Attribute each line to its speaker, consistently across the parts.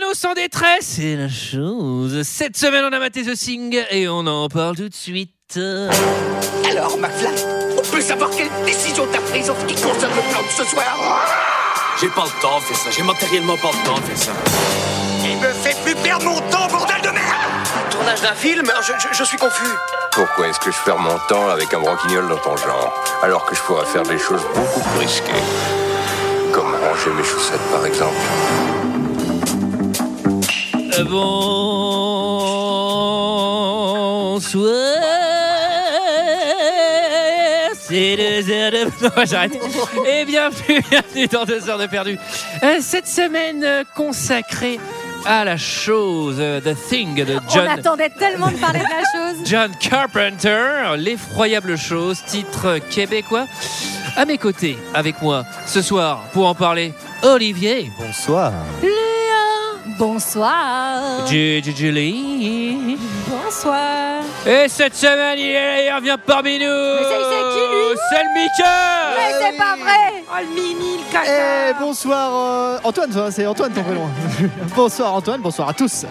Speaker 1: tous en détresse, c'est la chose. Cette semaine, on a maté The Sing et on en parle tout de suite.
Speaker 2: Alors, McFly, on peut savoir quelle décision t'as prise en ce qui concerne le plan de ce soir
Speaker 3: J'ai pas le temps de faire ça, j'ai matériellement pas le temps de faire ça.
Speaker 2: Il me fait plus perdre mon temps, bordel de merde
Speaker 4: Tournage d'un film euh, je, je- je suis confus.
Speaker 5: Pourquoi est-ce que je perds mon temps avec un broquignol dans ton genre, alors que je pourrais faire des choses beaucoup plus risquées Comme ranger mes chaussettes, par exemple.
Speaker 1: Euh, Bonsoir. C'est deux heures de. Non, j'arrête. Et bienvenue, bienvenue dans deux heures de perdu. Euh, Cette semaine euh, consacrée à la chose, euh, The Thing de John.
Speaker 6: On attendait tellement de parler de la chose.
Speaker 1: John Carpenter, L'effroyable chose, titre québécois. À mes côtés, avec moi, ce soir, pour en parler, Olivier,
Speaker 7: Bonsoir.
Speaker 6: Bonsoir.
Speaker 1: Gigi Julie.
Speaker 8: Ah
Speaker 6: Bonsoir.
Speaker 1: Et cette semaine, il est là, il revient parmi nous.
Speaker 6: c'est- c'est qui, lui
Speaker 1: C'est le Mika
Speaker 6: Mais c'est Oh, pas vrai.
Speaker 7: Eh, bonsoir euh, Antoine, toi, c'est Antoine ton prénom. bonsoir Antoine, bonsoir à tous.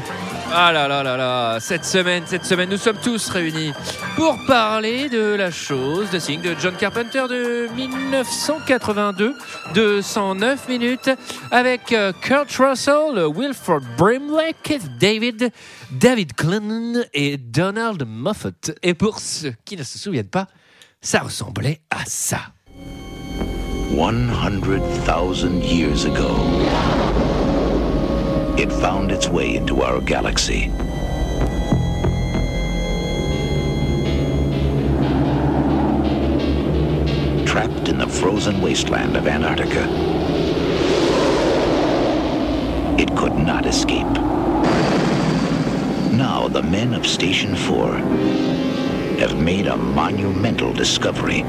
Speaker 1: Ah là là là là, cette semaine, cette semaine, nous sommes tous réunis pour parler de la chose, de signe de John Carpenter de 1982, de 109 minutes, avec euh, Kurt Russell, Wilford Brimley, Keith David, David Clennon et Donald Moffat. Et pour ceux qui ne se souviennent pas, ça ressemblait à ça.
Speaker 9: 100,000 years ago, it found its way into our galaxy. Trapped in the frozen wasteland of Antarctica, it could not escape. Now, the men of Station 4 have made a monumental discovery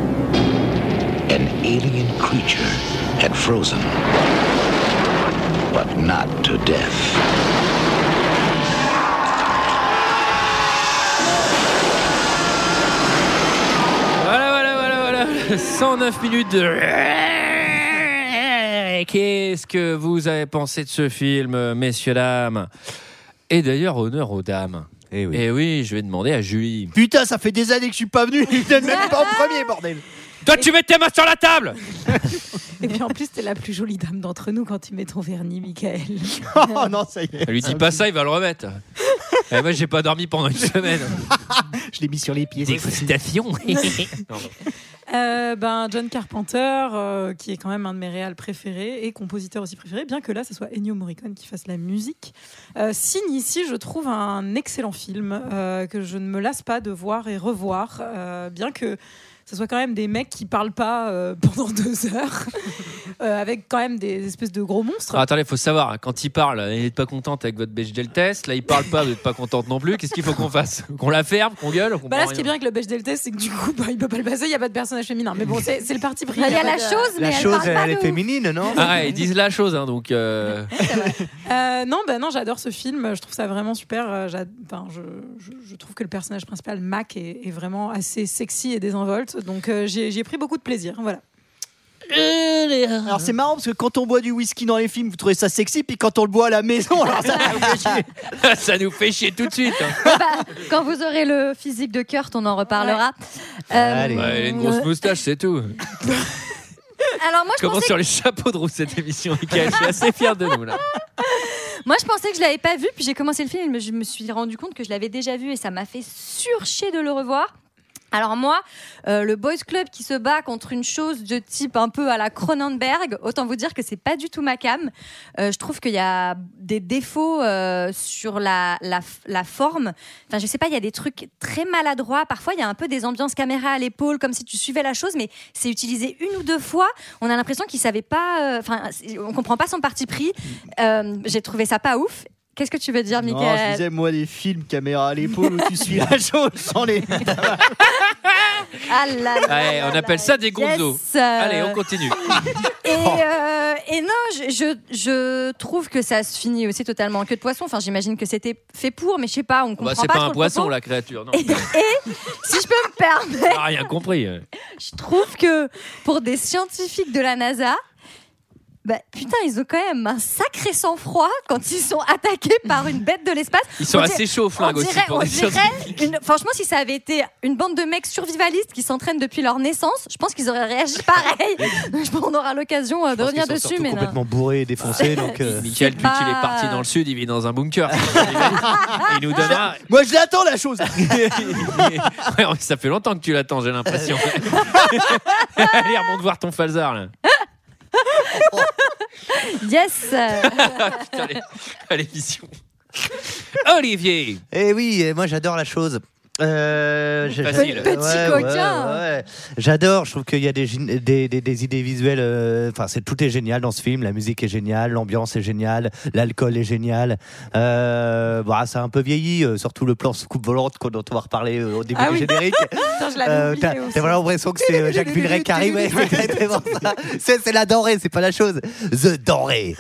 Speaker 9: an alien creature had frozen, but not to death.
Speaker 1: Voilà, voilà, voilà, voilà. 109 minutes de. Qu'est-ce que vous avez pensé de ce film, messieurs, dames Et d'ailleurs, honneur aux dames.
Speaker 7: Eh oui.
Speaker 1: Et oui, je vais demander à Julie.
Speaker 7: Putain, ça fait des années que je suis pas venu, il viennent même pas en premier, bordel.
Speaker 1: Toi, tu mets tes mains sur la table
Speaker 8: Et puis en plus, t'es la plus jolie dame d'entre nous quand tu mets ton vernis, Michael.
Speaker 7: Oh non, ça y est.
Speaker 1: Elle lui dit pas ça, il va le remettre. Et moi, j'ai pas dormi pendant une semaine.
Speaker 7: Je l'ai mis sur les pieds.
Speaker 1: Dégustation
Speaker 8: Euh, ben, John Carpenter, euh, qui est quand même un de mes réals préférés et compositeur aussi préféré, bien que là, ce soit Ennio Morricone qui fasse la musique, euh, signe ici, je trouve, un excellent film euh, que je ne me lasse pas de voir et revoir, euh, bien que ce soit quand même des mecs qui parlent pas euh, pendant deux heures, euh, avec quand même des espèces de gros monstres.
Speaker 1: Ah, attendez, faut savoir, hein, quand il parle, elle n'est pas contente avec votre Bechdel test. Là, il parle pas, vous n'êtes pas contente non plus. Qu'est-ce qu'il faut qu'on fasse Qu'on la ferme, qu'on gueule on
Speaker 8: Bah là,
Speaker 1: comprend
Speaker 8: ce qui
Speaker 1: rien.
Speaker 8: est bien avec le Bechdel test, c'est que du coup, bah, il peut pas le passer, il n'y a pas de personnage féminin. Mais bon, c'est c'est le parti pris.
Speaker 6: Bah, Il y a
Speaker 8: pas
Speaker 6: la
Speaker 8: de-
Speaker 6: chose, mais elle parle pas de ouf.
Speaker 7: féminine, non
Speaker 1: Ah, ouais, ils disent la chose, hein, donc. euh,
Speaker 8: Euh, non, ben non, j'adore ce film. Je trouve ça vraiment super. Euh, j'ad- enfin, je, je- je trouve que le personnage principal, Mac, est, est vraiment assez sexy et désinvolte. Donc euh, j'ai j'ai pris beaucoup de plaisir. Voilà.
Speaker 7: Alors c'est marrant parce que quand on boit du whisky dans les films, vous trouvez ça sexy, puis quand on le boit à la maison, alors ça
Speaker 6: Ah,
Speaker 1: ça nous fait chier tout de suite. hein.
Speaker 6: Quand vous aurez le physique de Kurt, on en reparlera. Euh,
Speaker 7: Allez.
Speaker 1: Ouais, elle a une grosse moustache, c'est tout.
Speaker 6: Alors moi je,
Speaker 1: Comment
Speaker 6: pensais
Speaker 1: sur les chapeaux de roue cette émission, Mickaël Je suis assez fier de nous là.
Speaker 6: Euh, que, moi je pensais que je l'avais pas vu, puis j'ai commencé le film, et je me suis rendu compte que je l'avais déjà vu et ça m'a fait surcher de le revoir. Alors moi, euh, le boys club qui se bat contre une chose de type un peu à la Cronenberg, autant vous dire que c'est pas du tout ma cam. Euh, je trouve qu'il y a des défauts euh, sur la, la, f- la forme. Enfin, je sais pas, il y a des trucs très maladroits. Parfois, il y a un peu des ambiances caméra à l'épaule, comme si tu suivais la chose, mais c'est utilisé une ou deux fois. On a l'impression qu'il savait pas. euh, Enfin, c'est- on comprend pas son parti pris. Euh, J'ai trouvé ça pas ouf. Qu'est-ce que tu veux dire,
Speaker 7: Non, je
Speaker 6: Michael
Speaker 7: disais moi les films caméra à l'épaule où tu suis la chose sans les.
Speaker 6: Ah là là
Speaker 1: Allez,
Speaker 6: là
Speaker 1: on
Speaker 6: là.
Speaker 1: appelle ça des gonzos.
Speaker 6: Yes, euh,
Speaker 1: Allez, on continue.
Speaker 6: Et,
Speaker 1: Oh.
Speaker 6: euh, et non, je, je, je trouve que ça se finit aussi totalement en queue de poisson. Enfin, j'imagine que c'était fait pour, mais je sais pas, on comprend
Speaker 1: Bah, c'est
Speaker 6: pas.
Speaker 1: pas
Speaker 6: trop
Speaker 1: un
Speaker 6: le
Speaker 1: poisson
Speaker 6: propos.
Speaker 1: la créature, non.
Speaker 6: Et, et, si je peux me permettre,
Speaker 1: Ah, rien compris.
Speaker 6: je trouve que pour des scientifiques de la NASA, bah, putain, ils ont quand même un sacré sang-froid quand ils sont attaqués par une bête de l'espace.
Speaker 1: Ils sont
Speaker 6: On
Speaker 1: assez chauds aux flingues
Speaker 6: on
Speaker 1: aussi
Speaker 6: dirait-
Speaker 1: pour
Speaker 6: on
Speaker 1: des
Speaker 6: dirait
Speaker 1: scientifiques.
Speaker 6: une- franchement, si ça avait été une bande de mecs survivalistes qui s'entraînent depuis leur naissance, je pense qu'ils auraient réagi pareil. Donc, je pense qu'on aura l'occasion euh, de revenir
Speaker 10: qu'ils sont
Speaker 6: dessus, mais non.
Speaker 9: Complètement bourré et défoncé. donc,
Speaker 1: Michael,
Speaker 9: euh,
Speaker 6: C'est
Speaker 1: vu qu'il est
Speaker 6: pas-
Speaker 1: parti dans le sud, il vit dans un bunker. il nous donnera.
Speaker 9: Moi, je l'attends la chose.
Speaker 1: Ouais, ça fait longtemps que tu l'attends, j'ai l'impression. Allez, remonte voir ton falzar là.
Speaker 6: Yes. euh,
Speaker 1: Putain, les- à l'émission. Olivier
Speaker 7: Eh oui, et moi j'adore la chose. Euh, j'ai-
Speaker 1: Facile.
Speaker 7: ouais,
Speaker 6: Petit
Speaker 7: ouais,
Speaker 6: coquin.
Speaker 7: ouais, ouais. J'adore, je trouve qu'il y a des, gin- des, des- des idées visuelles. euh, Enfin, c'est tout est génial dans ce film. La musique est géniale, l'ambiance est géniale, l'alcool est génial. Euh, bah, ça a un peu vieilli, euh, surtout le plan sous coupe volante qu'on- dont on va reparler euh, au début
Speaker 8: Ah
Speaker 7: du
Speaker 8: oui.
Speaker 7: générique.
Speaker 8: Putain, je
Speaker 7: Euh,
Speaker 8: l'avais oublié
Speaker 7: T'as
Speaker 8: aussi.
Speaker 7: t'as vraiment l'impression que c'est euh, Jacques Villeray qui arrive. ouais, c'est exactement ça. C'est c'est la denrée, c'est pas la chose. The denrée.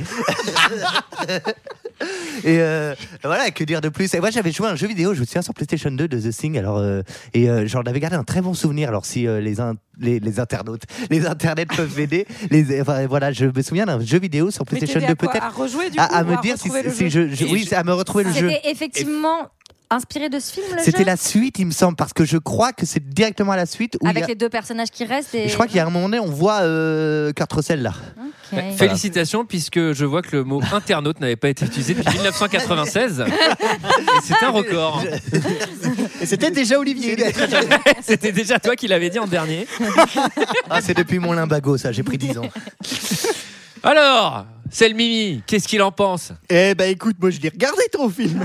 Speaker 7: Et euh, voilà, que dire de plus Et Moi, j'avais joué à un jeu vidéo, je me souviens, sur PlayStation 2 de The Thing. Alors, euh, et euh, j'en avais gardé un très bon souvenir. Alors, si euh, les, in- les, les internautes, les internets peuvent m'aider, les- enfin, voilà, je me souviens d'un jeu vidéo sur
Speaker 8: Mais
Speaker 7: PlayStation
Speaker 8: t'aider
Speaker 7: 2
Speaker 8: à quoi
Speaker 7: peut-être.
Speaker 8: À rejouer du
Speaker 7: À,
Speaker 8: coup,
Speaker 7: à
Speaker 8: ou
Speaker 7: me dire si,
Speaker 8: retrouver le
Speaker 7: si
Speaker 8: jeu
Speaker 7: je, je-
Speaker 1: Et
Speaker 7: oui,
Speaker 1: je-
Speaker 7: à me retrouver le jeu.
Speaker 6: C'était effectivement inspiré de ce film, le
Speaker 7: C'était
Speaker 6: jeu
Speaker 7: la suite, il me semble, parce que je crois que c'est directement à la suite où il y
Speaker 6: Avec
Speaker 7: a-
Speaker 6: les deux personnages qui restent. Et...
Speaker 7: je crois qu'il y a un moment donné, on voit euh, Kurt Russell là.
Speaker 6: Ok.
Speaker 1: Félicitations, puisque je vois que le mot internaute n'avait pas été utilisé depuis 1996. Et C'est un record.
Speaker 9: Et c'était déjà Olivier.
Speaker 1: C'était déjà toi qui l'avais dit en dernier.
Speaker 7: Ah, c'est depuis mon limbago, ça, j'ai pris 10 ans.
Speaker 1: Alors, c'est le Mimi. Qu'est-ce qu'il en pense
Speaker 9: Eh ben écoute, moi je l'ai regardé ton film.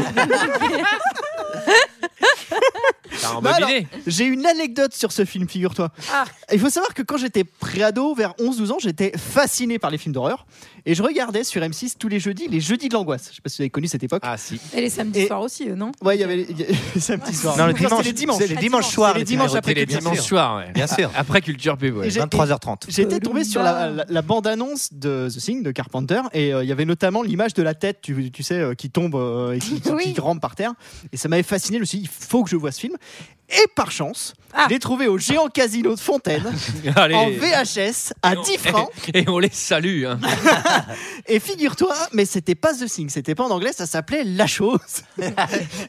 Speaker 1: T'as
Speaker 9: Bah alors,
Speaker 1: embobiné.
Speaker 9: J'ai une anecdote sur ce film, figure-toi.
Speaker 8: Ah.
Speaker 9: Il faut savoir que quand j'étais préado, vers 11-12 ans, j'étais fasciné par les films d'horreur. Et je regardais sur M6 tous les jeudis, les jeudis de l'angoisse. Je sais pas si vous avez connu cette époque.
Speaker 1: Ah si.
Speaker 8: Et les samedis
Speaker 9: Et-
Speaker 8: soirs aussi, euh, non
Speaker 9: Ouais, il y avait les- il y a- samedi soir.
Speaker 7: Non, le
Speaker 9: Enfin,
Speaker 7: dimanche.
Speaker 9: c'est les dimanches.
Speaker 7: C'est les dimanches soirs.
Speaker 9: C'est les dimanches
Speaker 7: premières
Speaker 9: après
Speaker 1: C'était les
Speaker 7: reprises, bien
Speaker 1: dimanches
Speaker 7: sûr.
Speaker 1: soirs. ouais.
Speaker 7: Bien sûr.
Speaker 1: Après Culture Pub. ouais.
Speaker 9: Et j'ai-
Speaker 7: 23h30.
Speaker 9: J'étais tombé sur la, la- la bande-annonce de The Thing de Carpenter et euh, il y avait notamment l'image de la tête, tu, tu sais, euh, qui tombe euh, et qui, qui-
Speaker 6: Oui.
Speaker 9: qui rampe par terre. Et ça m'avait fasciné, je me suis dit, il faut que je vois ce film. Et par chance,
Speaker 8: Ah.
Speaker 9: je l'ai trouvé au géant casino de Fontaine
Speaker 1: Allez.
Speaker 9: en VHS à 10 francs.
Speaker 1: Et on les salue. hein.
Speaker 9: Et figure-toi, mais c'était pas The Thing, c'était pas en anglais, ça s'appelait La Chose.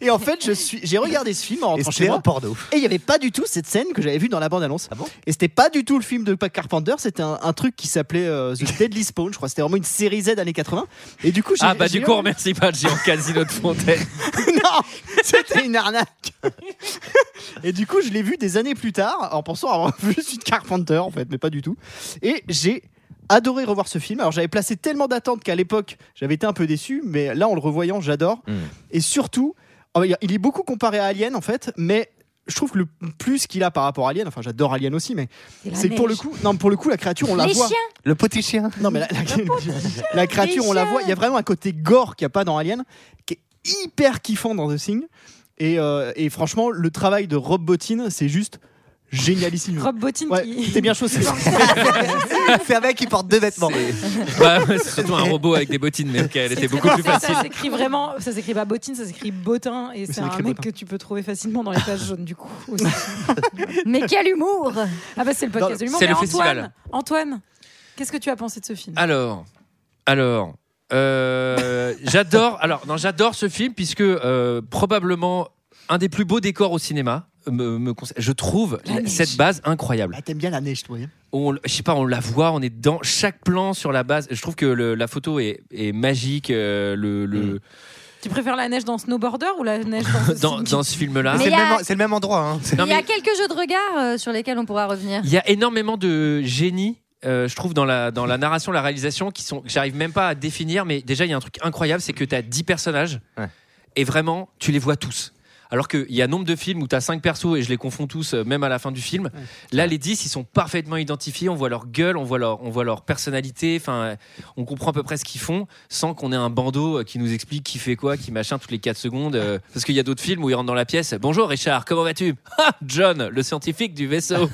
Speaker 9: et en fait, je suis, j'ai regardé ce film en
Speaker 7: Et
Speaker 9: rentrant chez
Speaker 7: c'était
Speaker 9: moi.
Speaker 7: un porno.
Speaker 9: Et il n'y avait pas du tout cette scène que j'avais vue dans la bande-annonce.
Speaker 7: Ah bon
Speaker 9: et c'était pas du tout le film de Pac Carpenter, c'était un, un truc qui s'appelait euh, The Deadly Spawn, je crois. C'était vraiment une série Z années 80. Et du coup, j'ai.
Speaker 1: Ah bah
Speaker 9: j'ai-
Speaker 1: du coup, on remercie pas le géant Casino de Fontaine.
Speaker 9: non C'était une arnaque Et du coup, je l'ai vu des années plus tard, en pensant avoir vu celui de Carpenter, en fait, mais pas du tout. Et j'ai adoré revoir ce film. Alors, j'avais placé tellement d'attentes qu'à l'époque, j'avais été un peu déçu, mais là, en le revoyant, j'adore.
Speaker 1: Hmm.
Speaker 7: Mm.
Speaker 9: Et surtout, on va dire, il est beaucoup comparé à Alien, en fait, mais. Je trouve que le plus qu'il a par rapport à Alien, enfin j'adore Alien aussi, mais
Speaker 6: la
Speaker 9: c'est que pour le
Speaker 6: neige.
Speaker 9: coup, non, pour le coup, la créature, on la
Speaker 6: Les
Speaker 9: voit.
Speaker 6: chiens.
Speaker 7: Le petit chien.
Speaker 9: Non, mais la, la- la créature, on la voit. Il y a vraiment un côté gore qu'il n'y a pas dans Alien, qui est hyper kiffant dans The Thing. Et, euh, et franchement, le travail de Rob Bottin, c'est juste génialissime.
Speaker 8: Rob Bottin
Speaker 9: Ouais,
Speaker 8: qui.
Speaker 9: t'es bien chaussé.
Speaker 7: C'est un mec qui porte deux vêtements.
Speaker 1: Bah, c'est surtout un robot avec des bottines, mais ok, elle était beaucoup plus
Speaker 8: Ça,
Speaker 1: facile.
Speaker 8: Ça s'écrit vraiment, ça s'écrit pas bottine, ça s'écrit bottin, et c'est
Speaker 9: ça
Speaker 8: un
Speaker 9: s'écrit
Speaker 8: mec
Speaker 9: bottin.
Speaker 8: que tu peux trouver facilement dans les pages jaunes du coup. aussi.
Speaker 6: Mais quel humour
Speaker 8: Ah bah c'est le
Speaker 9: Dans-
Speaker 8: podcast de l'humour.
Speaker 1: c'est
Speaker 8: mais
Speaker 1: le
Speaker 8: Antoine,
Speaker 1: festival. Ah.
Speaker 8: Antoine, qu'est-ce que tu as pensé de ce film
Speaker 1: Alors, alors, euh, j'adore. Alors, non, j'adore ce film puisque euh, probablement un des plus beaux décors au cinéma. euh, Me, me conseille- je trouve
Speaker 8: La neige.
Speaker 1: cette base incroyable.
Speaker 9: Bah, T'aimes bien la neige, toi. hein.
Speaker 1: On, je sais pas, on la voit, on est dedans. Chaque plan sur la base, je trouve que le- la photo est, est magique. euh, le, le-
Speaker 8: Tu préfères la neige dans Snowboarder ou la neige dans The
Speaker 1: dans,
Speaker 8: Sing
Speaker 1: dans ce film-là,
Speaker 6: Mais
Speaker 7: C'est
Speaker 6: il y
Speaker 7: le,
Speaker 6: a-
Speaker 7: même- c'est le même endroit. hein. C'est-
Speaker 1: Non,
Speaker 6: Il y a
Speaker 1: mais-
Speaker 6: quelques jeux de regard euh, sur lesquels on pourra revenir.
Speaker 1: Il y a énormément de génie. euh, je trouve dans la, dans la narration, la réalisation, qui sont, que j'arrive même pas à définir, mais déjà il y a un truc incroyable, c'est que tu as 10 personnages
Speaker 7: Ouais.
Speaker 1: et vraiment tu les vois tous. Alors qu'il y a nombre de films où tu as 5 persos et je les confonds tous, euh, même à la fin du film. Là, les 10, ils sont parfaitement identifiés, on voit leur gueule, on voit leur, on voit leur personnalité, enfin, euh, on comprend à peu près ce qu'ils font sans qu'on ait un bandeau euh, qui nous explique qui fait quoi, qui machin toutes les 4 secondes. euh, parce qu'il y a d'autres films où ils rentrent dans la pièce Bonjour Richard, comment vas-tu Ah, John, le scientifique du vaisseau.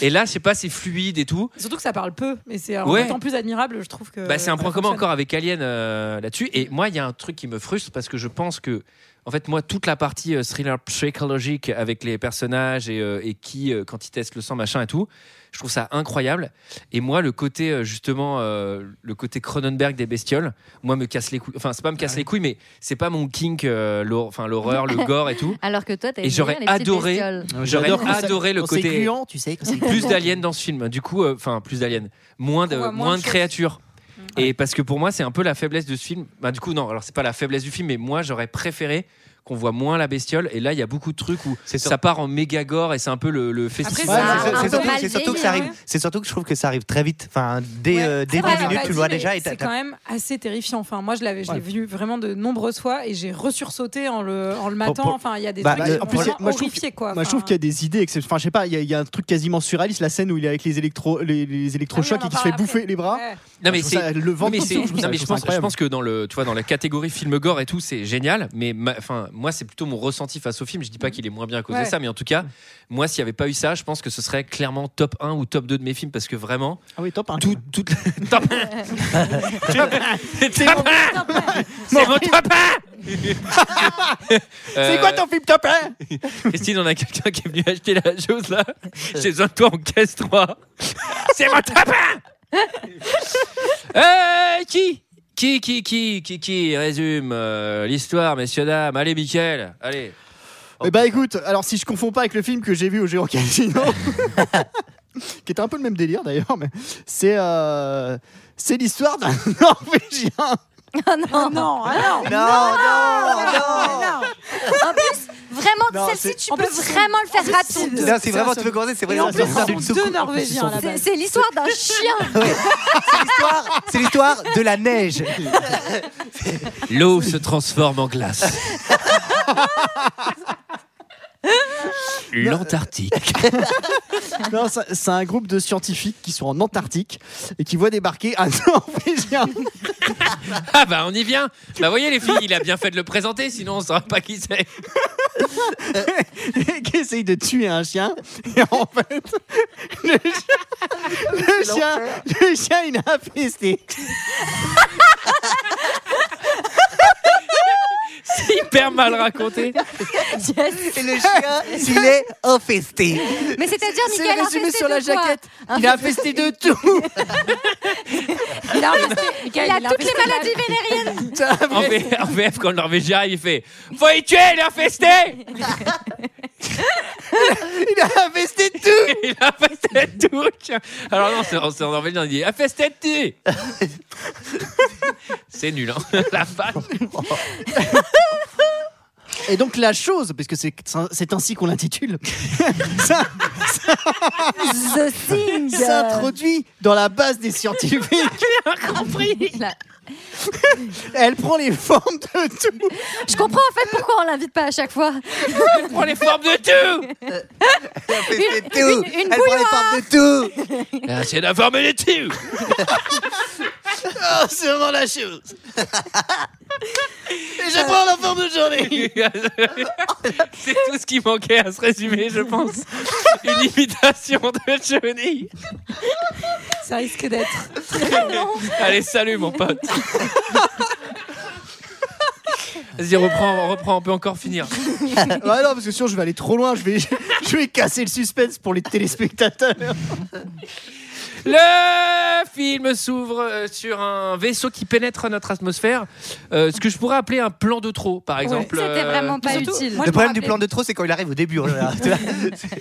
Speaker 1: Et là, je sais pas, c'est fluide et tout.
Speaker 8: Surtout que ça parle peu, mais c'est en
Speaker 1: Ouais.
Speaker 8: même temps plus admirable, je trouve que.
Speaker 1: Bah, c'est un
Speaker 8: Euh, ça
Speaker 1: point commun
Speaker 8: fonctionne.
Speaker 1: encore avec Alien euh, là-dessus. Et moi, il y a un truc qui me frustre parce que je pense que En fait, moi, toute la partie euh, thriller psychologique avec les personnages et, euh, et qui, euh, quand ils testent le sang, machin et tout, je trouve ça incroyable. Et moi, le côté, euh, justement, euh, le côté Cronenberg des bestioles, moi, me casse les couilles. Enfin, c'est pas me casse les couilles, mais c'est pas mon kink, euh, l'hor- enfin, l'horreur, le gore et tout.
Speaker 6: Alors que toi, t'as
Speaker 1: Et j'aurais adoré- J'aurais
Speaker 7: J'adore quand ça-
Speaker 1: adoré le
Speaker 7: quand c'est
Speaker 1: côté.
Speaker 7: gluant, tu sais. quand c'est-
Speaker 1: plus d'aliens dans ce film. Du coup, euh, enfin, plus d'aliens, moins de,
Speaker 8: On voit
Speaker 1: moins,
Speaker 8: moins de
Speaker 1: de
Speaker 8: choses. Mm.
Speaker 1: créatures. Et parce que pour moi, c'est un peu la faiblesse de ce film. Bah, du coup, non, alors c'est pas la faiblesse du film, mais moi, j'aurais préféré qu'on voit moins la bestiole. Et là, il y a beaucoup de trucs où
Speaker 11: C'est sûr.
Speaker 1: ça part en méga gore et c'est un peu le, le festival.
Speaker 8: Ouais, ça-
Speaker 11: c'est-
Speaker 8: un
Speaker 11: c'est
Speaker 8: peu
Speaker 11: surtout-
Speaker 8: mal
Speaker 11: c'est surtout que
Speaker 6: vieilli,
Speaker 11: ça arrive.
Speaker 8: ouais.
Speaker 11: C'est surtout que je trouve que ça arrive très vite. Enfin, dès
Speaker 8: Ouais,
Speaker 11: euh,
Speaker 8: c'est
Speaker 11: dès
Speaker 8: vrai,
Speaker 11: 10
Speaker 8: on l'a
Speaker 11: minutes,
Speaker 8: pas
Speaker 11: tu le
Speaker 8: dit,
Speaker 11: vois
Speaker 8: mais
Speaker 11: déjà. et t'as-
Speaker 8: C'est
Speaker 11: t'as-
Speaker 8: quand même assez terrifiant. Enfin, moi, je l'avais, je l'ai
Speaker 7: Ouais.
Speaker 8: vu vraiment de nombreuses fois et j'ai ressursauté en le, en le matant.
Speaker 11: pour-
Speaker 8: Enfin, il y a des
Speaker 11: Bah,
Speaker 8: trucs
Speaker 11: le-
Speaker 8: qui
Speaker 11: en
Speaker 8: m'ont
Speaker 11: plus,
Speaker 8: vraiment
Speaker 7: moi, je trouve
Speaker 8: horrifié, quoi.
Speaker 7: Moi, je trouve
Speaker 8: Enfin,
Speaker 7: qu'il y a des idées exceptionnelles. Enfin, je sais pas, il y, a- il y a un truc quasiment surréaliste, la scène où il est avec les, électro, les, les électrochocs
Speaker 8: Ah oui, on en
Speaker 7: et qui se fait
Speaker 8: parle
Speaker 7: bouffer
Speaker 8: après.
Speaker 7: les bras.
Speaker 8: ouais.
Speaker 1: Non, mais
Speaker 7: Je trouve
Speaker 1: c'est.
Speaker 7: ça- le
Speaker 1: Oui,
Speaker 7: ventre
Speaker 1: mais c'est-
Speaker 7: je trouve ça-
Speaker 1: non, mais
Speaker 7: je
Speaker 1: je
Speaker 7: trouve ça
Speaker 1: pense, je
Speaker 7: incroyable.
Speaker 1: pense que dans le, tu vois, dans la catégorie film gore et tout, c'est génial. Mais ma- enfin, moi, c'est plutôt mon ressenti face au film. Je dis
Speaker 7: Mm.
Speaker 1: pas qu'il est moins bien à cause de
Speaker 8: Ouais.
Speaker 1: ça, mais en tout cas, moi, s'il y avait pas eu ça, je pense que ce serait clairement top 1 ou top 2 de mes films parce que vraiment,
Speaker 7: Ah oui, top. hein.
Speaker 1: tout, tout, top 1
Speaker 7: C'est mon-
Speaker 1: C'est mon top 1
Speaker 7: C'est quoi ton film top hein
Speaker 1: Christine, on a quelqu'un qui est venu acheter la chose là. J'ai besoin de toi en caisse 3. C'est mon top 1 Euh, Qui qui, qui, qui, qui, qui résume euh, l'histoire, messieurs, dames Allez, Mickaël, allez.
Speaker 7: Eh bah écoute, alors si je confonds pas avec le film que j'ai vu au Géant Casino, qui était un peu le même délire d'ailleurs, mais c'est euh, c'est l'histoire d'un Norvégien.
Speaker 8: Ah non, ah non,
Speaker 11: Non, non, non.
Speaker 6: Vraiment,
Speaker 7: Non,
Speaker 6: celle-ci,
Speaker 7: c'est-
Speaker 6: tu
Speaker 8: en
Speaker 6: peux
Speaker 8: plus, c'est-
Speaker 6: vraiment le faire
Speaker 8: c'est-
Speaker 6: rapide.
Speaker 11: Non, c'est
Speaker 7: C'est
Speaker 11: vraiment,
Speaker 7: un
Speaker 11: tu
Speaker 7: seul-
Speaker 11: veux commencer, c'est
Speaker 8: Et en
Speaker 11: vraiment
Speaker 8: plus,
Speaker 11: l'histoire
Speaker 8: ce
Speaker 11: d'une
Speaker 8: sont deux
Speaker 11: soucoupe.
Speaker 8: Norvégiens à la
Speaker 6: C'est-
Speaker 8: base.
Speaker 6: C'est l'histoire d'un chien.
Speaker 11: C'est l'histoire- C'est l'histoire de la neige.
Speaker 1: L'eau se transforme en glace. L'Antarctique.
Speaker 7: Non, ça- c'est un groupe de scientifiques qui sont en Antarctique et qui voient débarquer un Norvégien.
Speaker 1: Ah bah on y vient. Bah voyez les filles, il a bien fait de le présenter, sinon on saura pas qui c'est.
Speaker 7: qui essaye de tuer un chien. Et en fait, le chien, le chien, le chien, il a infesté.
Speaker 1: C'est hyper mal raconté.
Speaker 6: Yes.
Speaker 11: Et le chien, il est infesté.
Speaker 6: Mais c'est-à-dire,
Speaker 7: C'est
Speaker 6: Michael,
Speaker 7: résumé
Speaker 6: infesté
Speaker 7: sur la
Speaker 6: de quoi
Speaker 7: jaquette.
Speaker 6: Un-
Speaker 7: Il a infesté de tout.
Speaker 8: Il a infesté- Michael,
Speaker 6: Il a
Speaker 8: il a
Speaker 6: toutes les
Speaker 8: infesté la-
Speaker 6: maladies vénériennes.
Speaker 1: En, V- en VF, quand le Norvégien arrive, il fait Faut y tuer, il est infesté
Speaker 7: Il a infesté de tout.
Speaker 1: Il a infesté de tout tiens. Alors non, c'est c'est en Norvégien, il dit Infesté de tout C'est nul, hein La femme
Speaker 7: Et donc la chose, parce que c'est c'est ainsi qu'on l'intitule, ça
Speaker 6: The Thing.
Speaker 7: s'introduit dans la base des scientifiques.
Speaker 6: Là.
Speaker 7: Elle prend les formes de tout.
Speaker 6: Je comprends en fait pourquoi on l'invite pas à chaque fois.
Speaker 1: Elle prend les formes de tout
Speaker 11: Elle infesté de
Speaker 6: Une-
Speaker 11: tout.
Speaker 6: une- une
Speaker 11: Elle prend les parts de tout.
Speaker 1: Ah, C'est la forme de tout
Speaker 7: Oh, c'est vraiment la chose. Et je prends la forme de journée.
Speaker 1: C'est tout ce qui manquait à ce résumé, je pense. Une imitation de Johnny.
Speaker 8: Ça risque d'être.
Speaker 1: Allez, salut mon pote. Vas-y, reprends, reprends, on peut encore finir.
Speaker 7: Ouais, non, parce que sinon je vais aller trop loin. Je vais, je vais casser le suspense pour les téléspectateurs.
Speaker 1: Le film s'ouvre euh, sur un vaisseau qui pénètre notre atmosphère, euh, ce que je pourrais appeler un plan de trop, par exemple.
Speaker 6: C'était
Speaker 1: Euh,
Speaker 6: vraiment pas
Speaker 8: surtout,
Speaker 6: utile.
Speaker 11: Le
Speaker 8: moi, je me
Speaker 11: problème du
Speaker 8: rappelais-
Speaker 11: plan de trop, c'est quand il arrive au début. en général. Tu vois,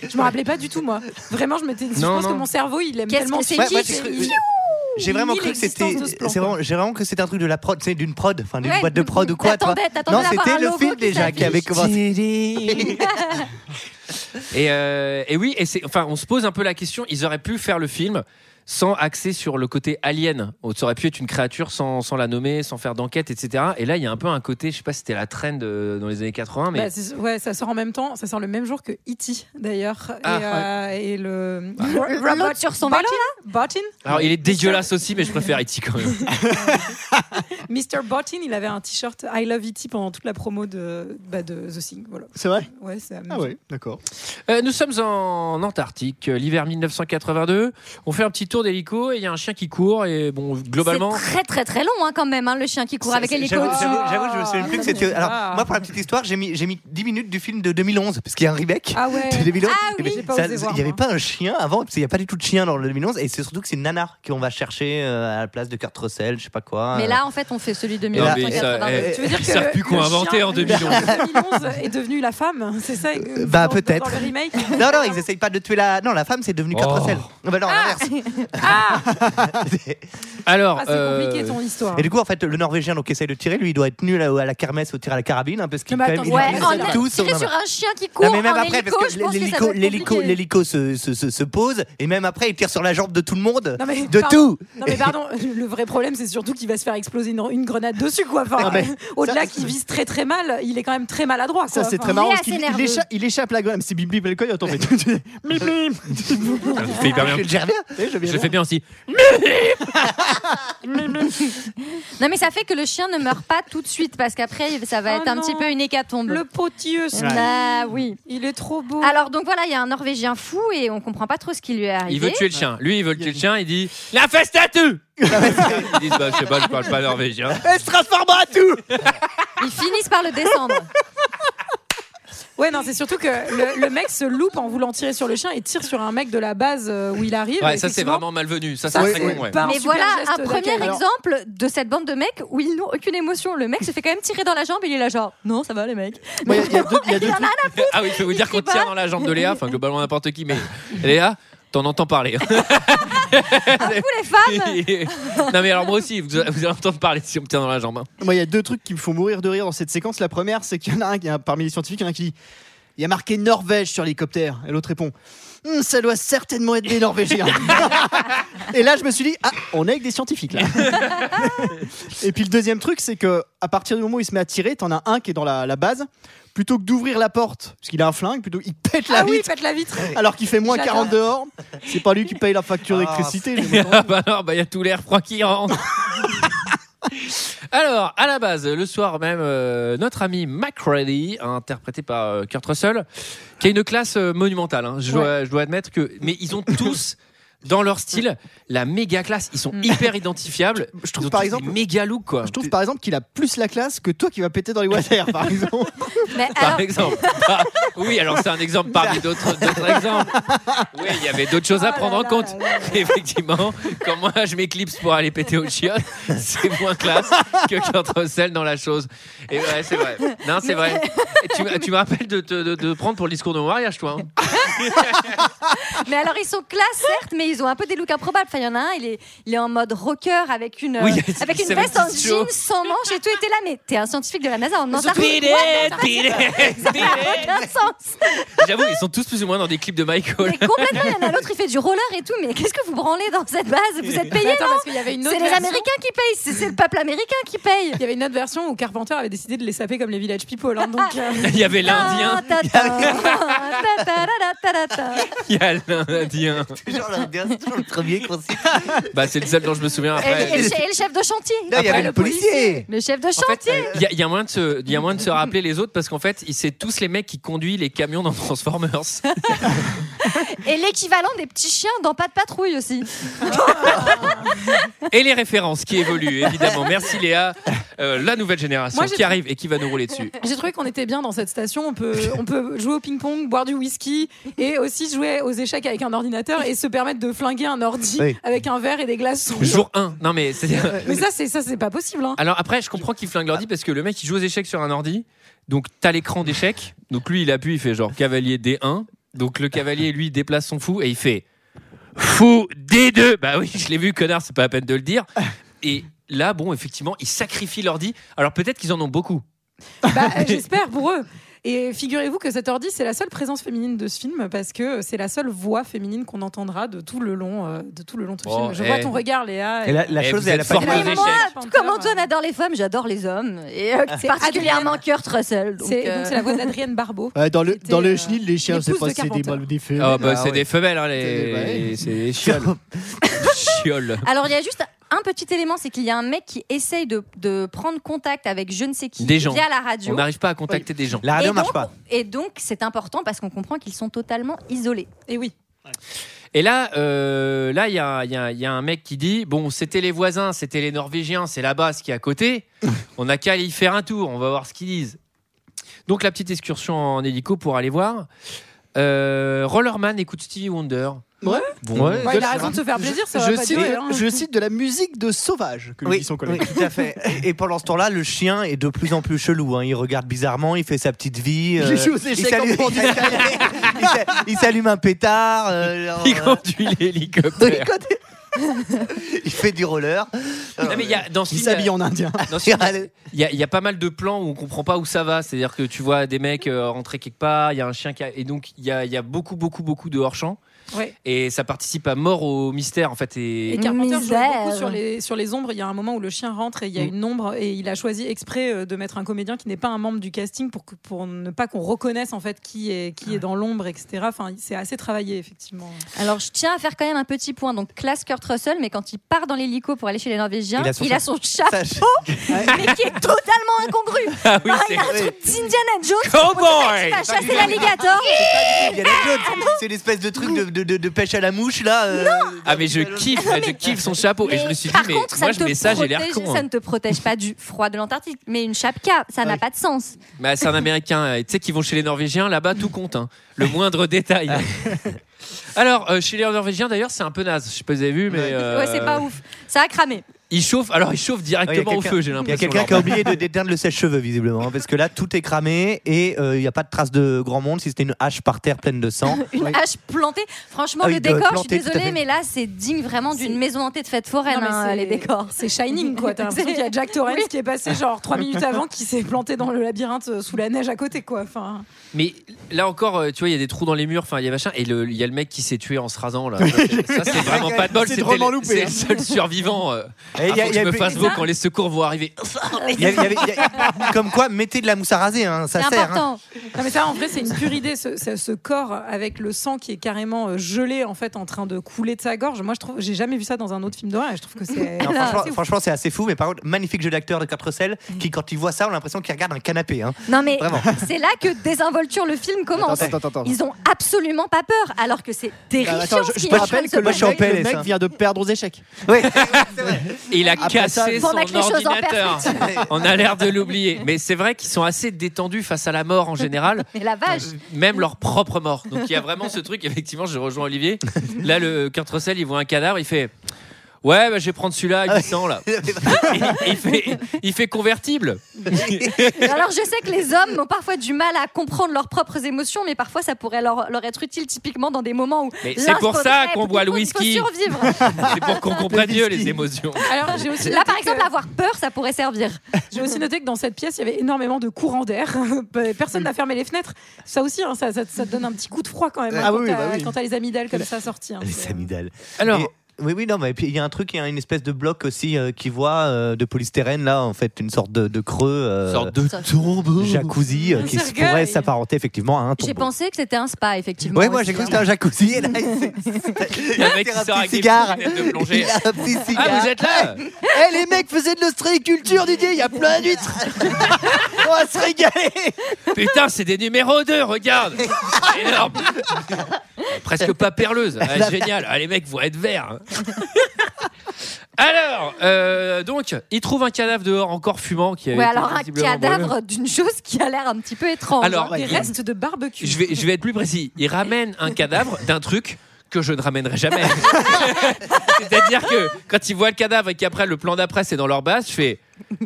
Speaker 8: Je me rappelais pas du tout, moi. Vraiment, je m'étais dit, je
Speaker 1: Non,
Speaker 8: pense
Speaker 1: non.
Speaker 8: que mon cerveau, il aime
Speaker 6: Qu'est-ce
Speaker 8: tellement
Speaker 6: que c'est
Speaker 11: Ouais,
Speaker 8: ce
Speaker 11: moi,
Speaker 8: film
Speaker 11: j'ai cru-
Speaker 8: qu'il-
Speaker 11: J'ai vraiment
Speaker 8: ni
Speaker 11: cru que
Speaker 8: l'existence
Speaker 11: c'était.
Speaker 8: de ce plan,
Speaker 11: c'est
Speaker 8: quoi.
Speaker 11: vraiment- J'ai vraiment cru que c'était un truc de la prod, c'est d'une prod, enfin d'une
Speaker 6: Ouais,
Speaker 11: boîte de prod ou quoi. tu vois.
Speaker 6: t'attendais- t'attendais
Speaker 11: Non,
Speaker 6: d'avoir
Speaker 11: c'était
Speaker 6: un
Speaker 11: le
Speaker 6: logo
Speaker 11: film
Speaker 6: qui
Speaker 11: déjà qui avait commencé.
Speaker 1: Et, euh, et oui, et c'est, enfin, on se pose un peu la question. Ils auraient pu faire le film sans axer sur le côté alien. Ça aurait pu être une créature sans, sans la nommer, sans faire d'enquête, etc. Et là, il y a un peu un côté, je sais pas si c'était la trend euh, dans les années 80, mais
Speaker 8: Bah, c'est- ouais, ça sort en même temps, ça sort le même jour que E.T. d'ailleurs.
Speaker 1: Ah,
Speaker 8: et, euh, et le.
Speaker 6: L'autre sur son vélo,
Speaker 8: Botin
Speaker 1: E alors il est dégueulasse aussi, mais je préfère E.T. quand même.
Speaker 8: Mr. Bottin, il avait un t-shirt I Love E.T. pendant toute la promo de, bah, de The Thing. Voilà.
Speaker 7: C'est vrai
Speaker 8: Ouais, c'est
Speaker 7: Ah ouais, d'accord.
Speaker 1: Euh, nous sommes en Antarctique, euh, l'hiver 1982. On fait un petit tour d'hélico et il y a un chien qui court. Et bon, globalement.
Speaker 6: C'est très très très long hein, quand même, hein, le chien qui court
Speaker 11: C'est-
Speaker 6: avec
Speaker 11: c'est-
Speaker 6: les
Speaker 11: j'avoue-
Speaker 6: côtes.
Speaker 11: J'avoue, j'avoue, je me souviens plus que c'était.
Speaker 8: Ah.
Speaker 11: Alors, moi, pour la petite histoire, j'ai mis, j'ai mis 10 minutes du film de 2011, parce qu'il y a un remake.
Speaker 8: Ah ouais.
Speaker 11: De 2011.
Speaker 6: Ah
Speaker 11: Et
Speaker 6: oui.
Speaker 11: ben,
Speaker 8: J'ai pas
Speaker 11: ça-
Speaker 8: osé voir,
Speaker 11: il n'y avait
Speaker 8: moi.
Speaker 11: pas un chien avant, parce qu'il n'y a pas du tout de chien dans le 2011, et c'est surtout que c'est une nana qu'on va chercher euh, à la place de Kurt Russell, je sais pas quoi.
Speaker 6: Mais là, en fait, on fait celui de
Speaker 1: Non, mais
Speaker 6: 1982.
Speaker 1: ça, eh,
Speaker 8: Tu veux dire
Speaker 1: Ils
Speaker 8: que
Speaker 1: savent plus
Speaker 8: le
Speaker 1: qu'on a inventé
Speaker 8: chien
Speaker 1: en
Speaker 8: de
Speaker 1: 2011.
Speaker 8: 2011 est devenu la femme, c'est ça euh,
Speaker 11: bah,
Speaker 8: dans- dans-
Speaker 11: peut-être.
Speaker 8: Dans le remake.
Speaker 11: Non, non, ils essayent pas de tuer la. Non, la femme, c'est devenu Kurt
Speaker 1: Oh.
Speaker 11: Russell. Non, bah non,
Speaker 6: Ah.
Speaker 11: l'inverse.
Speaker 1: Alors.
Speaker 8: Ah, c'est
Speaker 1: euh,
Speaker 8: compliqué ton histoire.
Speaker 11: Et du coup, en fait, le Norvégien donc essaye de tirer. Lui, il doit être nul à, à la kermesse au tir à la carabine, hein, parce qu'il
Speaker 8: Mais
Speaker 11: quand même,
Speaker 1: eh,
Speaker 8: attends,
Speaker 11: il utilise
Speaker 6: Ouais,
Speaker 11: ça
Speaker 6: en
Speaker 11: tous.
Speaker 6: tirer
Speaker 11: Non,
Speaker 6: sur un chien qui court
Speaker 11: Non, mais même
Speaker 6: en
Speaker 11: après,
Speaker 6: hélico,
Speaker 11: parce
Speaker 6: je
Speaker 11: que
Speaker 6: pense que ça
Speaker 11: l'hélico,
Speaker 6: doit être
Speaker 11: l'hélico,
Speaker 6: compliqué.
Speaker 11: l'hélico se, se, se, se pose, et même après, il tire sur la jambe de tout le monde,
Speaker 8: Non, mais
Speaker 11: de
Speaker 8: pardon.
Speaker 11: tout.
Speaker 8: Non mais pardon, le vrai problème c'est surtout qu'il va se faire exploser une, une grenade dessus quoi. Enfin,
Speaker 7: Ah, mais
Speaker 8: Au-delà
Speaker 7: ça,
Speaker 8: qu'il vise très très mal, il est quand même très maladroit.
Speaker 7: Ça,
Speaker 8: quoi.
Speaker 7: c'est
Speaker 8: Enfin,
Speaker 7: très marrant
Speaker 6: il est
Speaker 7: parce qu'il
Speaker 6: assez
Speaker 7: il
Speaker 6: nerveux.
Speaker 7: échappe, il échappe la gomme. C'est bip bip le coyote en fait. bip bip
Speaker 1: ça fait hyper bien.
Speaker 11: Je dis, reviens.
Speaker 7: Eh, je
Speaker 1: Je
Speaker 7: viens de-
Speaker 1: le fais bien aussi.
Speaker 6: Non, mais ça fait que le chien ne meurt pas tout de suite parce qu'après, ça va
Speaker 8: Oh
Speaker 6: être un
Speaker 8: non.
Speaker 6: petit peu une hécatombe.
Speaker 8: Le potieux, ce
Speaker 6: Ah oui.
Speaker 8: il est trop beau.
Speaker 6: Alors donc voilà, il y a un Norvégien fou et on comprend pas trop ce qui lui est arrivé.
Speaker 1: Il veut tuer le chien. Lui, il veut tuer le chien. Il dit La fesse à tout Ils disent Bah, je sais pas, je parle pas norvégien.
Speaker 7: Elle se transformera à tout
Speaker 6: Ils finissent par le descendre.
Speaker 8: Ouais, non, c'est surtout que le, le mec se loupe en voulant tirer sur le chien et tire sur un mec de la base euh, où il arrive.
Speaker 1: Ouais, ça, c'est
Speaker 8: Effectivement,
Speaker 1: vraiment malvenu. Ça, c'est
Speaker 8: ça,
Speaker 1: très
Speaker 8: c'est
Speaker 1: con, ouais.
Speaker 8: pas un
Speaker 6: Mais
Speaker 8: super
Speaker 6: voilà
Speaker 8: geste
Speaker 6: un premier
Speaker 8: d'accueil.
Speaker 6: exemple de cette bande de mecs où ils n'ont aucune émotion. Le mec se fait quand même tirer dans la jambe et il est là genre non ça va les mecs.
Speaker 7: Moi, Il y a- il y a deux- il y a deux
Speaker 6: Il en a
Speaker 7: trucs.
Speaker 1: Ah oui, je peux vous
Speaker 6: Il
Speaker 1: dire
Speaker 6: crie
Speaker 1: qu'on tire
Speaker 6: pas.
Speaker 1: dans la jambe de Léa, enfin globalement n'importe qui, mais Léa, t'en entends parler.
Speaker 8: Ah,
Speaker 6: Vous les femmes.
Speaker 8: bah.
Speaker 1: non mais alors moi aussi, vous, vous allez entendre parler si on me tient dans la jambe. hein.
Speaker 7: Moi, il y a deux trucs qui me font mourir de rire dans cette séquence. La première, c'est qu'il y en a un qui- parmi les scientifiques, il y en a un qui dit Il y a marqué Norvège sur l'hélicoptère. Et l'autre répond Hum, Ça doit certainement être des Norvégiens. et là, je me suis dit Ah, on est avec des scientifiques là. et puis le deuxième truc, c'est que à partir du moment où il se met à tirer, t'en as un qui est dans la, la base. Plutôt que d'ouvrir la porte, parce qu'il a un flingue, plutôt il pète la
Speaker 8: Ah oui,
Speaker 7: vitre
Speaker 8: faites la vitre.
Speaker 7: alors qu'il fait moins
Speaker 8: J'adore.
Speaker 7: 40 dehors. C'est pas lui qui paye la facture
Speaker 11: Ah,
Speaker 7: d'électricité. j'ai
Speaker 1: Ah bah alors, bah il y a tout l'air froid qui rentre. Alors, à la base, le soir même, euh, notre ami McReady, interprété par euh, Kurt Russell, qui a une classe euh, monumentale. hein. Je, dois, je dois admettre que, mais ils ont tous dans leur style la méga classe. Ils sont hyper identifiables.
Speaker 7: Je trouve,
Speaker 1: Ils ont
Speaker 7: par
Speaker 1: tous
Speaker 7: exemple-
Speaker 1: des méga look quoi.
Speaker 7: Je trouve par exemple qu'il a plus la classe que toi qui va péter dans les water, par exemple.
Speaker 6: Mais
Speaker 1: Par
Speaker 6: alors,
Speaker 1: exemple. Bah, oui, alors c'est un exemple parmi d'autres d'autres exemples. Oui, il y avait d'autres choses à
Speaker 8: Oh
Speaker 1: prendre
Speaker 8: là
Speaker 1: en
Speaker 8: là
Speaker 1: compte.
Speaker 8: là là là.
Speaker 1: Effectivement, quand moi je m'éclipse pour aller péter au chiottes, c'est moins classe que Kurt Russell dans la chose. Et ouais, c'est vrai. Non, c'est vrai. Et tu, me- tu me rappelles de, te- de- de prendre pour le discours de mon mariage, toi. hein.
Speaker 6: mais alors ils sont classe certes, mais ils ont un peu des looks improbables. Enfin il y en a un, il est, il est en mode rocker avec une euh,
Speaker 1: Oui, il
Speaker 6: avec une
Speaker 1: s'est mis
Speaker 6: veste en
Speaker 1: petite chaud.
Speaker 6: jean sans manches et tout était là. Mais t'es un scientifique de la NASA, on en a
Speaker 1: Beat it, beat it, beat it.
Speaker 6: aucun sens.
Speaker 1: Ah, J'avoue, ils sont tous plus ou moins dans des clips de Michael.
Speaker 6: Mais complètement, il y en a l'autre, il fait du roller et tout. Mais qu'est-ce que vous branlez dans cette base Vous êtes payés,
Speaker 8: Attends,
Speaker 6: non
Speaker 8: parce qu'il y avait une autre
Speaker 6: C'est les
Speaker 8: version.
Speaker 6: Américains qui payent, c'est c'est le peuple américain qui paye.
Speaker 8: Il y avait une autre version où Carpenter avait décidé de les saper comme les Village People. hein, donc, euh,
Speaker 1: Il y avait l'Indien,
Speaker 6: Ta- ta- ta- ta- ta- ta- ta- ta.
Speaker 1: il y a l'Indien.
Speaker 11: Toujours le- c'est toujours le premier qu'on cite.
Speaker 1: Bah, c'est le seul dont je me souviens
Speaker 6: Et
Speaker 1: après.
Speaker 6: le- et le che- et le chef de chantier.
Speaker 11: Là,
Speaker 8: Ah, bah,
Speaker 11: il y avait le policier.
Speaker 6: Le chef de
Speaker 1: En fait,
Speaker 6: chantier.
Speaker 1: il y a- il y, a moyen de se- il y a moyen de se rappeler les autres parce qu'en fait, il- c'est tous les mecs qui conduisent les camions dans Transformers.
Speaker 6: Et l'équivalent des petits chiens dans Pas de patrouille aussi.
Speaker 1: Et les références qui évoluent, évidemment. Merci Léa. Euh, la nouvelle génération
Speaker 8: Moi, j'ai
Speaker 1: qui arrive et qui va nous rouler dessus.
Speaker 8: J'ai trouvé qu'on était bien dans cette station. On peut, on peut jouer au ping-pong, boire du whisky et aussi jouer aux échecs avec un ordinateur et se permettre de flinguer un ordi
Speaker 11: Oui.
Speaker 8: avec un verre et des glaçons.
Speaker 1: Jour 1. Non, mais c'est.
Speaker 8: Euh, Mais ça, c'est ça, c'est pas possible. Hein.
Speaker 1: Alors après, je comprends qu'il flingue l'ordi parce que le mec, il joue aux échecs sur un ordi. Donc, t'as l'écran d'échecs. Donc, lui, il appuie, il fait genre cavalier D1. Donc, le cavalier, lui, déplace son fou et il fait fou D2. Bah oui, je l'ai vu, connard, c'est pas la peine de le dire. Et là, bon, effectivement, il sacrifie l'ordi. Alors, peut-être qu'ils en ont beaucoup.
Speaker 8: Bah, euh, J'espère pour eux. Et figurez-vous que cet ordi, c'est la seule présence féminine de ce film parce que c'est la seule voix féminine qu'on entendra de tout le long, euh, de tout le long de ce
Speaker 1: Bon,
Speaker 8: film. Je
Speaker 1: eh.
Speaker 8: vois ton regard, Léa.
Speaker 11: Et la, la
Speaker 1: Eh,
Speaker 11: chose,
Speaker 1: vous
Speaker 11: elle a
Speaker 1: êtes
Speaker 11: pas
Speaker 1: fort
Speaker 11: été-
Speaker 1: mal.
Speaker 6: Mais
Speaker 1: les échecs.
Speaker 6: moi,
Speaker 8: Chanteur,
Speaker 6: tout comme Antoine
Speaker 8: ouais.
Speaker 6: adore les femmes, j'adore les hommes. Et
Speaker 1: Ah.
Speaker 6: euh, particulièrement Kurt Russell. donc,
Speaker 8: C'est
Speaker 6: euh,
Speaker 8: donc c'est la voix d'Adrienne Barbeau.
Speaker 7: Ouais, dans le,
Speaker 8: C'était,
Speaker 7: dans le
Speaker 8: euh,
Speaker 7: chenil, les chiens,
Speaker 8: les
Speaker 7: c'est
Speaker 8: pouces
Speaker 7: pas
Speaker 8: de
Speaker 7: si c'est des
Speaker 8: Carpenter.
Speaker 7: mâles ou des femelles.
Speaker 1: Ah, bah,
Speaker 11: Ah
Speaker 1: c'est
Speaker 11: ouais.
Speaker 1: des femelles, hein,
Speaker 7: C'est des- bah,
Speaker 1: les...
Speaker 7: oui.
Speaker 1: c'est des chioles. chioles.
Speaker 6: Alors il y a juste un petit élément, c'est qu'il y a un mec qui essaye de, de prendre contact avec je ne sais qui
Speaker 1: Des gens.
Speaker 6: via la radio.
Speaker 1: On n'arrive pas à contacter des gens.
Speaker 11: La radio
Speaker 6: et,
Speaker 11: Ah marche
Speaker 6: donc,
Speaker 11: pas.
Speaker 6: et donc, c'est important parce qu'on comprend qu'ils sont totalement isolés.
Speaker 8: Et oui.
Speaker 1: Et là, euh, là, il y a, il y a- il y a un mec qui dit bon, c'était les voisins, c'était les Norvégiens, c'est là-bas, ce qui est à côté. On n'a qu'à aller y faire un tour. On va voir ce qu'ils disent. Donc la petite excursion en hélico pour aller voir. Euh, Rollerman écoute Stevie Wonder.
Speaker 7: Ouais.
Speaker 1: Bon.
Speaker 11: Ouais.
Speaker 8: il a raison de se faire plaisir, ça va
Speaker 7: je,
Speaker 8: pas
Speaker 7: cite,
Speaker 8: durer, hein.
Speaker 7: je cite de la musique de sauvage que lui dit son collègue.
Speaker 11: oui, tout à fait. Et pendant ce temps-là, le chien est de plus en plus chelou. hein. Il regarde bizarrement, il fait sa petite vie. euh,
Speaker 7: Il joue aux échecs
Speaker 11: il s'allume-
Speaker 7: en pendant-
Speaker 11: il s'allume- il s'allume- il s'allume un pétard. euh, genre,
Speaker 1: Il
Speaker 11: euh,
Speaker 1: conduit l'hélicoptère.
Speaker 11: il fait du roller.
Speaker 1: Non, mais il y a- dans ce
Speaker 7: Il
Speaker 1: film,
Speaker 7: s'habille en indien.
Speaker 1: dans ce film, Il y, a- il y a pas mal de plans où on comprend pas où ça va. C'est-à-dire que tu vois des mecs euh, rentrer quelque part, il y a un chien qui a... Et donc, il y a, il y a beaucoup, beaucoup, beaucoup de hors-champ.
Speaker 8: Ouais.
Speaker 1: Et ça participe à mort au mystère, en fait. Et,
Speaker 8: Et Carpenter joue
Speaker 6: Misère. Mm.
Speaker 8: beaucoup sur les, sur les ombres. Il y a un moment où le chien rentre et il y a une ombre et il a choisi exprès euh, de mettre un comédien qui n'est pas un membre du casting pour, que- pour ne pas qu'on reconnaisse en fait qui est, qui est dans l'ombre, etc. Enfin, c'est assez travaillé effectivement.
Speaker 6: Alors, je tiens à faire quand même un petit point. Donc, classe Kurt Russell, mais quand il part dans l'hélico pour aller chez les Norvégiens,
Speaker 11: Il a son
Speaker 6: il a son chat,
Speaker 11: Ça,
Speaker 6: mais qui est totalement incongru.
Speaker 1: Ah oui,
Speaker 6: Ah,
Speaker 1: c'est
Speaker 6: il a un
Speaker 11: oui.
Speaker 6: truc d'Indiana Jones.
Speaker 1: Cowboy
Speaker 6: Il va chasser l'alligator.
Speaker 11: Indiana
Speaker 6: Ah
Speaker 11: Jones. C'est l'espèce de truc de, de- de- de pêche à la mouche là. euh,
Speaker 1: Ah, mais je kiffe, je kiffe son chapeau. et je me suis dit,
Speaker 6: par
Speaker 1: mais
Speaker 6: contre, ça
Speaker 1: moi,
Speaker 6: ne
Speaker 1: je
Speaker 6: te
Speaker 1: mets ça, j'ai l'air
Speaker 6: protège-
Speaker 1: con.
Speaker 6: Ça
Speaker 1: hein.
Speaker 6: ne te protège pas du froid de l'Antarctique, mais une chapka, ça n'a
Speaker 11: Oui.
Speaker 6: pas de sens.
Speaker 1: Bah, c'est un américain. euh, Tu sais, qui vont chez les Norvégiens, là-bas, tout compte. hein. Le moindre détail. Alors, euh, chez les Norvégiens, d'ailleurs, c'est un peu naze. Je sais pas si vous avez vu, mais. euh,
Speaker 6: Ouais, c'est pas ouf. Ça a cramé.
Speaker 1: Ils chauffent, alors ils chauffent
Speaker 11: Ah, il y a
Speaker 1: directement au
Speaker 11: quelqu'un-
Speaker 1: feu, j'ai
Speaker 11: Il y a
Speaker 1: l'impression.
Speaker 11: quelqu'un
Speaker 1: leur
Speaker 11: qui a oublié de déteindre le sèche-cheveux, visiblement, hein, parce que là, tout est cramé et euh, il n'y a pas de trace de grand monde, si c'était une hache par terre pleine de sang.
Speaker 6: Une hache plantée. Franchement,
Speaker 11: Ah oui,
Speaker 6: le
Speaker 11: de
Speaker 6: décor,
Speaker 11: planter,
Speaker 6: je
Speaker 11: tout
Speaker 6: suis
Speaker 11: à fait.
Speaker 6: désolée, mais là, c'est digne vraiment d'une
Speaker 8: C'est-
Speaker 6: maison hantée de fête foraine,
Speaker 8: Non, mais
Speaker 6: hein,
Speaker 8: c'est-
Speaker 6: les décors.
Speaker 8: C'est Shining quoi. T'as l'impression qu'il y a Jack Torrance qui est passé genre trois minutes avant, qui s'est planté dans le labyrinthe euh, sous la neige à côté quoi. Enfin,
Speaker 1: Mais là encore, euh, tu vois, il y a des trous dans les murs, enfin, il y a machin, et le- il y a le mec qui s'est tué en se rasant, là. Ça, c'est- Ça, c'est vraiment pas de bol.
Speaker 7: C'est
Speaker 1: c'était
Speaker 7: drôlement
Speaker 1: le-
Speaker 7: loupé,
Speaker 1: C'est
Speaker 7: hein.
Speaker 1: le seul survivant. euh.
Speaker 11: Et
Speaker 1: Ah,
Speaker 11: il y a-
Speaker 1: faut
Speaker 11: il
Speaker 1: que
Speaker 11: y a
Speaker 1: je me
Speaker 11: plus-
Speaker 1: fasse beau quand les secours vont arriver.
Speaker 11: il y a- il y avait- il y a- Comme quoi, mettez de la mousse à raser, hein, ça
Speaker 6: C'est
Speaker 11: sert. hein.
Speaker 6: important.
Speaker 8: non mais ça en vrai c'est une pure idée. Ce, ce- ce corps avec le sang qui est carrément euh, gelé en fait en train de couler de sa gorge. Moi je trouve, j'ai jamais vu ça dans un autre film d'horreur. et Je trouve que c'est
Speaker 11: Non,
Speaker 8: c'est
Speaker 11: franchement,
Speaker 8: ouf.
Speaker 11: franchement, c'est assez fou, mais par contre, magnifique jeu d'acteur de Quatre Sels qui, quand il voit ça, on a l'impression qu'il regarde un canapé. hein.
Speaker 6: Non, mais
Speaker 11: Vraiment.
Speaker 6: c'est là que désinvolture le film commence.
Speaker 7: Attends, attends, attends.
Speaker 6: Ils ont absolument pas peur, alors que c'est
Speaker 7: Ah,
Speaker 6: terrifiant.
Speaker 7: attends, je,
Speaker 6: ce
Speaker 7: je
Speaker 6: qui
Speaker 7: te
Speaker 6: est en train
Speaker 7: rappelle
Speaker 6: de
Speaker 7: que
Speaker 6: se
Speaker 7: le
Speaker 11: moi, je
Speaker 7: mec,
Speaker 11: suis en
Speaker 6: passer.
Speaker 11: PLS,
Speaker 7: le mec
Speaker 11: hein.
Speaker 7: vient de perdre aux échecs.
Speaker 11: Oui, c'est vrai.
Speaker 1: Et il a
Speaker 7: Après ça,
Speaker 1: cassé
Speaker 7: il
Speaker 1: son
Speaker 6: faut mettre les choses en
Speaker 1: ordinateur. On a l'air de l'oublier. Mais c'est vrai qu'ils sont assez détendus face à la mort en général.
Speaker 6: Mais la vache,
Speaker 1: Même leur propre mort. Donc il y a vraiment ce truc, effectivement, je rejoins Olivier. Là, le Kurt Russell, il voit un cadavre, il fait Ouais, bah, je vais prendre celui-là à 800, là. Et il, fait, il fait convertible.
Speaker 6: Alors je sais que les hommes ont parfois du mal à comprendre leurs propres émotions, mais parfois ça pourrait leur, leur être utile typiquement dans des moments où...
Speaker 1: Mais
Speaker 6: l'un
Speaker 1: c'est pour
Speaker 6: se
Speaker 1: ça
Speaker 6: redresse,
Speaker 1: qu'on boit le
Speaker 6: il faut- il faut
Speaker 1: whisky.
Speaker 6: survivre.
Speaker 1: C'est pour qu'on comprenne mieux les émotions.
Speaker 8: Alors j'ai aussi euh,
Speaker 6: Là
Speaker 8: noté
Speaker 6: par
Speaker 8: que-
Speaker 6: exemple, avoir peur, ça pourrait servir.
Speaker 8: J'ai aussi noté que dans cette pièce, il y avait énormément de courants d'air. Personne n'a fermé les fenêtres. Ça aussi, hein, ça, ça- ça te donne un petit coup de froid quand même hein,
Speaker 7: Ah
Speaker 8: quand
Speaker 7: oui,
Speaker 8: t'as
Speaker 7: bah oui.
Speaker 8: quand t'as les amygdales comme ça sorties. hein.
Speaker 11: Les
Speaker 8: C'est-
Speaker 11: amygdales.
Speaker 1: Alors,
Speaker 11: Et- oui, oui, non, mais puis il y a un truc, il y a une espèce de bloc aussi euh, qui voit euh, de polystyrène, là, en fait, une sorte de, de creux. euh,
Speaker 1: sorte de
Speaker 6: ça-
Speaker 1: tombeau.
Speaker 11: jacuzzi euh,
Speaker 8: Un
Speaker 11: qui se
Speaker 8: cercueil.
Speaker 11: pourrait s'apparenter effectivement à un
Speaker 6: J'ai
Speaker 11: tombeau.
Speaker 6: pensé que c'était un spa, effectivement.
Speaker 11: Ouais, moi
Speaker 6: aussi,
Speaker 11: j'ai cru que
Speaker 6: hein.
Speaker 11: c'était un jacuzzi. Et là,
Speaker 1: Il y a un mec qui sort avec des lunettes de plongée.
Speaker 11: Il a un petit cigare.
Speaker 1: Ah, vous êtes là
Speaker 7: Eh, les mecs faisaient de l'ostréiculture, Didier, il y a plein d'huîtres. On va se régaler.
Speaker 1: Putain, c'est des numéros 2, regarde Énorme Presque pas perleuse. Ah, génial. Ah, les mecs, vous être verts. hein. Alors, euh, donc, il trouve un cadavre dehors encore fumant. Qui avait
Speaker 6: Ouais,
Speaker 1: été
Speaker 6: alors un
Speaker 1: visiblement brûlé.
Speaker 6: cadavre d'une chose qui a l'air un petit peu étrange.
Speaker 1: Alors,
Speaker 6: hein.
Speaker 8: Des restes de barbecue.
Speaker 1: Je vais, je vais être plus précis. Il ramène un cadavre d'un truc que je ne ramènerai jamais. C'est-à-dire que quand ils voient le cadavre et qu'après le plan d'après c'est dans leur base, je fais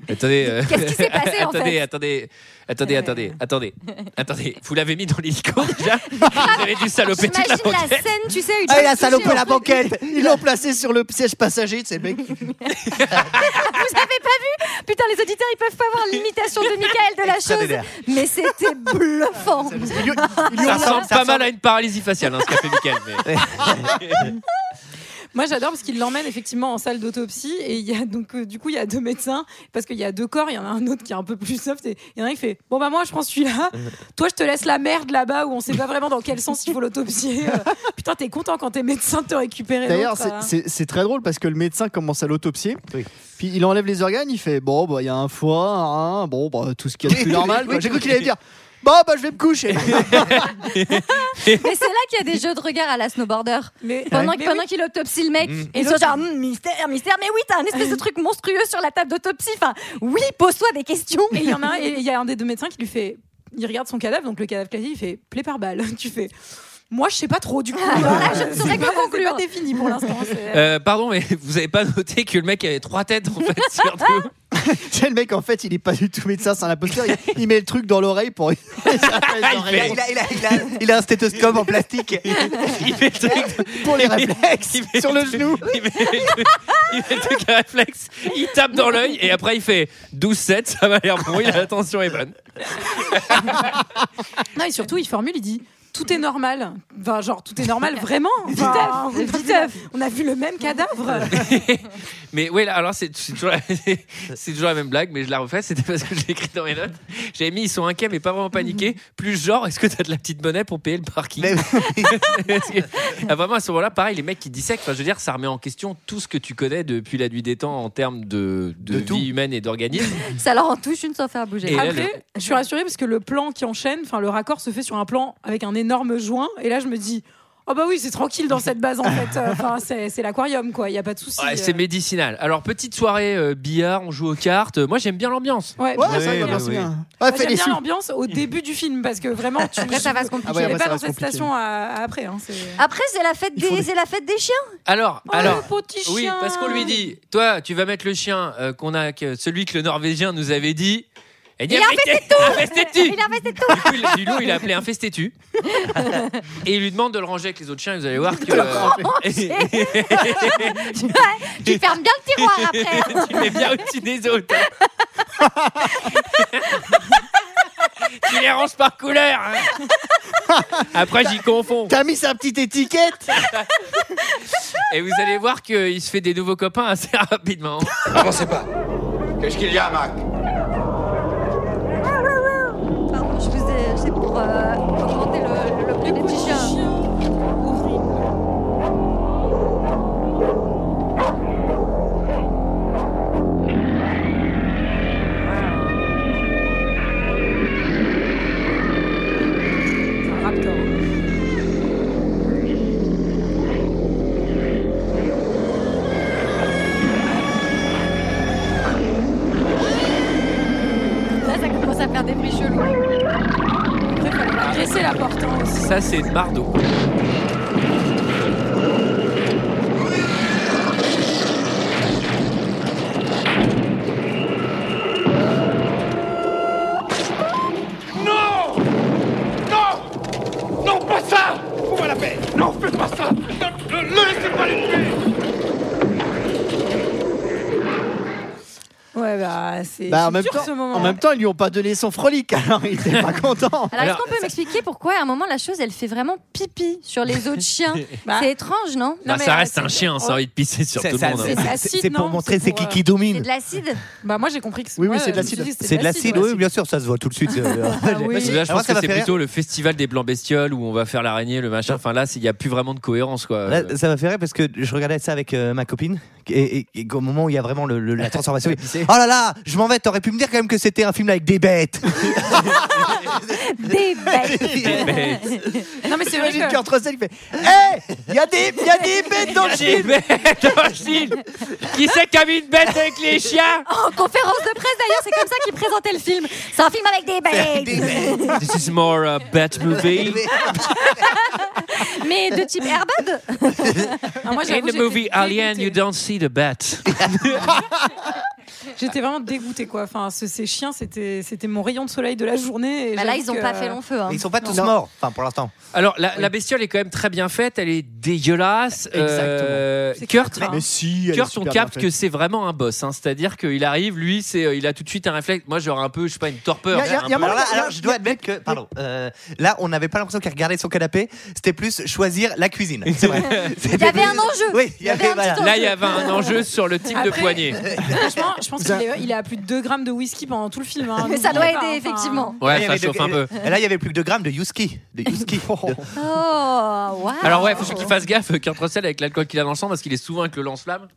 Speaker 1: attendez. euh,
Speaker 6: Qu'est-ce qui s'est passé, en
Speaker 1: attendez,
Speaker 6: fait Euh.
Speaker 1: attendez, attendez, attendez, attendez, attendez. Vous l'avez mis dans l'hélico déjà Vous avez dû saloper toute la
Speaker 6: J'imagine la
Speaker 1: banquette.
Speaker 6: scène, tu sais, où
Speaker 7: Ah, il
Speaker 6: Jack
Speaker 7: a
Speaker 6: Fisher-
Speaker 7: salopé la banquette. Ils l'ont placé sur le siège passager, c'est le mec. qui-
Speaker 6: Vous avez pas vu Putain, les auditeurs, ils peuvent pas voir l'imitation de Michael de la
Speaker 11: Extraordinaire.
Speaker 6: chose. Mais c'était bluffant.
Speaker 7: Il lui- il lui
Speaker 1: Ça
Speaker 7: hurle-
Speaker 1: ressemble
Speaker 11: ça
Speaker 1: pas
Speaker 11: ressemble-
Speaker 1: mal à une paralysie faciale, hein, ce qu'a fait Mickaël, mais-
Speaker 8: Moi, j'adore parce qu'il l'emmène effectivement en salle d'autopsie et il y a donc euh, du coup il y a deux médecins parce qu'il y a deux corps, il y en a un autre qui est un peu plus soft et il y en a un qui fait bon bah moi je prends celui-là, toi je te laisse la merde là-bas où on sait pas vraiment dans quel sens il faut l'autopsier. Euh, putain t'es content quand t'es médecin de te récupérer.
Speaker 7: D'ailleurs,
Speaker 8: l'autre,
Speaker 7: c'est-
Speaker 8: euh.
Speaker 7: c'est c'est très drôle parce que le médecin commence à l'autopsier.
Speaker 11: Oui.
Speaker 7: Puis il enlève les organes, il fait Bon, bah, il y a un foie, un rein, bon, bah, tout ce qu'il y a de plus normal. quoi. J'ai cru qu'il allait dire Bon, bah, je vais me coucher.
Speaker 6: Mais c'est là qu'il y a des jeux de regard à la snowboarder.
Speaker 8: Mais-
Speaker 6: Pendant,
Speaker 8: mais
Speaker 6: pendant
Speaker 8: oui.
Speaker 6: qu'il autopsie le mec,
Speaker 1: Mm.
Speaker 6: ils sont genre Hum, mystère, mystère. Mais oui, t'as un espèce de truc monstrueux sur la table d'autopsie. Enfin, oui, pose-toi des questions.
Speaker 8: Et il y en a un, et il y a un des deux médecins qui lui fait. Il regarde son cadavre, donc le cadavre classique, il fait plaie par balle. Tu fais. Moi, je sais pas trop, du coup.
Speaker 6: Voilà, je ne
Speaker 8: c'est
Speaker 6: saurais
Speaker 8: pas-
Speaker 6: que
Speaker 8: c'est
Speaker 6: conclure.
Speaker 8: pas défini pour l'instant. c'est-
Speaker 1: Euh, pardon, mais vous avez pas noté que le mec avait trois têtes en fait sur deux
Speaker 7: C'est le mec, en fait, il est pas du tout médecin, c'est un imposteur. Il, il met le truc dans l'oreille pour.
Speaker 1: Il
Speaker 7: a, un stéthoscope en plastique
Speaker 1: Il fait le truc
Speaker 7: pour les réflexes
Speaker 1: Il met
Speaker 7: sur le
Speaker 1: truc-
Speaker 7: genou.
Speaker 1: Il met le truc- il met le truc à réflexe, il tape dans l'œil et après il fait 12-7, ça va l'air bon, il a- la tension est bonne.
Speaker 8: Non, et surtout, il formule, il dit tout est normal. Enfin, genre, tout est normal, vraiment. Enfin, on, a vu, on a vu le même cadavre.
Speaker 1: Mais oui, là, alors c'est c'est toujours, la- c'est toujours la même blague, mais je la refais, c'était parce que je l'ai écrit dans mes notes. J'avais mis ils sont inquiets mais pas vraiment paniqués. Plus genre, est-ce que t'as de la petite monnaie pour payer le parking
Speaker 11: Mais
Speaker 1: Parce que, ah, Vraiment à ce moment-là, pareil, les mecs qui dissèquent, enfin, je veux dire, ça remet en question tout ce que tu connais depuis la nuit des temps en termes de, de
Speaker 11: De
Speaker 1: vie
Speaker 11: tout.
Speaker 1: humaine et d'organisme.
Speaker 6: Ça leur en touche une sans faire bouger.
Speaker 1: Et là, le-
Speaker 8: Après, je suis rassurée parce que le plan qui enchaîne, enfin, le raccord se fait sur un plan avec un énorme joint. Et là, je me dis. Oh bah oui, c'est tranquille dans cette base en fait. Enfin, c'est c'est l'aquarium quoi, il y a pas de souci.
Speaker 1: Ouais, c'est médicinal. Alors, petite soirée euh, billard, on joue aux cartes. Moi, j'aime bien l'ambiance.
Speaker 8: Ouais,
Speaker 7: Ouais,
Speaker 8: moi,
Speaker 7: ça, il
Speaker 11: oui,
Speaker 7: va bien,
Speaker 11: oui.
Speaker 7: c'est bien. Ouais, fais
Speaker 8: Ah, j'aime
Speaker 7: les
Speaker 8: bien
Speaker 7: sous.
Speaker 8: l'ambiance au début du film parce que vraiment tu
Speaker 6: Après, ça va se
Speaker 7: Ah
Speaker 6: compliquer.
Speaker 7: ouais,
Speaker 8: Je vais
Speaker 7: bah,
Speaker 8: pas
Speaker 7: ça
Speaker 8: dans
Speaker 7: reste
Speaker 8: cette
Speaker 7: compliqué.
Speaker 8: station à, à après. hein, c'est-
Speaker 6: Après, c'est la fête
Speaker 7: Il faut
Speaker 6: des,
Speaker 7: des-
Speaker 6: c'est la fête des chiens.
Speaker 1: Alors,
Speaker 7: Ah,
Speaker 1: alors.
Speaker 8: oh, le petit chien.
Speaker 1: Oui, parce qu'on lui dit, toi, tu vas mettre le chien euh, qu'on a, que celui que le Norvégien nous avait dit. Eh Et
Speaker 6: Il a
Speaker 1: un festétu.
Speaker 6: Il a fait cette
Speaker 1: Du coup, il- du loup, il a appelé un festétu. et il lui demande de le ranger avec les autres chiens. Et vous allez voir que. euh,
Speaker 6: Tu fermes bien le tiroir après. hein.
Speaker 1: tu mets bien au-dessus des autres. tu les ranges par couleur. hein. Après, j'y confonds.
Speaker 7: T'as mis sa petite étiquette
Speaker 1: Et vous allez voir qu'il se fait des nouveaux copains assez rapidement.
Speaker 2: Avancez pas. Qu'est-ce qu'il y a, Mac
Speaker 6: Pardon, je faisais, c'est pour euh, augmenter le, le prix des petits chiens.
Speaker 8: Un raptor.
Speaker 6: Là, ça commence à faire des bruits chelous.
Speaker 8: Après, fallait pas dresser la porte hein, aussi.
Speaker 1: Ça, c'est Mardo.
Speaker 2: Non Non Non, pas ça Vous va Ah, la paix Non, faites pas ça Ne, ne- ne laissez pas les tuer
Speaker 8: Ouais, bah, c'est
Speaker 7: Bah, en
Speaker 8: c'est
Speaker 7: même,
Speaker 8: dur
Speaker 7: temps,
Speaker 8: ce moment. hein.
Speaker 7: en même temps, ils lui ont pas donné son frolic, alors il était pas content.
Speaker 6: Alors,
Speaker 1: Alors,
Speaker 6: est-ce qu'on peut m'expliquer pourquoi à un moment la chose elle fait vraiment pipi sur les autres chiens
Speaker 8: Bah,
Speaker 6: C'est étrange,
Speaker 1: Non,
Speaker 6: non
Speaker 8: Non, mais
Speaker 1: ça
Speaker 8: là,
Speaker 1: reste
Speaker 8: c'est-
Speaker 1: un chien, ça a
Speaker 8: oh.
Speaker 1: envie de pisser sur
Speaker 11: C'est-
Speaker 1: tout le
Speaker 11: ça-
Speaker 1: monde.
Speaker 8: c'est
Speaker 1: hein.
Speaker 8: de l'acide,
Speaker 11: C'est pour
Speaker 8: non
Speaker 11: montrer
Speaker 8: C'est
Speaker 11: c'est
Speaker 8: pour,
Speaker 11: qui
Speaker 8: euh,
Speaker 11: qui
Speaker 6: C'est
Speaker 11: domine.
Speaker 6: de l'acide.
Speaker 8: Bah, moi j'ai compris que
Speaker 7: Oui,
Speaker 8: ouais,
Speaker 7: oui,
Speaker 8: je
Speaker 7: c'est de
Speaker 8: me
Speaker 7: l'acide.
Speaker 8: suis dit,
Speaker 11: C'est de l'acide, oui, bien sûr, ça se voit tout de suite. euh,
Speaker 8: Ah oui.
Speaker 1: Moi, je- là, je
Speaker 11: Alors,
Speaker 1: pense
Speaker 11: ça
Speaker 1: que
Speaker 11: va
Speaker 1: c'est
Speaker 11: faire
Speaker 1: plutôt le festival des blancs bestioles où on va faire l'araignée, le machin. Enfin là, il n'y a plus vraiment de cohérence quoi.
Speaker 11: Là, ça m'a fait rire parce que je regardais ça avec euh, ma copine et, et- et au moment où il y a vraiment le- le- la transformation, il- oh là là, je m'en vais, t'aurais pu me dire quand même que c'était un film avec des bêtes.
Speaker 6: Des bêtes.
Speaker 1: Mais-
Speaker 8: Non, mais c'est vrai
Speaker 7: J'imagine
Speaker 8: que.
Speaker 7: qu'entre Russell, il fait Hé Il y a des il y a des bêtes dans le
Speaker 1: Des
Speaker 7: film
Speaker 1: bêtes dans le film. Qui c'est qui a mis une bête avec les chiens
Speaker 6: En conférence de presse d'ailleurs, c'est comme ça qu'ils présentaient le film. C'est un film avec des bêtes.
Speaker 1: This is more a bat movie.
Speaker 6: Mais de type Airbud
Speaker 8: Ah, moi,
Speaker 1: In
Speaker 8: j'avoue,
Speaker 1: the
Speaker 8: j'étais
Speaker 1: movie Alien,
Speaker 8: dégoûtée.
Speaker 1: you don't see the bat.
Speaker 8: J'étais vraiment dégoûtée, quoi. Enfin, ce- ces chiens, c'était c'était mon rayon de soleil de la journée. et
Speaker 6: Bah là,
Speaker 8: j'avoue
Speaker 6: ils ont
Speaker 8: que-
Speaker 6: pas fait long feu. hein.
Speaker 11: Ils sont pas tous
Speaker 7: Non.
Speaker 11: morts, enfin pour l'instant.
Speaker 1: Alors, la, la bestiole est quand même très bien faite, elle est dégueulasse. Euh,
Speaker 8: C'est
Speaker 1: Kurt,
Speaker 8: Kurt, hein.
Speaker 7: Mais si, elle est
Speaker 1: Kurt, on
Speaker 7: super bien
Speaker 1: capte
Speaker 7: faite.
Speaker 1: que c'est vraiment un boss, hein. c'est-à-dire qu'il arrive, lui, c'est, euh, il a tout de suite un réflexe. Moi, j'aurais un peu, je sais pas, une torpeur.
Speaker 7: Y a- y a-
Speaker 1: un
Speaker 7: y a
Speaker 1: peu.
Speaker 7: moyen-
Speaker 11: hein. Alors là,
Speaker 7: il
Speaker 11: alors, je dois admettre que, pardon, euh, là, on n'avait pas l'impression qu'il regardait son canapé, c'était plus choisir la cuisine. C'est vrai.
Speaker 6: Il y avait un enjeu.
Speaker 11: Oui, il y avait,
Speaker 6: un petit
Speaker 11: voilà.
Speaker 6: enjeu.
Speaker 1: Là, il y avait un enjeu sur le type de
Speaker 8: Après-
Speaker 1: poignet.
Speaker 8: Franchement, je pense qu'il est, il est à plus de 2 grammes de whisky pendant tout le film. hein.
Speaker 6: Mais ça doit
Speaker 8: N'oubliez pas,
Speaker 6: aider,
Speaker 8: enfin.
Speaker 6: effectivement.
Speaker 11: Là, il
Speaker 1: Ouais,
Speaker 11: y
Speaker 1: ça
Speaker 11: avait de-
Speaker 1: chauffe un peu.
Speaker 11: Et là, il y avait plus que 2 grammes de Yuski. De Yuski.
Speaker 6: Oh, waouh.
Speaker 1: Alors ouais, faut qu'il fasse gaffe, euh, Kurt Russell, avec l'alcool qu'il a dans le sang, parce qu'il est souvent avec le lance-flamme.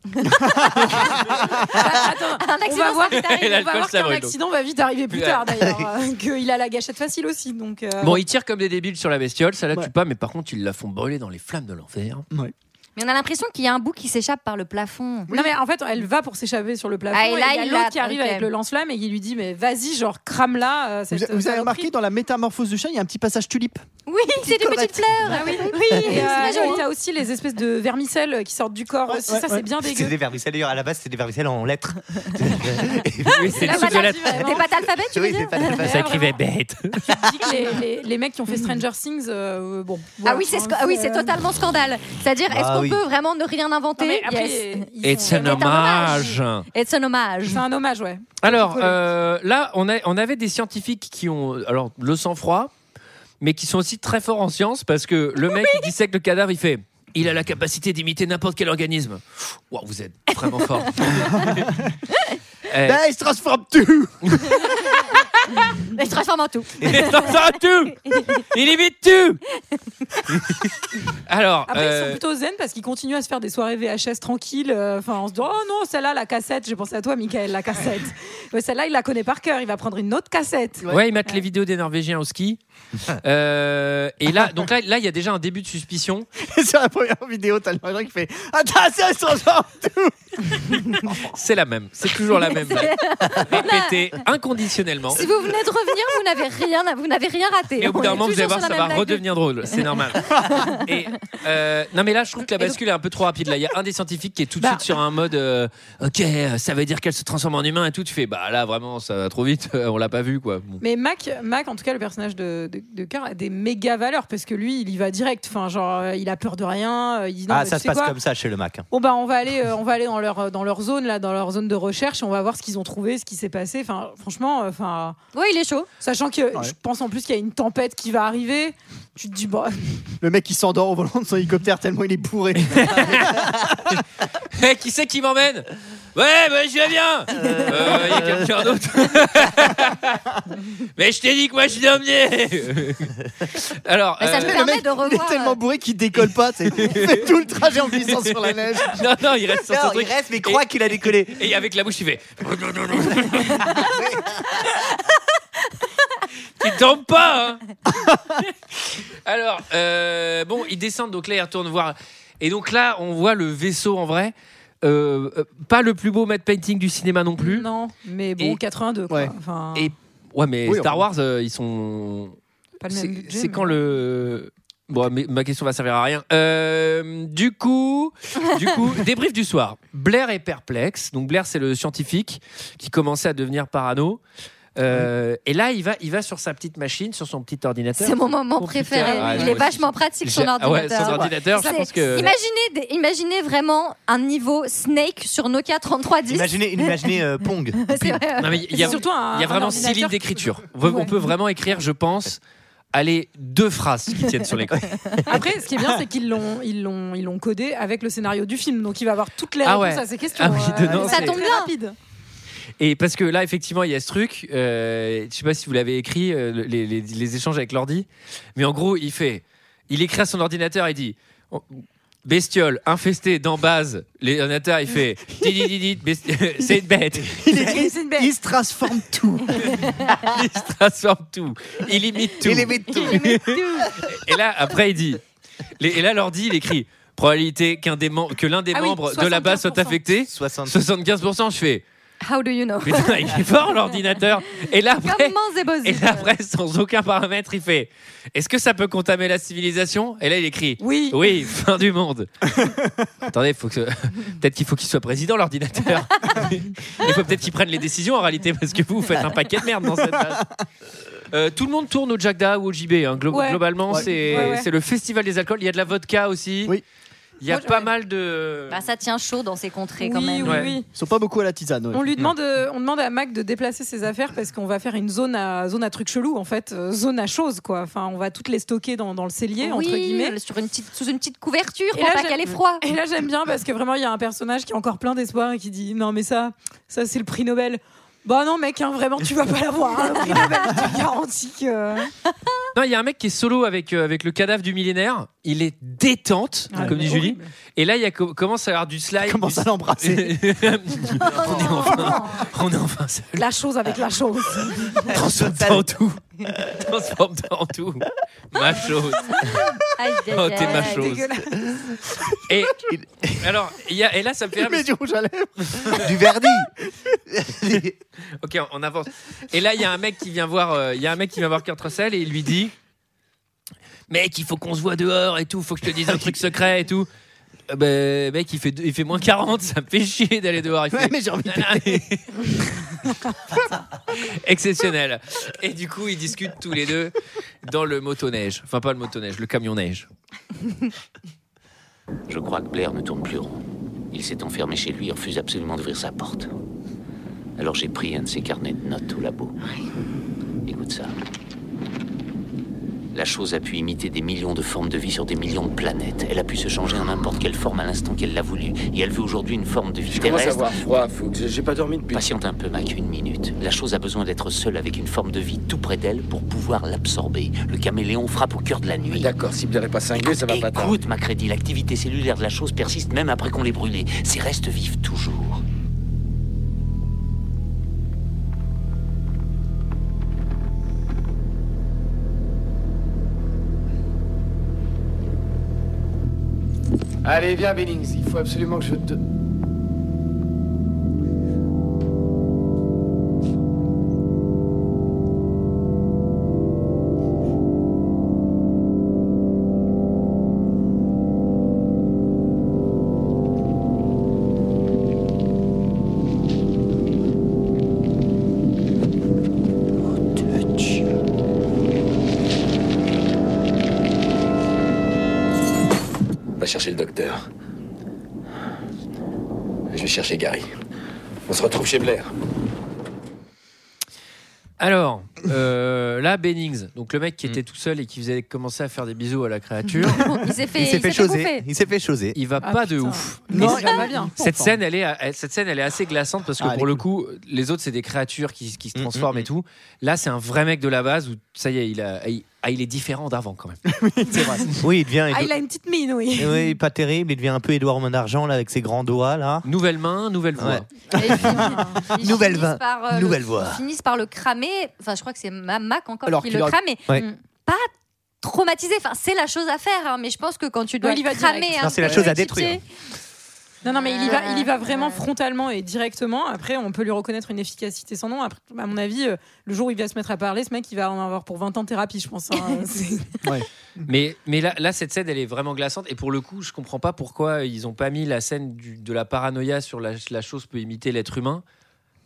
Speaker 6: Un
Speaker 8: On
Speaker 6: accident,
Speaker 8: va voir,
Speaker 6: ça
Speaker 1: Et
Speaker 8: on va
Speaker 1: l'alcool,
Speaker 8: voir
Speaker 1: ça
Speaker 8: qu'un
Speaker 1: brûle, donc.
Speaker 8: accident va vite arriver plus
Speaker 1: Ouais.
Speaker 8: tard d'ailleurs, euh, qu'il a la gâchette facile aussi. Donc, euh,
Speaker 1: Bon, ils tirent comme des débiles sur la bestiole, ça la
Speaker 7: Ouais.
Speaker 1: tue pas, mais par contre, ils la font brûler dans les flammes de l'enfer.
Speaker 6: Mais on a l'impression qu'il y a un bout qui s'échappe par le plafond.
Speaker 8: Non mais en fait elle va pour s'échapper sur le plafond
Speaker 6: Ah, et
Speaker 8: et
Speaker 6: là,
Speaker 8: il y a
Speaker 6: il
Speaker 8: l'autre
Speaker 6: la-
Speaker 8: qui arrive
Speaker 6: ok.
Speaker 8: avec le lance-flamme et il lui dit mais vas-y genre euh, crame là
Speaker 7: Vous, vous avez remarqué dans la métamorphose du chien, il y a un petit passage tulipe.
Speaker 6: Oui, c'est des petites fleurs. oui,
Speaker 8: et euh,
Speaker 6: c'est très
Speaker 8: et
Speaker 6: joli.
Speaker 8: t'as aussi les espèces de vermicelles qui sortent du corps
Speaker 7: Ouais,
Speaker 8: aussi
Speaker 7: ouais,
Speaker 8: Ah, ça
Speaker 7: ouais.
Speaker 8: c'est bien
Speaker 11: C'est
Speaker 8: dégueu
Speaker 11: des vermicelles d'ailleurs, à la base, c'était des vermicelles en lettres.
Speaker 1: Oui, c'est
Speaker 8: Ah,
Speaker 6: Là,
Speaker 1: une soupe de
Speaker 6: voilà,
Speaker 1: lettres.
Speaker 6: Des pâtes alphabet, tu veux
Speaker 11: oui,
Speaker 6: dire
Speaker 11: c'est pas
Speaker 7: Ah,
Speaker 11: des
Speaker 1: Ça écrivait bête.
Speaker 8: Je dis que les, les- les mecs qui ont fait Stranger Things euh, bon
Speaker 6: Ah
Speaker 8: voilà.
Speaker 6: oui, c'est sc-
Speaker 8: Enfin,
Speaker 6: ah oui, c'est totalement scandale. C'est-à-dire, est-ce
Speaker 11: Ah
Speaker 1: Bah
Speaker 6: qu'on
Speaker 11: oui.
Speaker 6: peut vraiment ne rien
Speaker 8: Non,
Speaker 6: inventer
Speaker 8: mais après,
Speaker 6: Yes.
Speaker 8: ils
Speaker 1: Et
Speaker 8: sont-
Speaker 1: c'est un hommage.
Speaker 6: It's an hommage.
Speaker 8: c'est un hommage ouais
Speaker 1: Alors
Speaker 8: Collé.
Speaker 1: euh, là, on, a, on avait des scientifiques qui ont alors le sang-froid, mais qui sont aussi très forts en science parce que le mec qui dissèque le cadavre, il fait. Il a la capacité d'imiter n'importe quel organisme. Wow, vous êtes vraiment Eh, fort. Bah,
Speaker 7: Là, Bah, il se transforme tout
Speaker 6: Il se transforme en tout.
Speaker 1: Il est dans un tout Il imite tout Alors,
Speaker 8: après Ah, ils sont
Speaker 1: euh,
Speaker 8: plutôt zen parce qu'ils continuent à se faire des soirées VHS tranquilles euh, enfin on se dit oh non celle-là la cassette j'ai pensé à toi Michael la cassette Ouais, celle-là il la connaît par cœur il va prendre une autre cassette
Speaker 1: ouais, ils matent les vidéos des Norvégiens au ski. Euh, et là, donc là, là, il y a déjà un début de suspicion.
Speaker 7: Sur la première vidéo, t'as le mec qui fait Attends, ça, il se transforme
Speaker 1: C'est la même. C'est toujours la même. blague. Répétée inconditionnellement.
Speaker 6: Si vous venez de revenir, vous n'avez rien, à- vous n'avez rien raté.
Speaker 1: Et au bout d'un
Speaker 6: On est
Speaker 1: moment, vous allez voir,
Speaker 6: toujours sur
Speaker 1: ça
Speaker 6: la
Speaker 1: va
Speaker 6: même blague de-
Speaker 1: redevenir drôle. C'est normal. Et, euh, non, mais là, je trouve que la bascule est un peu trop rapide. Là, il y a un des scientifiques qui est tout de
Speaker 8: Bah.
Speaker 1: suite sur un mode euh, Ok, euh, ça veut dire qu'elle se transforme en humain et tout. Tu fais Bah là, vraiment, ça va trop vite. On l'a pas vu, quoi. Bon.
Speaker 8: Mais Mac, Mac, en tout cas, le personnage de, de, de Carr a des méga valeurs parce que lui, il y va direct. Enfin, genre, euh, il a peur de rien. euh, Il dit non,
Speaker 11: Ah,
Speaker 8: mais
Speaker 11: ça
Speaker 8: tu
Speaker 11: se
Speaker 8: sais
Speaker 11: passe
Speaker 8: quoi
Speaker 11: comme ça chez le Mac. hein.
Speaker 8: Bon bah, on va aller, euh, on va aller dans leur dans leur zone là, dans leur zone de recherche. Et on va voir ce qu'ils ont trouvé, ce qui s'est passé. Enfin, franchement, euh, enfin,
Speaker 6: Ouais, il est chaud.
Speaker 8: sachant que je pense en plus qu'il y a une tempête qui va arriver. Tu te dis bah, bon,
Speaker 7: Le mec, il s'endort au volant de son hélicoptère tellement il est bourré.
Speaker 1: Hé, Eh, qui c'est qui m'emmène Ouais, bah, je vais bien Euh, Il y a quelqu'un d'autre Mais je t'ai dit que moi, je suis emmené Alors,
Speaker 6: Mais ça te
Speaker 1: euh,
Speaker 7: le
Speaker 6: permet
Speaker 7: mec,
Speaker 6: de
Speaker 7: il
Speaker 6: revoir.
Speaker 7: est tellement bourré qu'il décolle pas. t'sais. Il fait tout le trajet en glissant sur la neige.
Speaker 1: non, non, il reste sur son
Speaker 11: Non,
Speaker 1: truc.
Speaker 11: il reste, mais il croit qu'il a décollé.
Speaker 1: Et avec la bouche, il fait. tu tombes pas, hein Alors, euh, bon, ils descendent, donc là, ils retournent voir. Et donc là, on voit le vaisseau en vrai. Euh, euh, pas le plus beau matte painting du cinéma non plus.
Speaker 8: non, mais bon,
Speaker 1: Et-
Speaker 8: 82. Quoi.
Speaker 7: Ouais.
Speaker 8: Enfin,
Speaker 1: Et- Ouais, mais
Speaker 7: Oui,
Speaker 1: Star
Speaker 7: enfin.
Speaker 1: Wars, euh, ils sont.
Speaker 8: pas le même
Speaker 1: C'est
Speaker 8: budget,
Speaker 1: c'est
Speaker 8: mais-
Speaker 1: quand le. Bon, mais ma question va servir à rien. Euh, du coup, du coup, débrief du soir. Blair est perplexe. Donc Blair, c'est le scientifique qui commençait à devenir parano. Euh, Et là, il va, il va sur sa petite machine, sur son petit ordinateur.
Speaker 6: C'est mon moment
Speaker 1: Computer.
Speaker 6: préféré.
Speaker 1: Ah,
Speaker 6: il
Speaker 1: moi
Speaker 6: est
Speaker 1: aussi.
Speaker 6: vachement pratique son
Speaker 1: J'ai- ah ouais,
Speaker 6: ordinateur.
Speaker 1: son ordinateur, je
Speaker 6: C'est-
Speaker 1: pense que.
Speaker 6: imaginez, des- imaginez vraiment un niveau Snake sur Nokia 3310.
Speaker 11: Imaginez, imaginez euh, Pong.
Speaker 6: C'est vrai.
Speaker 1: Non, mais il y
Speaker 8: C'est
Speaker 1: a,
Speaker 8: surtout un-
Speaker 1: il y a
Speaker 8: un
Speaker 1: vraiment six
Speaker 8: ordinateur
Speaker 1: lignes
Speaker 8: qui-
Speaker 1: d'écriture. On,
Speaker 8: Ouais.
Speaker 1: peut vraiment écrire, je pense, allez, deux phrases qui tiennent sur l'écran.
Speaker 8: Après, ce qui est bien, c'est qu'ils l'ont, ils l'ont, ils l'ont codé avec le scénario du film, donc il va avoir toutes les
Speaker 1: Ah
Speaker 8: réponses
Speaker 1: ouais.
Speaker 8: à ces questions.
Speaker 1: Ah oui,
Speaker 8: Euh,
Speaker 1: dedans,
Speaker 8: c'est
Speaker 6: c'est-
Speaker 8: très
Speaker 6: bien.
Speaker 8: rapide.
Speaker 1: Et parce que là, effectivement, il y a ce truc, euh, je sais pas si vous l'avez écrit, euh, le- les, les- les échanges avec l'ordi, mais en gros, il fait, il écrit à son ordinateur, il dit, on- bestiole infestée dans base, l'ordinateur, il fait, Di, di, di, di, besti- c'est une bête,
Speaker 7: Il, écrit,
Speaker 8: C'est une bête.
Speaker 7: il se transforme tout.
Speaker 1: il se transforme tout, il imite tout.
Speaker 11: Il est vite tout.
Speaker 1: Et là, après, il dit, les- et là, l'ordi, il écrit, probabilité qu'un des mem- que l'un des
Speaker 8: Ah oui,
Speaker 1: membres de la base soit
Speaker 8: 75%.
Speaker 1: affecté,
Speaker 11: 60.
Speaker 1: 75%, je fais.
Speaker 6: How do you know
Speaker 1: Putain, il est fort l'ordinateur. Et là après,
Speaker 6: Comment c'est
Speaker 1: et
Speaker 6: possible
Speaker 1: là après, sans aucun paramètre, il fait. Est-ce que ça peut contamer la civilisation Et là, il écrit.
Speaker 8: Oui.
Speaker 1: Oui, fin du monde. Attendez, faut que peut-être qu'il faut qu'il soit président l'ordinateur. il faut peut-être qu'il prenne les décisions en réalité parce que vous, vous faites un paquet de merde dans cette phase. Euh, tout le monde tourne au Jagda ou au JB. hein. Glo-
Speaker 8: Ouais.
Speaker 1: Globalement,
Speaker 7: Ouais.
Speaker 1: c'est
Speaker 8: Ouais, ouais.
Speaker 1: c'est le festival des alcools. Il y a de la vodka aussi.
Speaker 7: Oui.
Speaker 1: Il y a
Speaker 8: Moi, je-
Speaker 1: pas
Speaker 8: ouais.
Speaker 1: mal de.
Speaker 6: Bah, ça tient chaud dans ces contrées
Speaker 8: Oui,
Speaker 6: quand même.
Speaker 8: oui,
Speaker 1: Ouais.
Speaker 8: oui.
Speaker 7: Ils sont pas beaucoup à la tisane. ouais.
Speaker 8: On lui demande, euh, on demande à Mac de déplacer ses affaires parce qu'on va faire une zone à zone à trucs chelous en fait, euh, zone à choses quoi. Enfin, on va toutes les stocker dans, dans le cellier entre
Speaker 6: Oui,
Speaker 8: guillemets.
Speaker 6: sur une petite, sous une petite couverture
Speaker 8: Et
Speaker 6: pour
Speaker 8: là,
Speaker 6: pas
Speaker 8: j'ai-
Speaker 6: qu'elle ait froid.
Speaker 8: Et là, j'aime bien parce que vraiment, il y a un personnage qui est encore plein d'espoir et qui dit Non, mais ça, ça, c'est le prix Nobel. Bah non, mec, hein, vraiment, tu vas pas l'avoir. hein, le prix Nobel, je te garantis que.
Speaker 1: Non, il y a un mec qui est solo avec, euh, avec le cadavre du millénaire. Il est détente, comme dit Julie.
Speaker 8: Horrible.
Speaker 1: Et là, il y a co- commence à y avoir du slide.
Speaker 7: Commence à
Speaker 1: du-
Speaker 7: l'embrasser.
Speaker 1: on, est enfin, on est enfin seul.
Speaker 8: La chose avec la chose.
Speaker 1: Transforme-toi en tout. Transforme-toi en tout. Ma chose.
Speaker 6: Aïe, aïe,
Speaker 1: Oh, t'es
Speaker 6: aïe.
Speaker 1: ma chose. Et, alors, il y a- et là, ça me fait rire
Speaker 7: Il met
Speaker 1: parce-
Speaker 7: du rouge à lèvres.
Speaker 11: du Verdi.
Speaker 1: Ok, on avance. Et là, il y a un mec qui vient voir, euh, il y a un mec qui vient voir Kurt Russell et il lui dit, mec, il faut qu'on se voit dehors et tout, faut que je te dise un truc secret et tout. Euh, ben, mec, il fait, il fait moins 40, ça me fait chier d'aller dehors. Il fait,
Speaker 7: Ouais, mais j'ai envie de
Speaker 1: Nana. Exceptionnel. Et du coup, ils discutent tous les deux dans le motoneige. Enfin, pas le motoneige, le camion-neige.
Speaker 9: Je crois que Blair ne tourne plus rond. Il s'est enfermé chez lui et refuse absolument d'ouvrir sa porte. Alors j'ai pris un de ses carnets de notes au labo. Écoute ça. La chose a pu imiter des millions de formes de vie sur des millions de planètes. Elle a pu se changer en n'importe quelle forme à l'instant qu'elle l'a voulu. Et elle veut aujourd'hui une forme de vie
Speaker 3: Commence à
Speaker 9: terrestre.
Speaker 3: avoir froid, faut que j'ai pas dormi depuis.
Speaker 9: Patiente un peu, Mac, une minute. La chose a besoin d'être seule avec une forme de vie tout près d'elle pour pouvoir l'absorber. Le caméléon frappe au cœur de la nuit.
Speaker 3: Ah, D'accord, si Blair est pas cinglé, ça va pas tard.
Speaker 9: Écoute, ma crédit, l'activité cellulaire de la chose persiste même après qu'on l'ait brûlée. Ces restes vivent toujours.
Speaker 2: Allez, viens, Bennings, il faut absolument que je te.
Speaker 3: Va chercher le docteur. Je vais chercher Gary. On se retrouve chez Blair.
Speaker 1: Alors, euh, là, Bennings, donc le mec qui
Speaker 8: Mm.
Speaker 1: était tout seul et qui faisait commencer à faire des bisous à la créature,
Speaker 6: Il s'est fait,
Speaker 11: Il s'est fait choser.
Speaker 6: bouffer.
Speaker 11: Il s'est fait choser.
Speaker 1: il va
Speaker 8: Ah,
Speaker 1: pas de
Speaker 8: putain.
Speaker 1: ouf.
Speaker 8: Non,
Speaker 7: Et-
Speaker 8: ça va bien.
Speaker 1: Cette scène, elle est, elle- cette scène, elle est assez glaçante parce que
Speaker 7: Ah, elle
Speaker 1: pour
Speaker 7: est
Speaker 1: le coup, les autres, c'est des créatures qui, qui se
Speaker 11: Mm,
Speaker 1: transforment
Speaker 11: mm,
Speaker 1: et tout. Là, c'est un vrai mec de la base où ça y est, il, a- il- ah, il est différent d'avant quand même.
Speaker 11: Oui, il devient.
Speaker 8: Ah, il a une petite mine, oui.
Speaker 11: Oui, pas terrible. Il devient un peu Édouard Main d'Argent là avec ses grands doigts là.
Speaker 1: Nouvelle main, nouvelle voix.
Speaker 11: Ouais.
Speaker 6: Et ils finissent- ils
Speaker 11: Nouvelle
Speaker 6: finissent
Speaker 11: voix.
Speaker 6: par, euh, le-
Speaker 11: Nouvelle voix.
Speaker 6: Ils finissent par le cramer. Enfin, je crois que c'est ma Mac encore
Speaker 7: Alors
Speaker 6: qui
Speaker 7: qu'il
Speaker 6: le
Speaker 7: aurait-
Speaker 6: crame. Mais
Speaker 11: Ouais.
Speaker 6: mm, pas traumatisé. Enfin, c'est la chose à faire. hein, mais je pense que quand tu dois
Speaker 8: Oui, il y va
Speaker 6: le cramer,
Speaker 8: direct.
Speaker 6: un
Speaker 11: Non, c'est la
Speaker 6: peu,
Speaker 11: chose à
Speaker 6: tu
Speaker 11: détruire.
Speaker 6: sais,
Speaker 8: Non, non, mais il y va, il y va vraiment frontalement et directement. Après, on peut lui reconnaître une efficacité sans nom. Après, à mon avis, euh, le jour où il va se mettre à parler, ce mec, il va en avoir pour 20 ans de thérapie, je pense. hein. C'est-
Speaker 1: Mais, mais là, là, cette scène, elle est vraiment glaçante. Et pour le coup, je comprends pas pourquoi ils ont pas mis la scène du- de la paranoïa sur la, la chose peut imiter l'être humain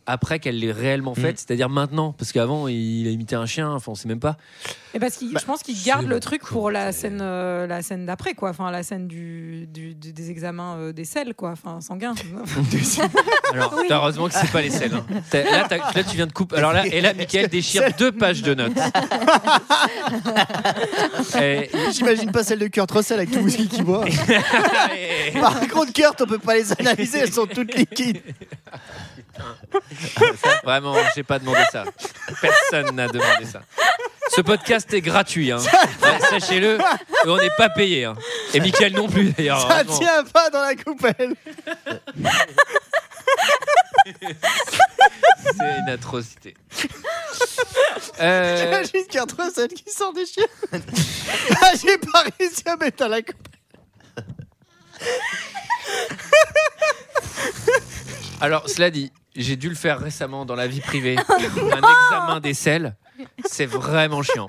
Speaker 1: après qu'elle l'ait réellement
Speaker 11: Mm.
Speaker 1: faite, c'est-à-dire maintenant. Parce qu'avant, il a imité un chien, enfin, on sait même pas.
Speaker 8: Et parce qu'il, je pense qu'il garde le truc pour la scène, euh, la scène d'après, quoi. Enfin, la scène du, du- du- des examens euh, des selles, quoi. Enfin, sanguin.
Speaker 1: Alors, heureusement que c'est pas les selles. hein. T'as- Là, t'as- là, tu viens de couper. Alors là, et là, Michael déchire deux pages de notes. Et-
Speaker 7: J'imagine pas celle de Kurt Russell avec tout le whisky qu'il boit.
Speaker 1: et-
Speaker 7: Par contre, Kurt, on peut pas les analyser, elles sont toutes liquides.
Speaker 1: Vraiment, j'ai pas demandé ça. Personne n'a demandé ça. Ce podcast est gratuit, hein. Alors, sachez-le. et On n'est pas payé, hein. et Michael non plus d'ailleurs.
Speaker 11: Oh,
Speaker 7: Ça
Speaker 1: vraiment.
Speaker 7: tient pas dans la coupelle.
Speaker 1: C'est une atrocité. Euh,
Speaker 7: J'imagine Kurt Russell qui sort des chiens. ah, j'ai pas réussi à mettre dans la coupelle.
Speaker 1: alors, cela dit, J'ai dû le faire récemment dans la vie privée. un examen des selles, c'est vraiment chiant.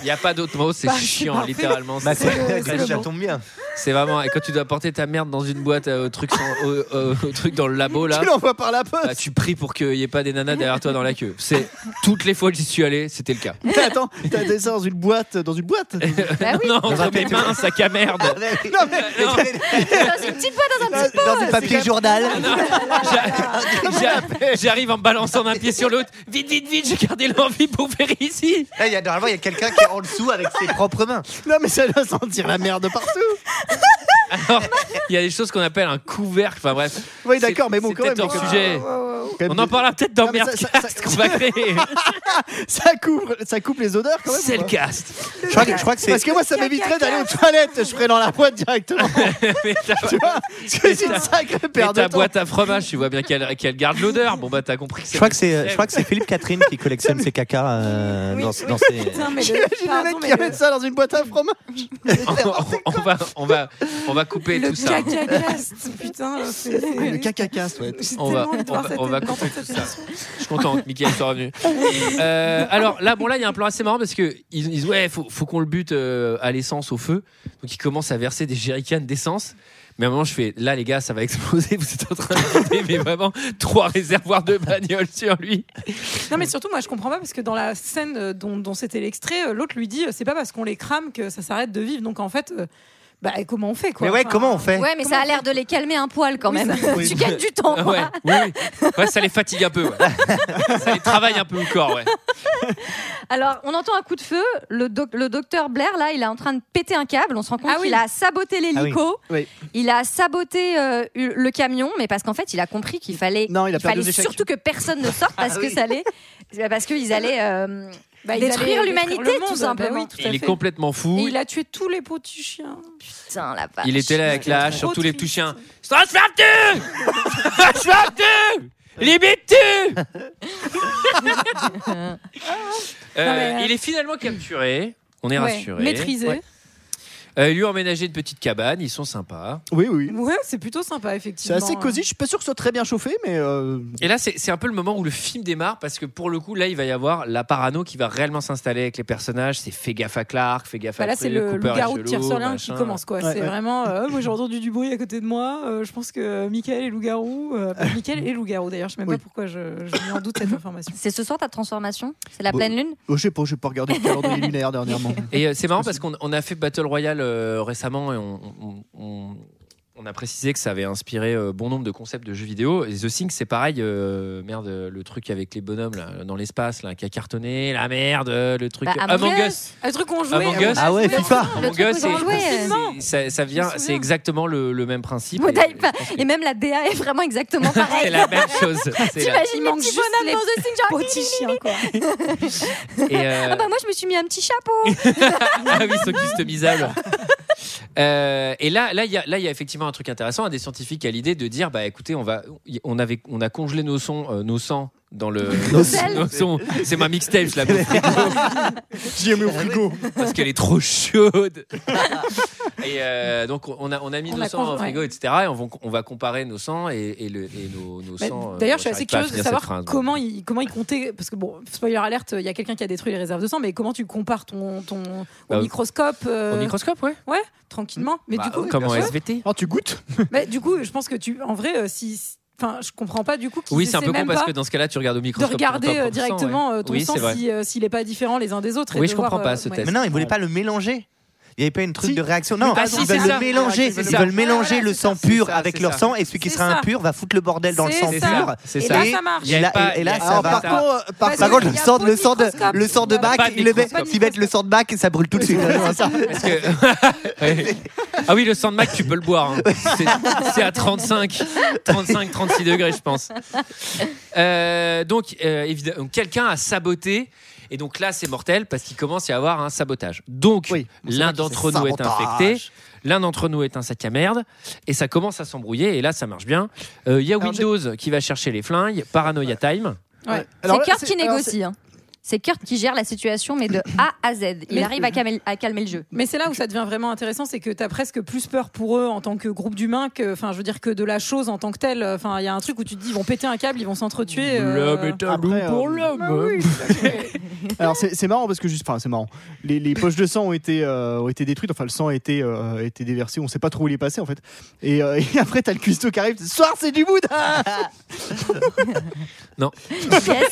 Speaker 1: Il n'y a pas d'autre mot, c'est
Speaker 8: Bah, c'est
Speaker 1: chiant,
Speaker 8: parfait.
Speaker 1: littéralement.
Speaker 11: Bah,
Speaker 1: c'est- c'est
Speaker 8: c'est- le
Speaker 11: ça, ça
Speaker 1: chiant.
Speaker 11: tombe bien.
Speaker 1: C'est vraiment. Et quand tu dois porter ta merde dans une boîte euh, au, truc sans- au, au- au truc dans le labo, là.
Speaker 7: Tu l'envoies par la poste.
Speaker 1: bah, tu pries pour qu'il n'y ait pas des nanas derrière toi dans la queue. C'est toutes les fois que j'y suis allé, c'était le cas.
Speaker 7: Attends, t'as des ça dans une boîte, dans une boîte.
Speaker 6: Bah oui,
Speaker 1: Non, entre mes mains, un sac à merde.
Speaker 11: non, mais,
Speaker 1: Non.
Speaker 6: dans une petite boîte, dans un petit pot.
Speaker 11: dans un papier journal.
Speaker 1: J'a- j'a- J'arrive en balançant d'un pied sur l'autre. Vite, vite, vite, j'ai gardé l'envie pour faire ici.
Speaker 11: Là, Eh, il y a, normalement, il y a quelqu'un qui est en dessous avec ses propres mains.
Speaker 7: Non mais ça doit sentir la merde partout.
Speaker 1: Alors, il y a des choses qu'on appelle un couvercle. Enfin bref,
Speaker 7: Oui
Speaker 1: C'est-
Speaker 7: d'accord, mais bon
Speaker 1: c'est
Speaker 7: quand même.
Speaker 1: peut-être hors
Speaker 7: quand
Speaker 1: sujet.
Speaker 7: même,
Speaker 1: on en parlera peut-être dans
Speaker 7: Non, mais ça-
Speaker 1: Merdcast
Speaker 7: ça- ça-
Speaker 1: qu'on va créer.
Speaker 7: Ça couvre, ça coupe les odeurs quand même. ou
Speaker 1: C'est le
Speaker 7: pas
Speaker 1: cast.
Speaker 11: Je crois que, je crois que c'est.
Speaker 7: Parce que moi, ça m'éviterait d'aller aux toilettes. Je ferais dans la boîte directement.
Speaker 1: Mais ta,
Speaker 7: tu vois C'est une sacrée
Speaker 1: mais
Speaker 7: perte de
Speaker 1: ta
Speaker 7: temps.
Speaker 1: boîte à fromage, tu vois bien qu'elle qu'elle garde l'odeur. Bon bah t'as compris que
Speaker 11: Je crois que c'est, euh, je crois que c'est Philippe Catherine qui collectionne ses cacas euh,
Speaker 8: Oui,
Speaker 11: dans,
Speaker 8: oui.
Speaker 11: dans ses.
Speaker 8: Putain, mais le-
Speaker 7: J'imagine le
Speaker 8: pardon,
Speaker 7: mec
Speaker 8: mais
Speaker 7: qui
Speaker 8: le-
Speaker 7: amène ça dans une boîte à fromage.
Speaker 1: on, on va on va on va couper
Speaker 8: le
Speaker 1: tout ça.
Speaker 8: cacacaste, putain, c'est.
Speaker 7: Le cacacasse, ouais.
Speaker 8: J'ai
Speaker 1: On va-
Speaker 8: tellement envie de
Speaker 1: on
Speaker 8: voir
Speaker 1: va-
Speaker 8: cette-
Speaker 1: on va
Speaker 8: d'entendre
Speaker 1: couper tout
Speaker 8: cette
Speaker 1: ça.
Speaker 8: émission.
Speaker 1: Je suis content que Mickaël soit revenu. Euh, alors là, bon, là, il y a un plan assez marrant parce que ils ils disent ouais, faut, faut qu'on le bute euh, à l'essence, au feu. Donc ils commencent à verser des jerrycans d'essence. Mais à un moment, je fais là, les gars, ça va exploser. Vous êtes en train de vider, mais vraiment trois réservoirs de bagnole sur lui.
Speaker 8: Non, mais surtout, moi, je comprends pas parce que dans la scène euh, dont, dont c'était l'extrait, euh, l'autre lui dit euh, c'est pas parce qu'on les crame que ça s'arrête de vivre. Donc en fait, euh, bah, comment on fait quoi
Speaker 11: Mais ouais,
Speaker 8: Enfin,
Speaker 11: comment on fait
Speaker 6: Ouais, mais ça a l'air de les calmer un poil quand
Speaker 8: Oui,
Speaker 6: même.
Speaker 7: oui.
Speaker 6: tu gagnes du temps.
Speaker 1: Ah
Speaker 6: quoi.
Speaker 1: ouais, oui, oui. Ouais, ça les fatigue un peu. ouais. Ça les travaille un peu au corps. Ouais.
Speaker 6: Alors, on entend un coup de feu. Le, doc- le docteur Blair, là, il est en train de péter un câble. On se rend compte
Speaker 8: Ah oui.
Speaker 6: qu'il a saboté l'hélico.
Speaker 7: oui.
Speaker 6: Il a saboté euh, le camion, mais parce qu'en fait, il a compris qu'il fallait,
Speaker 7: Non, il a perdu
Speaker 6: fallait
Speaker 7: aux échecs.
Speaker 6: surtout que personne ne sorte parce
Speaker 11: Ah
Speaker 6: que
Speaker 11: oui.
Speaker 6: ça allait, parce qu'ils allaient euh,
Speaker 8: Ah. Bah, ils
Speaker 6: détruire
Speaker 8: allaient
Speaker 6: l'humanité,
Speaker 8: détruire le
Speaker 6: tout
Speaker 8: monde,
Speaker 6: simplement.
Speaker 8: bah oui, tout à
Speaker 1: Il est
Speaker 8: fait.
Speaker 1: complètement fou.
Speaker 8: Et
Speaker 1: il,
Speaker 8: il a tué tous les petits chiens.
Speaker 6: Putain, la vache.
Speaker 1: était là avec la hache sur
Speaker 8: Trop
Speaker 1: tous les
Speaker 8: triste.
Speaker 1: petits chiens. Transforme-tu Transforme-tu Limite-tu
Speaker 8: Non,
Speaker 1: Euh,
Speaker 8: mais, euh,
Speaker 1: il est finalement capturé. On est
Speaker 8: Ouais,
Speaker 1: rassuré.
Speaker 8: Maîtrisé.
Speaker 1: Ouais.
Speaker 8: Ouais,
Speaker 1: Euh, ils lui ont emménagé une petite cabane. Ils sont sympas.
Speaker 7: Oui, oui.
Speaker 8: c'est plutôt sympa,
Speaker 7: C'est
Speaker 8: effectivement.
Speaker 7: assez cosy. Je suis pas sûr que ce soit très bien chauffé, mais. euh,
Speaker 1: Et là, c'est c'est un peu le moment où le film démarre parce que pour le coup, là, il va y avoir la parano qui va réellement s'installer avec les personnages. C'est fais gaffe à Clark, fais gaffe à
Speaker 8: Bah là, c'est
Speaker 1: truc,
Speaker 8: le, le
Speaker 1: Cooper est
Speaker 8: garou de
Speaker 1: chelou,
Speaker 8: tire sur l'un qui
Speaker 1: machin.
Speaker 8: commence. quoi.
Speaker 7: Ouais,
Speaker 8: c'est
Speaker 7: ouais.
Speaker 8: vraiment. euh, moi, j'ai entendu du bruit à côté de moi. euh, je pense que euh, Michael et loup-garou. euh, bah, Michael et loup-garou, d'ailleurs. Je sais même
Speaker 7: Oui.
Speaker 8: pas pourquoi je, je mets en doute cette information.
Speaker 6: C'est ce soir ta transformation C'est la
Speaker 7: Bon.
Speaker 6: pleine lune
Speaker 7: Oh, je sais pas, j'ai pas regardé le calendrier lunaire dernièrement.
Speaker 1: Et euh, c'est marrant parce qu'on on a fait Battle Royale euh, récemment et on, on- on- on a précisé que ça avait inspiré euh, bon nombre de concepts de jeux vidéo. Et The Thing, c'est pareil. euh, merde, euh, le truc avec les bonhommes là, dans l'espace là, qui a cartonné, la merde, euh, le truc.
Speaker 6: Bah, Among Us.
Speaker 8: Un truc qu'on jouait. euh,
Speaker 1: Among Us.
Speaker 8: on a
Speaker 11: Ah ouais,
Speaker 8: joué
Speaker 11: FIFA.
Speaker 8: ensemble.
Speaker 6: Le
Speaker 1: Among
Speaker 6: truc
Speaker 1: Us,
Speaker 6: où
Speaker 1: c'est-
Speaker 6: j'en jouais,
Speaker 1: c'est-
Speaker 8: euh.
Speaker 1: ça, ça vient,
Speaker 8: Je me
Speaker 1: c'est
Speaker 8: souviens.
Speaker 1: exactement le, le même principe.
Speaker 6: Ouais,
Speaker 1: Et-
Speaker 6: d'ailleurs,
Speaker 1: je pense que
Speaker 6: Et même la DA est vraiment exactement
Speaker 1: C'est
Speaker 6: pareille.
Speaker 1: la même chose. C'est la-
Speaker 6: T'imagines
Speaker 8: Il
Speaker 6: les
Speaker 8: manque
Speaker 6: petits
Speaker 8: juste
Speaker 6: bonhommes
Speaker 8: les
Speaker 6: dans The Thing, genre,
Speaker 8: Petit chien, quoi.
Speaker 1: et, euh,
Speaker 6: Ah bah moi je me suis mis un petit chapeau.
Speaker 1: ah oui, ils sont customisables. Euh, et là, là, il y a, là, il y a effectivement un truc intéressant. Un des scientifiques a l'idée de dire, bah, écoutez, on va, on avait, on a congelé nos sons, euh, nos sangs dans le,
Speaker 7: Nos
Speaker 6: sels.
Speaker 1: nos sons. C'est ma mixtape, je la mets au frigo
Speaker 7: J'y ai mis au frigo.
Speaker 1: parce qu'elle est trop chaude. Et euh, donc, on a, on a mis
Speaker 8: On
Speaker 1: nos
Speaker 8: a
Speaker 1: sangs au
Speaker 8: congelé.
Speaker 1: frigo, etc. Et on va, on va comparer nos sangs et, et le, et nos, nos
Speaker 8: Mais
Speaker 1: sangs. euh,
Speaker 8: Bah, D'ailleurs, je suis
Speaker 1: j'arrive
Speaker 8: assez
Speaker 1: pas à
Speaker 8: curieuse de
Speaker 1: finir cette
Speaker 8: savoir
Speaker 1: phrase. hein.
Speaker 8: comment il, comment il comptait. Parce que, bon, spoiler alerte, il y a quelqu'un qui a détruit les réserves de sang, mais comment tu compares ton, ton
Speaker 1: Bah,
Speaker 8: au microscope euh,
Speaker 1: Au microscope, ouais.
Speaker 8: tranquillement Mais
Speaker 1: Bah,
Speaker 8: du coup,
Speaker 1: comme en
Speaker 8: ouais.
Speaker 1: SVT.
Speaker 7: Oh, tu goûtes
Speaker 8: Mais du coup, je pense que tu. En vrai, euh, si. Enfin, je comprends pas du coup qu'ils
Speaker 1: Oui, c'est un
Speaker 8: essaient
Speaker 1: peu con
Speaker 8: même
Speaker 1: parce
Speaker 8: pas
Speaker 1: que dans ce cas-là, tu regardes au
Speaker 8: de
Speaker 1: microscope. ton
Speaker 8: regarder
Speaker 1: propre
Speaker 8: euh,
Speaker 1: sang,
Speaker 8: directement
Speaker 1: ouais.
Speaker 8: euh, ton
Speaker 1: oui,
Speaker 8: sang
Speaker 1: c'est vrai.
Speaker 8: si, euh, s'il n'est pas différent les uns des autres. et
Speaker 1: Oui,
Speaker 8: de
Speaker 1: je comprends
Speaker 8: voir,
Speaker 1: pas
Speaker 8: euh,
Speaker 1: ce
Speaker 8: ouais.
Speaker 1: test.
Speaker 11: Mais non, ils voulaient pas le mélanger. Il n'y avait pas une truc
Speaker 7: Si.
Speaker 11: de réaction. Non,
Speaker 1: Ah,
Speaker 11: ils
Speaker 1: si,
Speaker 11: veulent
Speaker 1: c'est
Speaker 11: le
Speaker 1: ça.
Speaker 11: mélanger.
Speaker 1: C'est
Speaker 11: Ils
Speaker 1: ça.
Speaker 11: veulent mélanger
Speaker 8: Voilà,
Speaker 11: le
Speaker 8: c'est
Speaker 11: sang
Speaker 1: ça.
Speaker 11: pur
Speaker 1: C'est ça,
Speaker 11: avec
Speaker 1: c'est
Speaker 11: leur
Speaker 1: ça.
Speaker 11: sang et celui qui
Speaker 8: C'est
Speaker 11: sera
Speaker 8: ça.
Speaker 11: impur va foutre le bordel dans le
Speaker 8: C'est
Speaker 11: sang
Speaker 8: ça.
Speaker 11: pur.
Speaker 1: C'est
Speaker 8: Et
Speaker 1: ça.
Speaker 8: là, ça marche.
Speaker 1: Il y a
Speaker 11: Et là-
Speaker 1: pas-
Speaker 11: et là,
Speaker 1: il y a
Speaker 11: ça
Speaker 1: pas-
Speaker 7: Alors,
Speaker 11: va.
Speaker 7: par
Speaker 1: ça-
Speaker 7: contre, euh, par
Speaker 8: Vas-y.
Speaker 11: Par contre,
Speaker 8: Il
Speaker 11: le
Speaker 8: y a
Speaker 11: sang,
Speaker 8: pas
Speaker 11: le
Speaker 8: de
Speaker 11: sang de,
Speaker 8: microscope.
Speaker 11: le sang de
Speaker 8: Pas de
Speaker 11: bac, ils le mettent-
Speaker 1: microscope.
Speaker 11: s'ils mettent le sang de bac, ça brûle tout de suite. C'est ça.
Speaker 1: Parce que- Ouais. Ah oui, le sang de Mac, tu peux le boire. hein. C'est- C'est à 35, 35, 36 degrés, je pense. Euh, donc, euh, évidemment, quelqu'un a saboté. Et donc là, c'est mortel parce qu'il commence à y avoir un sabotage. Donc,
Speaker 7: Oui, on sait
Speaker 1: l'un
Speaker 7: pas qui
Speaker 1: d'entre
Speaker 7: c'est.
Speaker 1: nous est
Speaker 7: Sabotage.
Speaker 1: infecté, l'un d'entre nous est un sac à merde, et ça commence à s'embrouiller, et là, ça marche bien. Euh, Il y a
Speaker 7: Alors, j'ai-
Speaker 1: Windows qui va chercher les flingues, Paranoia Time.
Speaker 8: Ouais.
Speaker 7: Alors là,
Speaker 6: c'est Kurt qui
Speaker 7: alors,
Speaker 6: négocie. hein. C'est Kurt qui gère la situation, mais de A à Z. Il
Speaker 8: Mais-
Speaker 6: arrive à calmer, à calmer le jeu.
Speaker 8: Mais c'est là où ça devient vraiment intéressant, c'est que t'as presque plus peur pour eux en tant que groupe d'humains que, enfin, je veux dire que de la chose en tant que telle. Enfin, il y a un truc où tu te dis, ils vont péter un câble, ils vont s'entretuer. euh, Bah
Speaker 1: L'homme est un
Speaker 7: après,
Speaker 1: loup
Speaker 7: euh,
Speaker 1: pour l'homme.
Speaker 7: Alors c'est c'est marrant parce que juste, enfin c'est marrant. Les, les poches de sang ont été euh, ont été détruites. Enfin le sang a été euh, a été déversé. On sait pas trop où il est passé en fait. Et, euh, et après t'as le cuistot qui arrive. Ce soir c'est du boudin.
Speaker 6: Yes.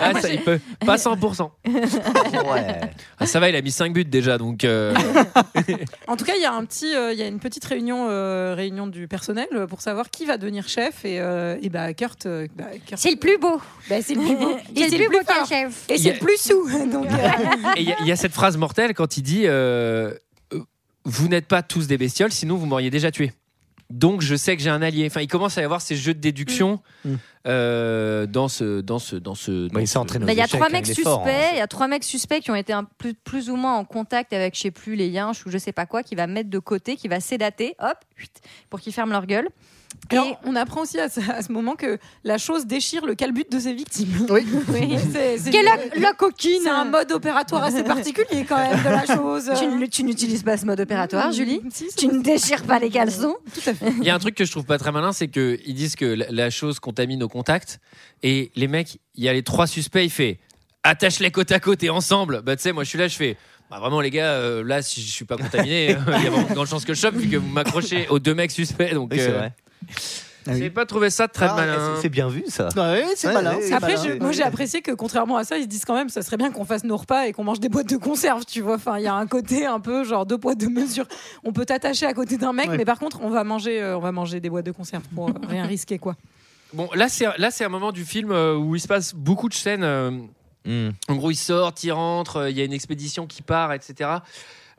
Speaker 1: Ah, ça, il peut. Pas 100%.
Speaker 11: Ouais.
Speaker 1: Ah, ça va, il a mis 5 buts déjà, donc. euh,
Speaker 8: En tout cas, il y a un petit, euh, il y a une petite réunion, euh, réunion du personnel euh, pour savoir qui va devenir chef et, euh, et bah Kurt, euh, bah, Kurt-
Speaker 6: C'est le plus beau.
Speaker 8: bah, c'est le plus beau.
Speaker 6: C'est
Speaker 8: Et
Speaker 6: le plus beau qu'un chef.
Speaker 8: Et c'est le plus sous. Donc, euh,
Speaker 1: Et il y, a- il y a cette phrase mortelle quand il dit euh, euh, Vous n'êtes pas tous des bestioles, sinon vous m'auriez déjà tué. Donc je sais que j'ai un allié. Enfin, il commence à y avoir ces jeux de déduction
Speaker 7: Mm.
Speaker 1: euh, dans ce. Dans ce, dans ce dans
Speaker 11: Bah, il
Speaker 1: ce-
Speaker 11: s'est entraîné. aux
Speaker 6: Bah, Il y a
Speaker 11: échecs,
Speaker 6: trois
Speaker 11: hein,
Speaker 6: mecs
Speaker 11: il est
Speaker 6: suspects.
Speaker 11: fort, hein.
Speaker 6: Il y a trois mecs suspects qui ont été un plus, plus ou moins en contact avec, je sais plus, les yinches ou je sais pas quoi, qui va mettre de côté, qui va sédater, hop, chut, pour qu'ils ferment leur gueule.
Speaker 8: et on- on apprend aussi à ce, à ce moment que la chose déchire le calbut de ses victimes.
Speaker 11: hein.
Speaker 7: Oui.
Speaker 8: C'est- c'est-
Speaker 6: Quelle est la coquine
Speaker 8: C'est un mode opératoire assez particulier quand même de la chose.
Speaker 6: Tu ne- tu n'utilises pas ce mode opératoire, Julie
Speaker 8: Si, ça-
Speaker 6: Tu ne déchires pas les caleçons
Speaker 1: Il y a un truc que je trouve pas très malin, c'est que ils disent que la, la chose contamine au contact. Et les mecs, il y a les trois suspects, il fait attache-les côte à côte et ensemble. Bah, tu sais, moi je suis là, je fais. Bah, vraiment, les gars, euh, là, si je suis pas contaminé, euh, il y a vraiment de grandes chances que je chope, vu que vous m'accrochez aux deux mecs suspects. Donc,
Speaker 11: Oui, c'est
Speaker 1: euh,
Speaker 11: vrai.
Speaker 7: Ah oui.
Speaker 1: j'ai pas trouvé ça très
Speaker 11: Ah,
Speaker 1: malin.
Speaker 11: c'est- C'est bien vu ça.
Speaker 7: Bah ouais, c'est
Speaker 11: Ouais,
Speaker 7: malin.
Speaker 11: ouais,
Speaker 7: c'est
Speaker 8: Après,
Speaker 7: malin.
Speaker 8: je- moi j'ai apprécié que contrairement à ça, ils se disent quand même, ça serait bien qu'on fasse nos repas et qu'on mange des boîtes de conserve, tu vois. Enfin, il y a un côté un peu genre deux poids deux mesures. On peut t'attacher à côté d'un mec,
Speaker 7: Ouais.
Speaker 8: mais par contre, on va manger, euh, on va manger des boîtes de conserve pour euh, rien risquer, quoi.
Speaker 1: Bon, là, c'est là, c'est un moment du film euh, où il se passe beaucoup de scènes. euh,
Speaker 11: Mm.
Speaker 1: en gros, il sort, il rentre, euh, il y a une expédition qui part, etc.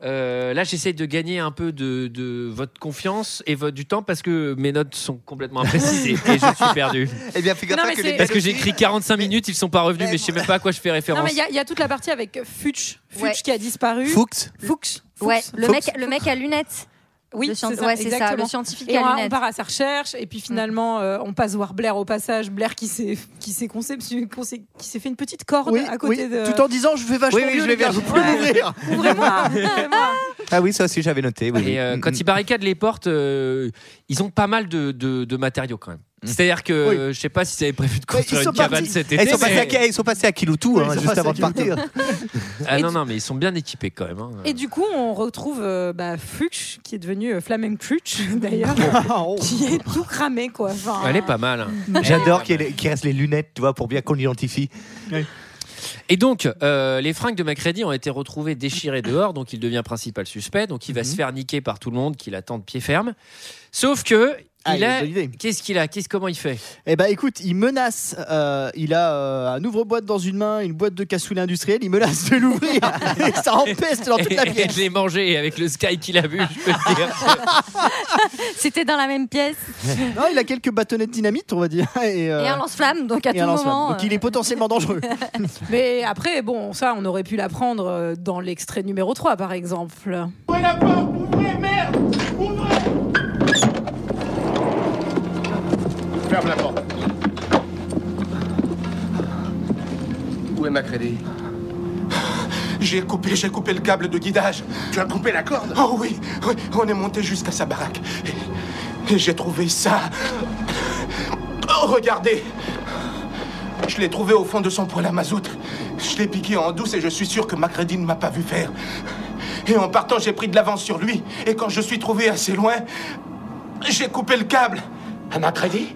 Speaker 1: Euh, là, j'essaie de gagner un peu de, de votre confiance et votre, du temps parce que mes notes sont complètement imprécisées et je suis perdu.
Speaker 11: Eh bien,
Speaker 8: figure-toi Non, mais que les c'est-
Speaker 1: Parce que j'ai écrit 45 minutes, ils sont pas revenus, mais je sais même pas à quoi je fais
Speaker 8: Non,
Speaker 1: référence.
Speaker 8: mais il y a- il y, a toute la partie avec Fuchs, Fuchs
Speaker 6: Ouais.
Speaker 8: qui a disparu.
Speaker 11: Fuchs.
Speaker 8: Fuchs. Fuchs.
Speaker 6: Ouais, le
Speaker 11: Fuchs.
Speaker 6: mec, le mec à lunettes.
Speaker 8: Oui,
Speaker 6: Le scien-
Speaker 8: c'est ça,
Speaker 6: ouais, c'est ça,
Speaker 8: exactement.
Speaker 6: le scientifique
Speaker 8: Et on,
Speaker 6: à
Speaker 8: on
Speaker 6: lunettes.
Speaker 8: part à sa recherche, et puis finalement, euh, on passe voir Blair au passage. Blair qui s'est qui s'est conceptu- qu'on s'est- qui s'est fait une petite corde
Speaker 7: Oui,
Speaker 8: à côté
Speaker 7: oui,
Speaker 8: de.
Speaker 7: tout en disant je vais vachement
Speaker 11: Oui, oui,
Speaker 7: mieux,
Speaker 11: je
Speaker 7: les
Speaker 11: vais
Speaker 7: gars,
Speaker 11: vers-
Speaker 7: vous pouvez
Speaker 8: Ouais.
Speaker 7: m'ouvrir.
Speaker 8: Ouvrez-moi, ouvrez-moi.
Speaker 11: Ah oui, ça aussi j'avais noté. oui, oui.
Speaker 1: Et euh,
Speaker 11: Mm,
Speaker 1: quand
Speaker 11: mm.
Speaker 1: ils barricadent les portes, euh, ils ont pas mal de, de- de matériaux quand même.
Speaker 11: Mm.
Speaker 1: C'est-à-dire que
Speaker 7: Oui.
Speaker 1: euh, je sais pas si vous avez prévu de
Speaker 7: Ouais, ils
Speaker 1: construire
Speaker 7: sont
Speaker 1: une cabane
Speaker 7: partis.
Speaker 1: cet
Speaker 11: Eh,
Speaker 1: été.
Speaker 11: ils, sont
Speaker 1: mais-
Speaker 11: passés à, ils sont passés à Kiloutou
Speaker 7: Oui,
Speaker 11: hein,
Speaker 7: ils sont
Speaker 11: juste
Speaker 7: passés
Speaker 11: avant
Speaker 7: à
Speaker 11: de partir.
Speaker 1: Ah
Speaker 8: Et
Speaker 1: non,
Speaker 8: tu-
Speaker 1: non, mais ils sont bien équipés quand même. hein.
Speaker 8: Et du coup, on retrouve euh, bah, Fuchs, qui est devenu euh, Flameng Fuchs, d'ailleurs,
Speaker 7: Oh.
Speaker 8: qui est tout cramé, quoi. Enfin,
Speaker 1: Elle est pas mal. hein.
Speaker 11: J'adore qu'il y ait les- qu'il reste les lunettes, tu vois, pour bien qu'on l'identifie.
Speaker 1: Et donc, euh, les fringues de McReady ont été retrouvées déchirées dehors, donc il devient principal suspect, donc il va se faire niquer par tout le monde qui l'attend de pied ferme. Sauf que,
Speaker 7: Ah,
Speaker 1: il
Speaker 7: il a
Speaker 1: a...
Speaker 7: une bonne idée.
Speaker 1: Qu'est-ce qu'il a Qu'est-ce Comment il fait
Speaker 7: Eh ben écoute, il menace. euh, il a euh, un ouvre-boîte dans une main, une boîte de cassoulet industriel. Il menace de l'ouvrir et ça empeste dans toute la
Speaker 1: Et
Speaker 7: pièce.
Speaker 1: je l'ai mangé avec le Sky qu'il a vu, je peux le dire.
Speaker 6: C'était dans la même pièce.
Speaker 7: Non, il a quelques bâtonnettes dynamite, on va dire. Et, euh,
Speaker 6: Et un lance-flamme, donc à
Speaker 7: et
Speaker 6: tout
Speaker 7: un lance-flamme.
Speaker 6: moment. euh.
Speaker 7: Donc il est potentiellement dangereux.
Speaker 8: Mais après, bon, ça, on aurait pu l'apprendre euh, dans l'extrait numéro 3, par exemple.
Speaker 3: Ferme la porte. Où est Macready
Speaker 2: J'ai coupé, j'ai coupé le câble de guidage.
Speaker 3: Tu as coupé la corde
Speaker 2: Oh oui, oui, on est monté jusqu'à sa baraque. Et, et j'ai trouvé ça. Oh, regardez Je l'ai trouvé au fond de son poêle à mazout. Je l'ai piqué en douce et je suis sûr que Macready ne m'a pas vu faire. Et en partant, j'ai pris de l'avance sur lui. Et quand je suis trouvé assez loin, j'ai coupé le câble.
Speaker 3: Un Macready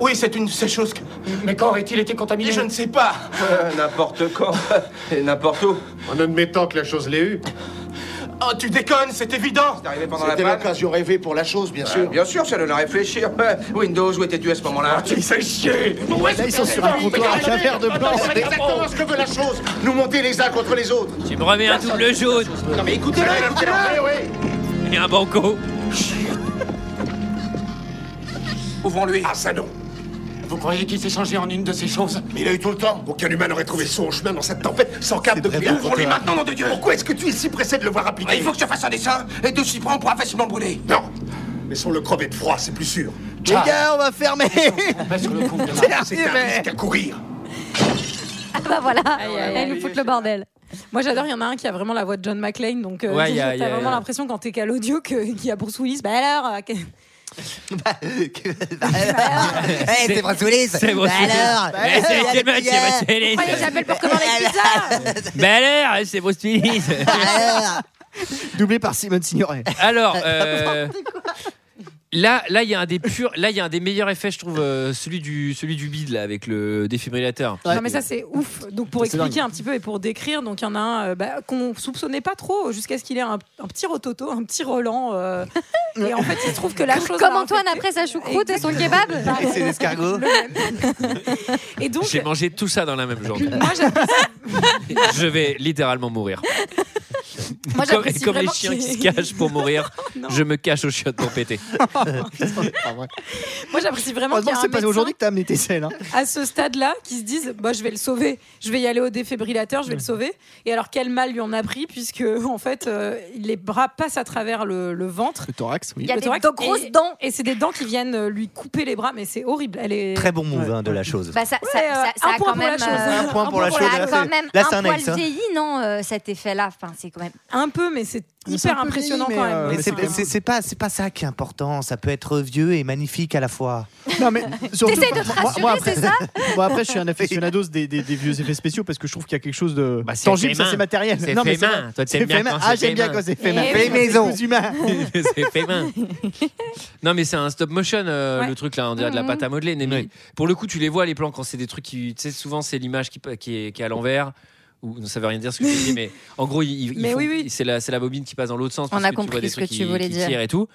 Speaker 2: Oui, c'est une de ces choses que.
Speaker 4: Mais quand aurait-il été contaminé
Speaker 2: Je ne sais pas.
Speaker 3: N'importe quand et n'importe où.
Speaker 12: En admettant que la chose l'ait eu.
Speaker 6: euh,
Speaker 2: Oh, tu déconnes, c'est évident.
Speaker 3: Arrivé pendant la
Speaker 12: C'était
Speaker 3: panne
Speaker 12: l'occasion rêvée pour la chose, bien sûr.
Speaker 3: Bien sûr, ça donne à réfléchir. Windows, où étais-tu à ce moment-là
Speaker 2: Il s'est chier.
Speaker 7: Là, ils sont sur un comptoir à caverne de blanc.
Speaker 12: C'est exactement ce que veut la chose. Nous monter les uns contre les autres.
Speaker 1: Tu me remets un double jaune
Speaker 12: Non mais écoutez-le, écoutez-le.
Speaker 1: et un banco.
Speaker 2: Ouvrons-lui.
Speaker 12: Ah ça non.
Speaker 4: Vous croyez qu'il s'est changé en une de ces choses
Speaker 12: Mais il a eu tout le temps. Aucun humain n'aurait trouvé son chemin dans cette tempête sans câble de
Speaker 11: vrai,
Speaker 12: clé.
Speaker 11: bien
Speaker 12: Ouvrons-les
Speaker 11: contre-
Speaker 12: maintenant, nom de Dieu. Pourquoi est-ce que tu es si pressé de le voir appliquer
Speaker 2: Ah, Il faut que je fasse un dessin et de s'y prendre pour facilement brûler.
Speaker 12: Non. Laissons-le crever de froid, c'est plus sûr.
Speaker 7: Les gars, on va fermer.
Speaker 4: Pas sur le coup.
Speaker 12: C'est un risque à courir.
Speaker 6: bah voilà,
Speaker 8: Aïe, aïe, aïe.
Speaker 6: elle nous fout le bordel.
Speaker 8: Moi j'adore, il y en a un qui a vraiment la voix de John McClane, donc euh,
Speaker 1: Ouais,
Speaker 8: tu-
Speaker 1: y a-
Speaker 8: t'as
Speaker 1: y a-
Speaker 8: vraiment l'impression quand t'es qu'à l'audio que- qu'il y a Bruce Willis. Bah alors, euh, que-
Speaker 13: Eh, c'est Bruce Willis
Speaker 1: C'est Bruce
Speaker 13: Bah
Speaker 1: Willis.
Speaker 13: alors
Speaker 1: Eh, c'est
Speaker 13: il y a
Speaker 1: Clément
Speaker 13: des
Speaker 1: qui
Speaker 13: petits,
Speaker 1: est
Speaker 13: euh,
Speaker 1: Bruce Willis.
Speaker 13: Pourquoi les appelle pour commander une pizza
Speaker 1: Ben alors, c'est Bruce Willis.
Speaker 7: Doublé par Simone Signoret.
Speaker 1: Alors, euh, là, là, il y a un des purs, là, il y a un des meilleurs effets, je trouve, euh, celui du, celui du bide là avec le défibrillateur.
Speaker 8: Non mais ça c'est ouf. Donc pour
Speaker 1: C'est
Speaker 8: expliquer
Speaker 1: dingue.
Speaker 8: un petit peu et pour décrire, donc il y en a un euh, bah, qu'on soupçonnait pas trop jusqu'à ce qu'il ait un, un petit rototo, un petit Roland. euh, et en fait il se trouve que la chose.
Speaker 6: Bah, Comme
Speaker 8: l'a
Speaker 6: Antoine
Speaker 8: infecté.
Speaker 6: après sa choucroute et son
Speaker 8: Exactement.
Speaker 6: kebab. Bah,
Speaker 8: Pareil.
Speaker 6: Et ses
Speaker 11: escargots.
Speaker 8: Et donc
Speaker 1: J'ai mangé tout ça dans la même journée.
Speaker 8: moi j'apprécie-
Speaker 1: je vais littéralement mourir. comme
Speaker 8: Moi, j'apprécie
Speaker 1: comme les
Speaker 8: vraiment
Speaker 1: chiens
Speaker 8: qu'il-
Speaker 1: qui se cachent pour mourir, je me cache aux chiottes pour péter.
Speaker 8: moi, j'apprécie vraiment qu'il y a
Speaker 7: Heureusement que
Speaker 8: un
Speaker 7: c'est pas
Speaker 8: médecin
Speaker 7: aujourd'hui que t'as amené tes selles. hein.
Speaker 8: à ce stade-là qui se disent bah, je vais le sauver, je vais y aller au défibrillateur, je vais le sauver. Et alors, quel mal lui en a pris, puisque en fait, euh, les bras passent à travers le, le ventre.
Speaker 7: Le thorax, oui.
Speaker 8: Le thorax, et- Et c'est des dents qui viennent euh, lui couper les bras, mais c'est horrible. Elle est...
Speaker 11: Très bon move hein, de la chose.
Speaker 6: Bah ça, ça,
Speaker 8: Ouais, euh,
Speaker 6: ça, ça
Speaker 8: un
Speaker 6: a
Speaker 8: point
Speaker 6: quand
Speaker 8: pour
Speaker 6: même.
Speaker 8: la chose.
Speaker 6: euh,
Speaker 11: Un point pour la chose,
Speaker 6: Ça a
Speaker 11: là,
Speaker 6: quand
Speaker 11: c'est-
Speaker 6: même
Speaker 11: là, c'est
Speaker 6: un
Speaker 11: un
Speaker 6: poil
Speaker 11: ex, hein.
Speaker 6: vieilli, non euh, Cet effet-là, enfin, c'est quand même.
Speaker 8: Un peu, mais c'est
Speaker 7: c'est un
Speaker 8: hyper
Speaker 7: peu
Speaker 8: impressionnant
Speaker 7: vieilli,
Speaker 8: quand
Speaker 7: mais,
Speaker 8: même.
Speaker 11: Mais euh, c'est- c'est c'est pas, c'est pas ça qui est important. Ça peut être vieux et magnifique à la fois.
Speaker 7: Non, mais surtout-
Speaker 6: T'essayes de te
Speaker 7: Moi- moi,
Speaker 6: rassurer,
Speaker 7: après-
Speaker 6: c'est ça
Speaker 7: Bon, après, je suis un aficionados des, des- des vieux effets spéciaux parce que je trouve qu'il y a quelque chose de
Speaker 11: Bah,
Speaker 1: c'est
Speaker 7: tangible,
Speaker 1: fait
Speaker 7: ça
Speaker 1: main.
Speaker 7: c'est matériel.
Speaker 1: C'est
Speaker 7: Non,
Speaker 1: fait
Speaker 7: mais c'est
Speaker 1: main.
Speaker 7: vrai.
Speaker 1: Toi, t'aimes
Speaker 7: C'est
Speaker 1: bien
Speaker 7: fait main.
Speaker 1: quand
Speaker 7: Ah,
Speaker 1: c'est fait
Speaker 7: j'aime bien
Speaker 1: main.
Speaker 7: quand c'est fait
Speaker 8: Eh
Speaker 7: main.
Speaker 8: oui.
Speaker 7: Fait maison. C'est plus humain.
Speaker 1: c'est fait main. Non, mais c'est un stop motion, euh,
Speaker 8: Ouais.
Speaker 1: le truc là, on dirait de la
Speaker 6: Mhm.
Speaker 1: pâte à modeler. Mais pour le coup, tu les vois les plans quand c'est des trucs qui. Tu sais, souvent c'est l'image qui, qui, est, qui est à l'envers. Ou, non, ça veut rien dire ce que je dis, mais en gros, ils- ils
Speaker 8: Mais
Speaker 1: font-
Speaker 8: oui, oui.
Speaker 1: c'est la, c'est la bobine qui passe dans l'autre sens.
Speaker 6: On
Speaker 1: parce
Speaker 6: a
Speaker 1: que tu
Speaker 6: compris
Speaker 1: vois des
Speaker 6: ce que
Speaker 1: trucs
Speaker 6: tu
Speaker 1: qui-
Speaker 6: voulais
Speaker 1: qui
Speaker 6: dire.
Speaker 1: tirent et tout.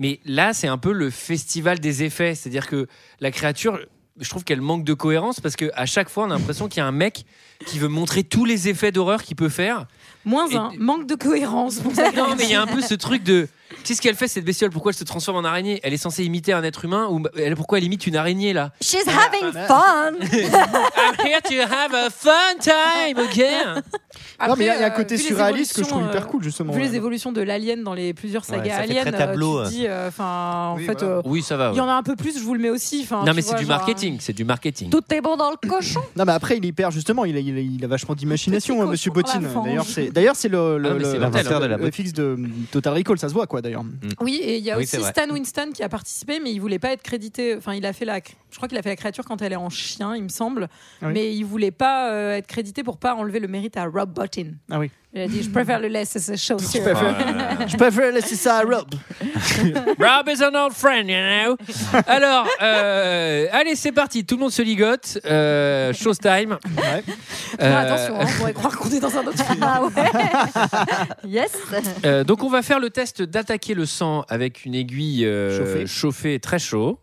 Speaker 1: Mais là, c'est un peu le festival des effets. C'est-à-dire que la créature, je trouve qu'elle manque de cohérence parce qu'à chaque fois, on a l'impression qu'il y a un mec qui veut montrer tous les effets d'horreur qu'il peut faire.
Speaker 8: Moins
Speaker 1: Et-
Speaker 8: un, manque de cohérence. pour ça.
Speaker 1: Non, mais il y a un peu ce truc de. Tu sais ce qu'elle fait cette bestiole Pourquoi elle se transforme en araignée Elle est censée imiter un être humain ou elle, pourquoi elle imite une araignée là
Speaker 6: She's having fun.
Speaker 1: I'm here to have a fun time, ok
Speaker 7: Non, mais il y a- il y a un
Speaker 8: Après,
Speaker 7: côté
Speaker 8: euh, vu les
Speaker 7: surréaliste que je trouve
Speaker 8: évolutions,
Speaker 7: hyper
Speaker 8: euh,
Speaker 7: cool, justement.
Speaker 8: Vu
Speaker 7: ouais.
Speaker 8: les évolutions de l'alien dans les plusieurs
Speaker 11: Ouais,
Speaker 8: sagas
Speaker 11: ça fait
Speaker 8: aliens,
Speaker 11: très
Speaker 8: euh,
Speaker 11: tableau, hein.
Speaker 8: tu te dis, euh, enfin, en
Speaker 7: Oui,
Speaker 8: fait,
Speaker 7: voilà.
Speaker 8: euh,
Speaker 1: Oui, ça va.
Speaker 8: il
Speaker 1: ouais.
Speaker 8: y en a un peu plus, je vous le mets aussi. enfin,
Speaker 1: Non,
Speaker 8: tu
Speaker 1: mais c'est
Speaker 8: vois,
Speaker 1: du
Speaker 8: genre,
Speaker 1: marketing, c'est du marketing.
Speaker 6: Tout est bon dans le cochon.
Speaker 7: Non, mais après, il est hyper, justement, il a, il a- il a vachement d'imagination,
Speaker 8: Petit
Speaker 7: hein, monsieur
Speaker 8: cochon dans la
Speaker 7: Bottine.
Speaker 8: fange.
Speaker 7: D'ailleurs, c'est d'ailleurs, c'est le, le,
Speaker 1: Ah, mais
Speaker 7: le-
Speaker 1: c'est mortel,
Speaker 11: hein.
Speaker 7: le- le fixe de Total Recall, ça se voit, quoi, d'ailleurs.
Speaker 8: Oui, et il y a
Speaker 11: Oui, c'est
Speaker 8: aussi
Speaker 11: vrai.
Speaker 8: Stan Winston qui a participé, mais il voulait pas être crédité. Enfin, il a fait la, je crois qu'il a fait la créature quand elle est en chien, il me semble.
Speaker 7: Ah oui.
Speaker 8: Mais il voulait pas euh, être crédité pour pas enlever le mérite à Rob Bottin.
Speaker 7: Ah oui.
Speaker 8: Il a dit, je préfère le laisser ses chaussures.
Speaker 7: Tout à fait. Je préfère laisser ça à Rob.
Speaker 1: Rob is an old friend, you know. Alors, euh, allez, c'est parti. Tout le monde se ligote. Euh, showtime.
Speaker 7: Ouais.
Speaker 8: Faire
Speaker 1: Euh,
Speaker 8: attention, hein, on pourrait croire qu'on est dans un autre film.
Speaker 6: Ah ouais. yes.
Speaker 1: euh, donc, on va faire le test d'attaquer le sang avec une aiguille euh,
Speaker 7: Chauffée.
Speaker 1: chauffée très chaud.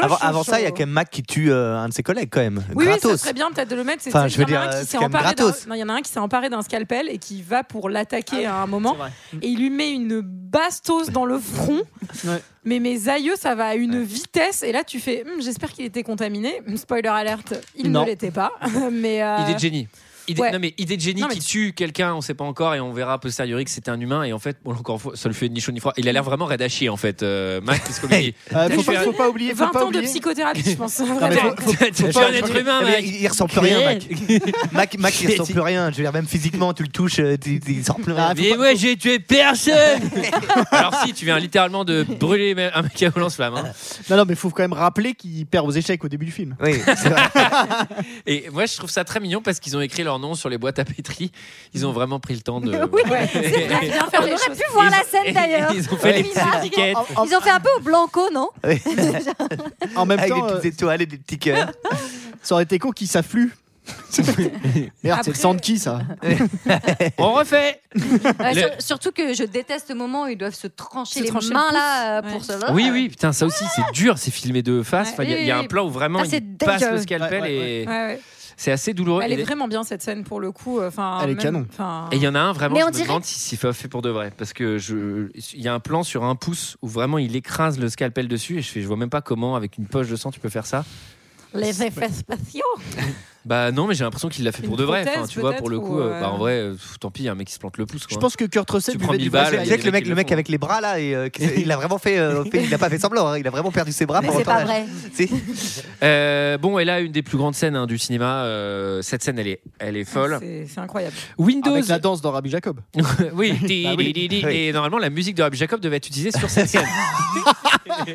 Speaker 11: Avant, avant
Speaker 8: chaud.
Speaker 11: ça, il y a quand même Mac qui tue euh, un de ses collègues quand même.
Speaker 8: Oui, oui, ça
Speaker 11: Gratos.
Speaker 8: serait bien peut-être de le mettre. C'est-
Speaker 11: Enfin,
Speaker 8: c'est-
Speaker 11: je veux
Speaker 8: il y en a
Speaker 11: dire,
Speaker 8: un qui
Speaker 11: c'est
Speaker 8: s'est
Speaker 11: quand même
Speaker 8: emparé d'un-
Speaker 11: gratos.
Speaker 8: non, Il y en a un qui s'est emparé d'un scalpel et qui va pour l'attaquer à un moment.
Speaker 7: vrai.
Speaker 8: Et il lui met une bastos dans le front.
Speaker 7: Ouais.
Speaker 8: Mais mes aïeux, ça va à une vitesse. Et là, tu fais, Hum, j'espère qu'il était contaminé. Hum, Spoiler alerte, il
Speaker 7: Non.
Speaker 8: ne l'était pas. mais euh,
Speaker 1: Idée de génie. Idée,
Speaker 8: ouais.
Speaker 1: Non mais idée de génie
Speaker 8: Non, mais
Speaker 1: qui
Speaker 8: tu-
Speaker 1: tue quelqu'un, on sait pas encore et on verra a posteriori que c'était un humain et en fait, bon, encore une fois, ça le fait ni chaud ni froid. Il a l'air vraiment raide à chier en fait, euh, Mac, qu'est-ce qu'on lui dit
Speaker 7: Euh, faut,
Speaker 1: fait
Speaker 7: pas, faut pas oublier. Faut
Speaker 8: 20
Speaker 7: pas
Speaker 8: ans de
Speaker 7: oublier.
Speaker 8: psychothérapie, je pense.
Speaker 7: mais
Speaker 8: vraiment.
Speaker 7: faut-
Speaker 1: T'es t'es
Speaker 11: Faut
Speaker 1: pas un
Speaker 11: pas-
Speaker 1: être humain,
Speaker 11: Eh bien,
Speaker 1: Mac.
Speaker 11: Il, il ressent plus rien, Mac.
Speaker 1: Créé.
Speaker 11: Mac, Mac, il ressent plus rien. Je veux dire, même physiquement, tu le touches, euh, il, il sort plus rien.
Speaker 1: Ah, Mais ouais, j'ai tué personne. Alors si, tu viens littéralement de brûler un mec à lance-flamme. hein.
Speaker 7: Non, non, mais faut quand même rappeler qu'il perd aux échecs au début du film.
Speaker 11: Oui, c'est vrai.
Speaker 1: Et moi, je trouve ça très mignon parce qu'ils ont écrit leur nom sur les boîtes à pétri. Ils ont vraiment pris le temps de.
Speaker 6: Oui, c'est vrai.
Speaker 8: bien
Speaker 6: On
Speaker 8: faire les
Speaker 6: aurait
Speaker 8: choses.
Speaker 6: pu voir
Speaker 1: Ils-
Speaker 6: la scène d'ailleurs. Oh.
Speaker 1: Ils ont fait les petites
Speaker 6: Bizarre.
Speaker 1: étiquettes.
Speaker 7: En,
Speaker 6: Ils ont fait un peu au blanco, non
Speaker 7: en- en même
Speaker 11: Avec
Speaker 7: temps,
Speaker 11: des
Speaker 7: euh,
Speaker 11: petites étoiles et des petits cœurs.
Speaker 7: ça aurait été con qu'il s'afflue. Merde, c'est le
Speaker 8: Après-
Speaker 7: sang de qui ça
Speaker 1: On refait.
Speaker 6: Euh,
Speaker 1: Le-
Speaker 6: sur- Surtout que je déteste le moment où ils doivent se trancher
Speaker 8: Se
Speaker 6: les
Speaker 8: trancher le
Speaker 6: mains
Speaker 8: pouce.
Speaker 6: là euh, pour
Speaker 8: Ouais.
Speaker 6: se.
Speaker 1: Oui, oui, putain, ça aussi, c'est dur, c'est filmé de face.
Speaker 8: Ah. Ouais.
Speaker 1: Enfin, Il y a- il y, a un plan où vraiment
Speaker 6: Ah, c'est
Speaker 1: il passe
Speaker 6: dégueu.
Speaker 1: le scalpel
Speaker 7: Ouais, ouais,
Speaker 1: et
Speaker 8: Ouais, ouais.
Speaker 1: c'est assez douloureux.
Speaker 8: Elle
Speaker 1: Et-
Speaker 8: est vraiment bien cette scène pour le coup. euh, Enfin,
Speaker 7: Elle est
Speaker 8: même-
Speaker 7: canon.
Speaker 8: enfin,
Speaker 1: Et il y en a un vraiment,
Speaker 6: Mais
Speaker 1: je
Speaker 6: on
Speaker 1: me
Speaker 6: dirait-
Speaker 1: demande si c'est pas fait pour de vrai. Parce que je, il y a un plan sur un pouce où vraiment il écrase le scalpel dessus et je fais, je vois même pas comment avec une poche de sang tu peux faire ça.
Speaker 8: Les effets spéciaux.
Speaker 1: Bah non, mais j'ai l'impression qu'il l'a fait pour
Speaker 8: Une
Speaker 1: de vrai.
Speaker 8: prothèse,
Speaker 1: Enfin, tu vois, pour le
Speaker 8: peut-être,
Speaker 1: coup,
Speaker 8: ou,
Speaker 1: euh,
Speaker 8: euh,
Speaker 1: bah, en vrai, euh, pff, tant pis, y a un mec qui se plante le pouce. Quoi.
Speaker 7: Je pense que Kurt Russell
Speaker 1: Tu
Speaker 7: buvait
Speaker 1: prends
Speaker 7: du
Speaker 1: mille
Speaker 7: Vaseline.
Speaker 1: balles. euh,
Speaker 11: Tu sais que le mec,
Speaker 1: qui
Speaker 11: le mec
Speaker 1: font.
Speaker 11: avec les bras là, et, euh, qui- il a vraiment fait, euh, fait- il a pas fait semblant, hein, il a vraiment perdu ses bras.
Speaker 6: Mais
Speaker 11: pendant
Speaker 6: c'est
Speaker 11: le
Speaker 6: pas
Speaker 11: tournage.
Speaker 6: vrai.
Speaker 11: Si.
Speaker 1: Euh, bon, et là, une des plus grandes scènes hein, du cinéma. euh, cette scène, elle est, elle est folle.
Speaker 8: Ah, C'est c'est incroyable.
Speaker 1: Windows.
Speaker 7: Avec Ah, la danse dans Rabbi Jacob.
Speaker 1: Euh, oui,
Speaker 7: Bah oui.
Speaker 1: di- di- di-
Speaker 7: Oui.
Speaker 1: et normalement la musique de Rabbi Jacob devait être utilisée sur cette scène.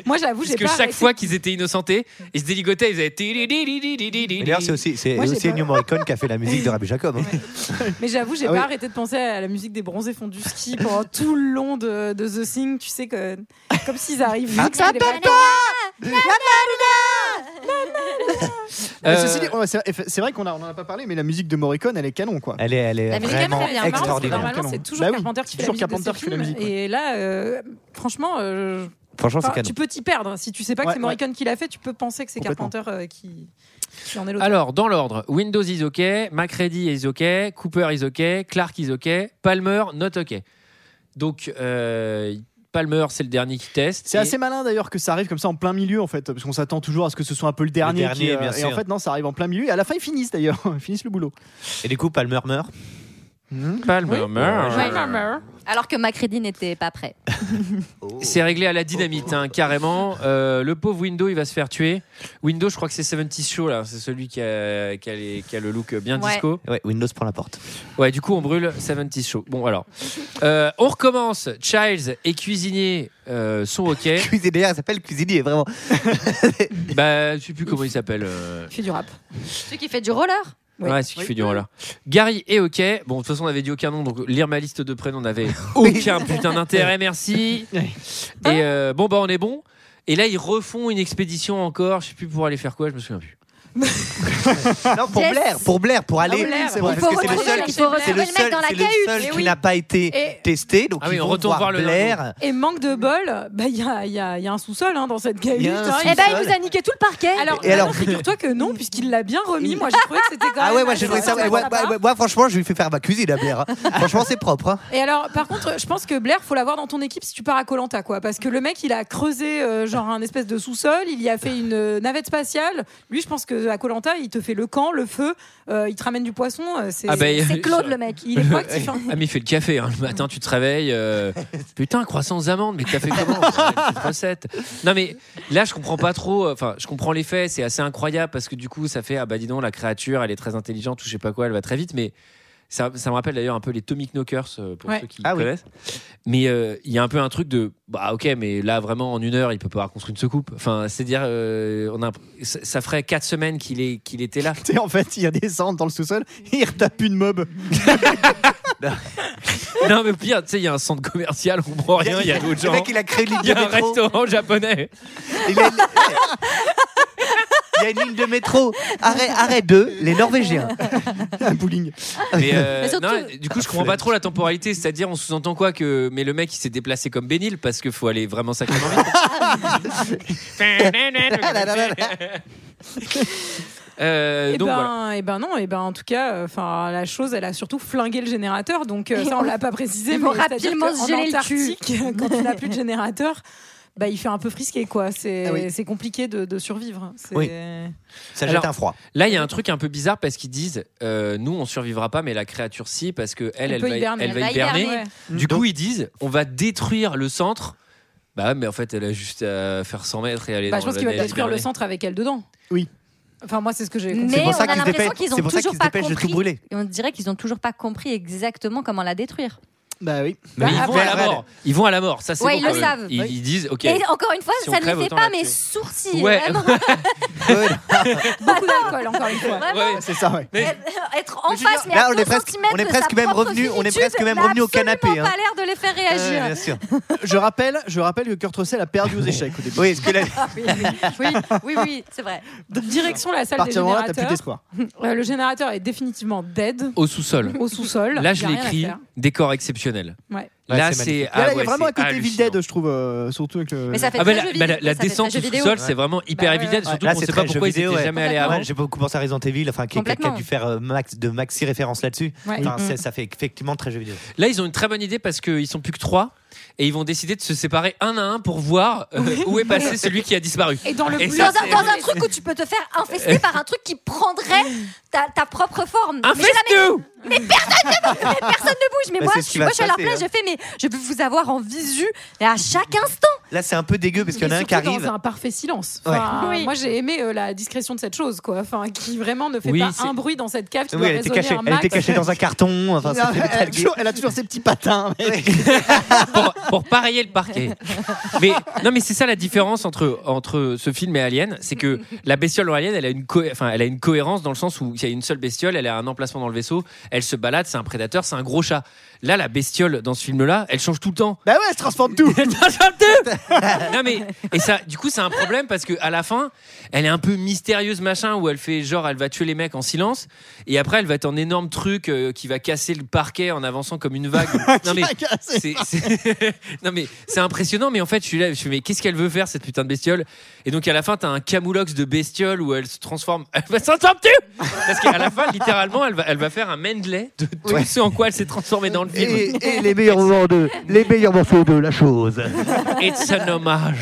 Speaker 8: Moi, j'avoue,
Speaker 1: Parce
Speaker 8: j'ai
Speaker 1: que
Speaker 8: pas.
Speaker 1: chaque
Speaker 8: arrêté.
Speaker 1: fois qu'ils étaient innocentés, ils se déligotaient, ils faisaient. ti- di- di- di- di- di- di- di-
Speaker 11: Mais D'ailleurs, c'est aussi, c'est
Speaker 8: Moi, j'ai
Speaker 11: aussi
Speaker 8: pas-
Speaker 11: Ennio Morricone qui a fait la musique de Rabbi Jacob. hein.
Speaker 8: Mais j'avoue, j'ai
Speaker 11: Ah
Speaker 8: pas
Speaker 11: oui.
Speaker 8: arrêté de penser à la musique des bronzés font du ski pendant tout le long de, de The Thing. Tu sais que comme s'ils arrivent. vite,
Speaker 11: Attends,
Speaker 8: mais les-
Speaker 7: Mais
Speaker 1: Euh,
Speaker 7: ceci dit, on- c'est c'est vrai qu'on a- on en a pas parlé, mais la musique de Morricone, elle est canon quoi.
Speaker 11: Elle est, elle est
Speaker 8: La musique
Speaker 11: vraiment
Speaker 8: américaine, elle est marrante,
Speaker 11: extraordinaire.
Speaker 8: Normalement, c'est toujours
Speaker 7: Bah oui,
Speaker 8: Carpenter qui fait la
Speaker 7: toujours
Speaker 8: musique.
Speaker 7: Carpenter
Speaker 8: de
Speaker 7: qui
Speaker 8: ces
Speaker 7: fait la
Speaker 8: films.
Speaker 7: musique, ouais.
Speaker 8: Et là, euh, franchement, euh,
Speaker 11: Franchement, c'est
Speaker 8: enfin,
Speaker 11: canon.
Speaker 8: tu peux t'y perdre. Si tu sais pas que
Speaker 7: Ouais,
Speaker 8: c'est Morricone qui l'a fait, tu peux penser que c'est
Speaker 11: Complètement.
Speaker 8: Carpenter euh, qui, qui en est l'auteur.
Speaker 1: Alors, dans l'ordre, Windows is OK, MacReady is OK, Cooper is OK, Clark is OK, Palmer not OK. Donc, euh, Palmer, c'est le dernier qui teste.
Speaker 7: C'est
Speaker 1: Et-
Speaker 7: assez malin d'ailleurs que ça arrive comme ça en plein milieu en fait, parce qu'on s'attend toujours à ce que ce soit un peu le dernier.
Speaker 11: dernier,
Speaker 7: qui, euh,
Speaker 11: bien
Speaker 7: et
Speaker 11: sûr.
Speaker 7: en fait, non, ça arrive en plein milieu. Et à la fin, ils finissent d'ailleurs, ils finissent le boulot.
Speaker 11: Et du coup, Palmer meurt.
Speaker 1: Palmer meurt.
Speaker 11: euh,
Speaker 6: Alors que Macready n'était pas prêt.
Speaker 1: C'est réglé à la dynamite, hein, carrément. Euh, le pauvre Windows, il va se faire tuer. Windows, je crois que c'est 70 Show, là. C'est celui qui a, qui a les- qui a le look bien
Speaker 6: Ouais.
Speaker 1: disco.
Speaker 11: Ouais, Windows prend la porte.
Speaker 1: Ouais, du coup, on brûle 70 Show. Bon, alors. Euh, on recommence. Childs et Cuisinier euh, sont OK.
Speaker 11: Cuisinier, d'ailleurs, il s'appelle Cuisinier, vraiment.
Speaker 1: bah, je sais plus comment il s'appelle. euh,
Speaker 8: Il fait du rap.
Speaker 6: Celui qui fait du roller.
Speaker 8: Oui.
Speaker 1: Ouais, c'est qui
Speaker 8: Oui.
Speaker 1: fait du roller. Gary est OK. Bon, de toute façon, on avait dit aucun nom, donc lire ma liste de prénoms n'avait
Speaker 11: Oui.
Speaker 1: aucun putain d'intérêt, merci. Et euh, bon, bah, on est bon. Et là, ils refont une expédition encore, je sais plus pour aller faire quoi, je me souviens plus.
Speaker 11: Non, pour
Speaker 6: Yes. Ah,
Speaker 11: Blair, pour Blair, pour aller.
Speaker 8: Blair.
Speaker 11: pour-
Speaker 6: Il
Speaker 11: parce
Speaker 6: faut
Speaker 11: que c'est le
Speaker 6: retrouver
Speaker 11: seul
Speaker 6: le-
Speaker 11: qui
Speaker 6: il faut
Speaker 11: C'est
Speaker 6: retrouver
Speaker 11: le
Speaker 6: le mec
Speaker 11: seul,
Speaker 6: dans la
Speaker 11: c'est le seul
Speaker 6: cahute.
Speaker 11: qui
Speaker 6: Mais oui.
Speaker 11: n'a pas été
Speaker 8: Et-
Speaker 11: testé, donc
Speaker 1: Ah
Speaker 11: ils
Speaker 1: oui, on
Speaker 11: vont
Speaker 1: retourne
Speaker 11: voir
Speaker 1: voir le
Speaker 11: Blair.
Speaker 8: Et manque de bol, bah, il y, a, il y a- il y a un sous-sol hein, dans cette galette.
Speaker 11: Il y a un
Speaker 8: hein.
Speaker 11: sous-sol.
Speaker 6: Eh ben, il nous a niqué tout le parquet.
Speaker 8: Alors,
Speaker 11: Et alors-
Speaker 8: alors... figure-toi que non, puisqu'il l'a bien remis. Moi, j'ai trouvé que c'était quand même.
Speaker 11: Ah ouais, moi j'ai trouvé ça.
Speaker 8: assez
Speaker 11: ouais, ouais,
Speaker 8: sympa.
Speaker 11: ouais, ouais, Moi, franchement, je lui fais faire ma cuisine à Blair. hein. Franchement, c'est propre. hein.
Speaker 8: Et alors, par contre, je pense que Blair, faut l'avoir dans ton équipe si tu pars à Colanta, quoi. Parce que le mec, il a creusé euh, genre un espèce de sous-sol, il y a fait une euh, navette spatiale. Lui, je pense que à Colanta, il te fait le camp, le feu, euh, il te ramène du poisson. euh, c'est
Speaker 1: Ah ben,
Speaker 6: C'est Claude le mec.
Speaker 8: il est proactif. hein.
Speaker 1: Ah, mais il fait le café, hein. le matin, tu te réveilles. euh, Putain, croissant aux amandes, mais café comment Une petite recette. Non, mais là, je comprends pas trop. euh, Enfin, je comprends les faits, c'est assez incroyable parce que du coup, ça fait, ah bah dis donc, la créature, elle est très intelligente ou je sais pas quoi, elle va très vite, mais. Ça, ça me rappelle d'ailleurs un peu les Tommy Knockers euh, pour
Speaker 8: Ouais.
Speaker 1: ceux qui
Speaker 11: Ah oui.
Speaker 1: connaissent. Mais euh, il y a un peu un truc de bah ok mais là vraiment en une heure il peut pas construire une soucoupe. Enfin c'est dire euh, on a ça ça ferait quatre semaines qu'il est qu'il était là.
Speaker 7: Tu sais, en fait, il descend dans le sous-sol et il retape une mob.
Speaker 1: non mais au pire tu sais il y a un centre commercial on prend rien il y a d'autres
Speaker 11: Le
Speaker 1: gens.
Speaker 11: mec, il a créé une ligne
Speaker 1: Il y
Speaker 11: de
Speaker 1: a un
Speaker 11: métro.
Speaker 1: restaurant japonais.
Speaker 11: Il a une- Il y a une ligne de métro. Arrêt, arrêt 2, les Norvégiens.
Speaker 7: Un bowling.
Speaker 1: Mais, euh,
Speaker 6: Mais surtout-
Speaker 1: non, du coup, je comprends pas trop la temporalité. C'est-à-dire, on sous-entend quoi que mais le mec il s'est déplacé comme Bénil parce qu'il faut aller vraiment sacrément
Speaker 7: Ah
Speaker 1: vite. Euh,
Speaker 8: Eh
Speaker 1: donc
Speaker 8: ben,
Speaker 1: voilà.
Speaker 8: eh ben non, eh ben en tout cas, enfin la chose, elle a surtout flingué le générateur, donc euh,
Speaker 6: Et
Speaker 8: ça on
Speaker 6: on-
Speaker 8: l'a pas précisé,
Speaker 6: ils
Speaker 8: mais
Speaker 6: vont
Speaker 8: c'est-à-dire
Speaker 6: rapidement se
Speaker 8: qu'en
Speaker 6: geler le cul.
Speaker 8: Antarctique, quand tu n'as plus de générateur, bah il fait un peu frisqué quoi. C'est
Speaker 7: Ah oui.
Speaker 8: c'est compliqué de, de survivre. C'est-
Speaker 11: Oui. Ça jette
Speaker 1: Alors-
Speaker 11: un froid.
Speaker 1: Là, il y a un truc un peu bizarre parce qu'ils disent euh, nous on survivra pas, mais la créature si parce que elle
Speaker 8: Elle
Speaker 1: elle,
Speaker 8: peut
Speaker 1: va,
Speaker 8: hiberner.
Speaker 1: elle va
Speaker 6: Elle va
Speaker 1: hiberner.
Speaker 6: hiberner.
Speaker 1: Du coup, ils disent on va détruire le centre. Bah mais en fait, elle a juste à faire 100 mètres et aller.
Speaker 8: Bah,
Speaker 1: dans
Speaker 8: je pense
Speaker 1: le-
Speaker 8: qu'il va
Speaker 1: elle
Speaker 8: détruire le
Speaker 1: hiberner.
Speaker 8: centre avec elle dedans.
Speaker 7: Oui.
Speaker 8: Enfin, moi, c'est ce que j'ai compris.
Speaker 6: Mais
Speaker 11: pour
Speaker 6: on
Speaker 11: ça
Speaker 6: a
Speaker 11: qu'ils se
Speaker 6: l'impression
Speaker 11: dépêchent-
Speaker 6: qu'ils
Speaker 11: c'est
Speaker 6: ont
Speaker 11: pour ça
Speaker 6: toujours
Speaker 11: qu'ils se
Speaker 6: pas
Speaker 11: dépêchent de
Speaker 6: compris.
Speaker 11: tout brûler.
Speaker 6: Et on dirait qu'ils ont toujours pas compris exactement comment la détruire.
Speaker 7: Bah oui.
Speaker 1: Mais ils
Speaker 8: Bah,
Speaker 1: vont
Speaker 8: après-
Speaker 1: à la mort. Ils vont à la mort. Ça c'est
Speaker 6: Ouais,
Speaker 1: bon
Speaker 6: ils
Speaker 1: quand
Speaker 6: le
Speaker 1: même.
Speaker 6: savent.
Speaker 1: Ils,
Speaker 6: Oui.
Speaker 1: ils disent ok.
Speaker 6: Et encore une fois,
Speaker 1: Si on
Speaker 6: ça ne
Speaker 1: crève,
Speaker 6: le fait
Speaker 1: autant
Speaker 6: pas,
Speaker 1: la
Speaker 6: mais
Speaker 1: tuer.
Speaker 6: sourcils.
Speaker 1: Ouais.
Speaker 6: Vraiment,
Speaker 8: Beaucoup d'alcool, encore une fois.
Speaker 6: vraiment,
Speaker 1: Ouais.
Speaker 7: C'est ça, ouais.
Speaker 6: être en
Speaker 11: Mais je veux
Speaker 6: face,
Speaker 11: dire,
Speaker 6: mais
Speaker 11: là,
Speaker 6: à
Speaker 11: on est
Speaker 6: 2
Speaker 11: presque-
Speaker 6: centimètres
Speaker 11: on est
Speaker 6: de
Speaker 11: presque
Speaker 6: sa
Speaker 11: même
Speaker 6: propre
Speaker 11: revenu- on est
Speaker 6: finitude,
Speaker 11: presque même
Speaker 6: n'a
Speaker 11: revenu au
Speaker 6: absolument
Speaker 11: canapé, hein.
Speaker 6: pas l'air de les faire réagir.
Speaker 11: Euh, bien sûr.
Speaker 7: Je rappelle, je rappelle que Kurt Russell a perdu aux échecs au début.
Speaker 11: Oui, est-ce que la-
Speaker 6: oui, oui, oui, oui, c'est vrai.
Speaker 8: Direction la
Speaker 7: À
Speaker 8: salle des
Speaker 7: partir du moment là, t'as plus
Speaker 8: générateurs.
Speaker 7: d'espoir.
Speaker 8: Euh, le générateur est définitivement dead
Speaker 1: Au sous-sol.
Speaker 8: au sous-sol.
Speaker 1: Là,
Speaker 8: Il y
Speaker 1: je
Speaker 8: a rien à
Speaker 1: l'écris
Speaker 8: faire.
Speaker 1: décor exceptionnel.
Speaker 8: Ouais.
Speaker 7: Ouais,
Speaker 1: là,
Speaker 7: c'est
Speaker 1: c'est.
Speaker 7: magnifique. Là,
Speaker 1: ah
Speaker 7: il y a
Speaker 1: ouais,
Speaker 7: vraiment un
Speaker 1: c'est
Speaker 7: côté
Speaker 1: hallucinant.
Speaker 7: Evil Dead, je trouve, euh, surtout avec le.
Speaker 6: Mais ça fait
Speaker 1: Ah bah
Speaker 6: très
Speaker 1: la,
Speaker 6: jeu
Speaker 1: bah la-
Speaker 6: vidéo,
Speaker 1: la
Speaker 6: ça fait
Speaker 1: descente
Speaker 6: très
Speaker 1: sous
Speaker 6: jeu
Speaker 1: le
Speaker 6: vidéo.
Speaker 1: sol, c'est vraiment hyper Evil Dead, surtout
Speaker 11: Là,
Speaker 1: qu'on
Speaker 11: c'est
Speaker 1: sait
Speaker 11: très
Speaker 1: pas
Speaker 11: jeu
Speaker 1: pourquoi ils
Speaker 11: vidéo,
Speaker 1: étaient
Speaker 11: ouais.
Speaker 1: jamais allés avant.
Speaker 11: Ouais, J'ai beaucoup pensé à Resident Evil, enfin, qui, qui a
Speaker 6: Complètement.
Speaker 11: dû faire euh, max, de maxi références là-dessus.
Speaker 6: Ouais.
Speaker 11: Enfin,
Speaker 6: Oui.
Speaker 11: c'est- Ça fait effectivement très jeu vidéo.
Speaker 1: Là, ils ont une très bonne idée parce qu'ils sont plus que trois et ils vont décider de se séparer un à un pour voir euh, où est passé celui qui a disparu.
Speaker 8: Et dans le
Speaker 1: bleu,
Speaker 8: bleu,
Speaker 1: ça,
Speaker 6: dans, un,
Speaker 1: c'est-
Speaker 6: dans un truc où tu peux te faire infester par un truc qui prendrait ta, ta propre forme. Mais j'ai la-
Speaker 1: Infeste-nous
Speaker 6: Mais, personne, ne, mais personne ne bouge. Mais
Speaker 11: Bah,
Speaker 6: moi,
Speaker 11: c'est
Speaker 6: je
Speaker 11: ce qui
Speaker 6: suis,
Speaker 11: va
Speaker 6: moi, je
Speaker 11: se
Speaker 6: suis à leur
Speaker 11: passer,
Speaker 6: place.
Speaker 11: hein.
Speaker 6: Je fais, mais je veux vous avoir en visu mais à chaque instant.
Speaker 11: Là, c'est un peu dégueu parce qu'il y en a
Speaker 8: Et
Speaker 11: un qui
Speaker 8: surtout
Speaker 11: arrive.
Speaker 8: dans un parfait silence. Enfin,
Speaker 6: Ouais. Oui.
Speaker 8: Moi, j'ai aimé euh, la discrétion de cette chose, quoi. Enfin, qui vraiment ne fait
Speaker 11: Oui,
Speaker 8: pas
Speaker 11: c'est-
Speaker 8: un bruit dans cette cave qui
Speaker 11: Oui,
Speaker 8: doit
Speaker 11: elle était
Speaker 8: résonner
Speaker 11: cachée.
Speaker 8: un
Speaker 11: Elle
Speaker 8: max.
Speaker 11: était cachée dans un carton. Enfin,
Speaker 7: Non,
Speaker 11: c'était
Speaker 7: mais elle, a
Speaker 11: détaillé.
Speaker 7: toujours, elle a toujours ses petits patins. mec.
Speaker 1: pour, pour parier le parquet. Mais non, mais c'est ça la différence entre entre ce film et Alien, c'est que la bestiole dans Alien, elle a une co- enfin, elle a une cohérence dans le sens où il y a une seule bestiole, elle a un emplacement dans le vaisseau, elle se balade, c'est un prédateur, c'est un gros chat. Là, la bestiole dans ce film-là, elle change tout le temps.
Speaker 7: Bah ouais, elle se transforme tout.
Speaker 1: Elle transforme tout non mais et ça, du coup, c'est un problème parce que à la fin, elle est un peu mystérieuse machin où elle fait genre elle va tuer les mecs en silence et après elle va être en énorme truc euh, qui va casser le parquet en avançant comme une vague. non mais c'est- c'est- non mais c'est impressionnant mais en fait je suis là je suis mais qu'est-ce qu'elle veut faire cette putain de bestiole et donc à la fin t'as un camoulox de bestiole où elle se transforme elle va se transformer parce qu'à la fin littéralement elle va, elle va faire un medley de tout
Speaker 11: Ouais.
Speaker 1: ce en quoi elle s'est transformée dans le film
Speaker 11: Et, et les meilleurs moments de, les meilleurs morceaux de la chose.
Speaker 1: It's an hommage.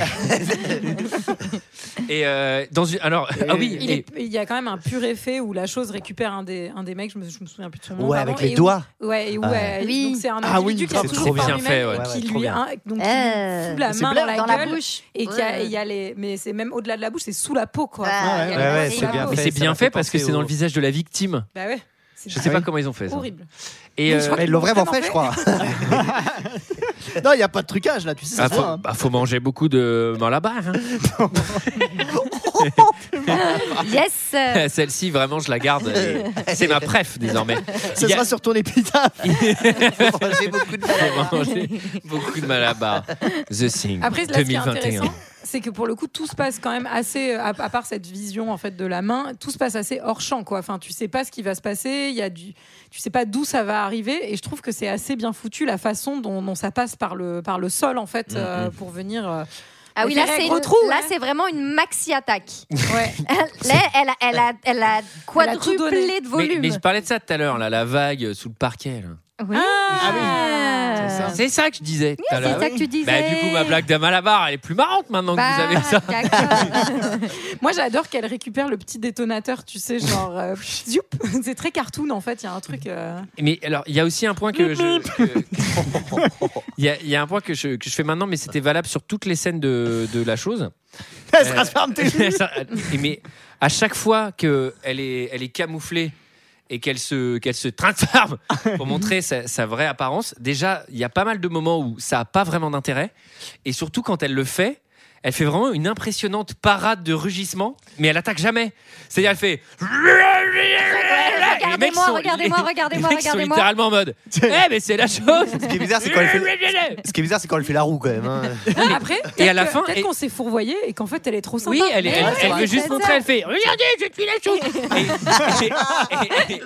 Speaker 1: et euh, dans une. Alors, ah oui,
Speaker 8: Il,
Speaker 1: et-
Speaker 8: est- il y a quand même un pur effet où la chose récupère un des, un des mecs, je me, je me souviens plus de son nom.
Speaker 11: Ouais,
Speaker 8: pardon,
Speaker 11: avec les
Speaker 8: et où-
Speaker 11: doigts.
Speaker 8: ouais, et où,
Speaker 11: Ah.
Speaker 8: euh,
Speaker 6: Oui.
Speaker 8: donc c'est un
Speaker 11: Ah oui,
Speaker 8: individu qui a
Speaker 11: c'est
Speaker 8: tous
Speaker 11: trop
Speaker 8: ses
Speaker 11: bien
Speaker 8: formes
Speaker 1: fait,
Speaker 11: Ouais,
Speaker 1: ouais.
Speaker 8: humaines et qui
Speaker 11: ouais, trop
Speaker 8: lui
Speaker 11: bien.
Speaker 8: un- donc qui
Speaker 6: Euh,
Speaker 8: lui fout la
Speaker 6: c'est
Speaker 8: main
Speaker 6: bleu,
Speaker 8: dans la,
Speaker 6: dans la
Speaker 8: gueule
Speaker 6: bouche.
Speaker 8: et qui a,
Speaker 6: Ouais. Bah,
Speaker 8: et il y a les mais c'est même au-delà de la bouche c'est sous la peau quoi
Speaker 6: Ouais,
Speaker 8: Enfin, il y a
Speaker 6: ouais,
Speaker 8: les
Speaker 11: ouais,
Speaker 8: mains
Speaker 11: ouais,
Speaker 8: sous
Speaker 11: c'est
Speaker 8: la
Speaker 11: bien
Speaker 8: peau.
Speaker 1: et
Speaker 11: fait.
Speaker 1: c'est
Speaker 11: ça
Speaker 1: bien
Speaker 11: m'a fait
Speaker 1: fait parce que
Speaker 11: penser
Speaker 1: c'est dans
Speaker 11: au-
Speaker 1: le visage de la victime.
Speaker 8: bah ouais c'est
Speaker 1: Je sais
Speaker 7: Ah
Speaker 1: pas
Speaker 7: oui.
Speaker 1: comment ils ont fait ça.
Speaker 8: horrible
Speaker 1: Et
Speaker 8: Mais je
Speaker 1: euh,
Speaker 8: crois
Speaker 11: Ils l'ont vraiment
Speaker 8: Vraiment
Speaker 11: fait, je
Speaker 8: fait.
Speaker 11: crois.
Speaker 7: Non, il n'y a pas de trucage là, tu sais. ça
Speaker 1: ah,
Speaker 7: se
Speaker 1: faut,
Speaker 7: voit, hein.
Speaker 1: bah, faut manger beaucoup de dans la barre. hein.
Speaker 6: Yes. euh,
Speaker 1: Celle-ci, vraiment, je la garde. et C'est ma préf désormais.
Speaker 7: Ça
Speaker 1: Il y a-
Speaker 7: sera sur ton épitaphe.
Speaker 11: J'ai beaucoup de
Speaker 1: faut manger beaucoup de malabar. The Thing.
Speaker 8: Après, là, ce qui est
Speaker 1: 2021.
Speaker 8: intéressant, c'est que pour le coup, tout se passe quand même assez, euh, à, à part cette vision en fait de la main, tout se passe assez hors champ, quoi. Enfin, tu sais pas ce qui va se passer, il y a du, tu sais pas d'où ça va arriver, et je trouve que c'est assez bien foutu la façon dont, dont ça passe par le, par le sol en
Speaker 1: Mm,
Speaker 8: fait euh, pour venir. euh,
Speaker 6: Ah oui, là,
Speaker 8: Il y a un
Speaker 6: c'est
Speaker 8: gros
Speaker 6: une-
Speaker 8: trou,
Speaker 6: là,
Speaker 8: ouais.
Speaker 6: c'est vraiment une maxi attaque.
Speaker 8: ouais.
Speaker 6: Là, elle a, elle a, elle a quadruplé
Speaker 8: donné.
Speaker 6: de
Speaker 1: Mais,
Speaker 6: volume.
Speaker 1: mais je parlais de ça tout à l'heure, là, la vague sous le parquet. là.
Speaker 6: Oui.
Speaker 1: Ah
Speaker 8: Ah,
Speaker 6: C'est ça.
Speaker 1: C'est ça que je disais tout à l'heure.
Speaker 6: C'est ça que tu disais. Bah,
Speaker 1: Bah, du coup, ma blague de malabar, elle est plus marrante maintenant que vous
Speaker 8: Bah.
Speaker 1: avez ça.
Speaker 8: Moi, j'adore qu'elle récupère le petit détonateur, tu sais, genre, euh, zioup. c'est très cartoon en fait. Il y a un truc. euh,
Speaker 1: Mais alors, il y a aussi un point que je. que- Il y, a- il y a un point que je, que je fais maintenant, mais c'était valable sur toutes les scènes de, de la chose.
Speaker 11: Euh,
Speaker 7: Elle se transforme tout.
Speaker 1: Ça- et mais à chaque fois qu'elle est, elle est camouflée et qu'elle se, qu'elle se transforme pour montrer sa, sa vraie apparence, déjà, il y a pas mal de moments où ça n'a pas vraiment d'intérêt. Et surtout, quand elle le fait, elle fait vraiment une impressionnante parade de rugissement, mais elle attaque jamais. C'est-à-dire, elle fait. Les mecs
Speaker 6: Regardez-moi,
Speaker 1: sont-
Speaker 6: regardez-moi, regardez-moi,
Speaker 1: les mecs sont
Speaker 6: regardez-moi.
Speaker 1: littéralement en mode. Eh, mais c'est la chose
Speaker 11: Ce qui est bizarre, c'est quand elle fait, ce qui est bizarre, c'est quand elle fait la roue quand même. hein.
Speaker 8: Après, peut-être
Speaker 1: à la
Speaker 8: que-
Speaker 1: fin,
Speaker 8: peut-être
Speaker 1: et-
Speaker 8: qu'on s'est fourvoyé et qu'en fait, elle est trop sympa.
Speaker 1: Oui, elle, elle,
Speaker 8: Mais-
Speaker 1: elle
Speaker 6: oui,
Speaker 1: veut
Speaker 6: c'est
Speaker 1: juste
Speaker 6: ça.
Speaker 1: montrer, elle fait Regardez, je suis la chose et, et-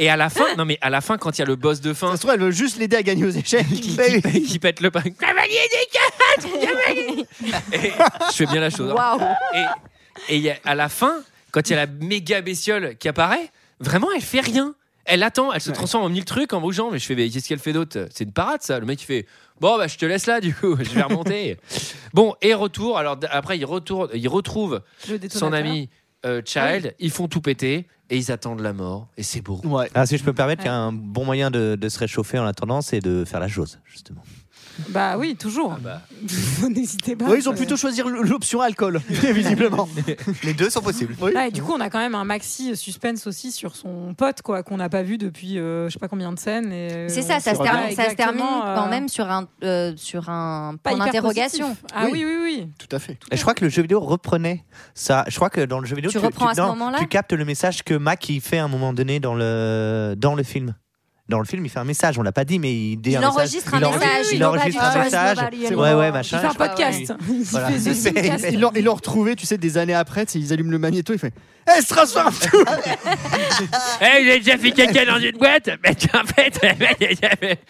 Speaker 1: et- et à la fin, non mais à la fin, quand il y a le boss de fin
Speaker 7: Ça se bah trouve, elle veut juste l'aider à gagner aux échecs.
Speaker 1: qui, qui- qui pète le pain, Cavalier des cartes Cavalier Et Je fais bien la chose. hein.
Speaker 6: Waouh.
Speaker 1: Et, et il y a- à la fin, quand il y a la méga bestiole qui apparaît, vraiment, elle fait rien. Elle attend, elle se transforme en mille trucs, en bougeant. Mais je fais, mais qu'est-ce qu'elle fait d'autre C'est une parade, ça. Le mec, il fait, bon, bah, je te laisse là, du coup, je vais remonter. bon, et retour. Alors, d- après, il, retourne, il retrouve
Speaker 8: le
Speaker 1: son
Speaker 8: détonateur.
Speaker 1: ami euh, Child. Ils font tout péter et ils attendent la mort. Et c'est beau.
Speaker 7: Ouais.
Speaker 11: Ah, si je peux me permettre, il y a un bon moyen de, de se réchauffer en attendant, c'est de faire la chose, justement.
Speaker 8: Bah oui, toujours.
Speaker 1: bah.
Speaker 8: Vous N'hésitez pas.
Speaker 7: Ouais, ils ont plutôt choisi l- l'option alcool, visiblement.
Speaker 11: Les deux sont possibles.
Speaker 7: Oui.
Speaker 8: Ouais, et du coup, on a quand même un maxi suspense aussi sur son pote, quoi, qu'on n'a pas vu depuis euh, je sais pas combien de scènes. et, euh,
Speaker 6: C'est ça, ça se,
Speaker 8: ouais,
Speaker 6: termine, ça se termine
Speaker 8: exactement, euh,
Speaker 6: quand même sur un, euh, sur un
Speaker 8: pas
Speaker 6: point
Speaker 8: hyper
Speaker 6: d'interrogation.
Speaker 8: positif. Ah oui, oui, oui.
Speaker 7: Tout à fait.
Speaker 11: Et je crois que le jeu vidéo reprenait ça. Je crois que dans le jeu vidéo,
Speaker 6: Tu reprends à ce
Speaker 11: non,
Speaker 6: moment-là
Speaker 11: tu captes le message que Mac il fait à un moment donné dans le, dans le film. Dans le film, il fait un message. On l'a pas dit, mais il dit
Speaker 6: Il
Speaker 11: un message.
Speaker 6: enregistre un
Speaker 11: Il enregistre-
Speaker 6: message.
Speaker 11: Il enregistre un
Speaker 6: Nobody
Speaker 11: message.
Speaker 6: alone, nobody
Speaker 11: Ouais,
Speaker 6: alone.
Speaker 11: ouais,
Speaker 8: Il
Speaker 11: machin.
Speaker 8: fait un
Speaker 6: je crois,
Speaker 8: podcast. Il fait
Speaker 11: Voilà.
Speaker 8: The
Speaker 11: C'est-
Speaker 8: Simcast.
Speaker 7: Ils l'ont, ils l'ont retrouvé, tu sais, des années après, tu sais, ils allument le magnéto, il fait Elle se transforme tout
Speaker 1: Eh, j'ai déjà fait caca dans une boîte Mais en fait,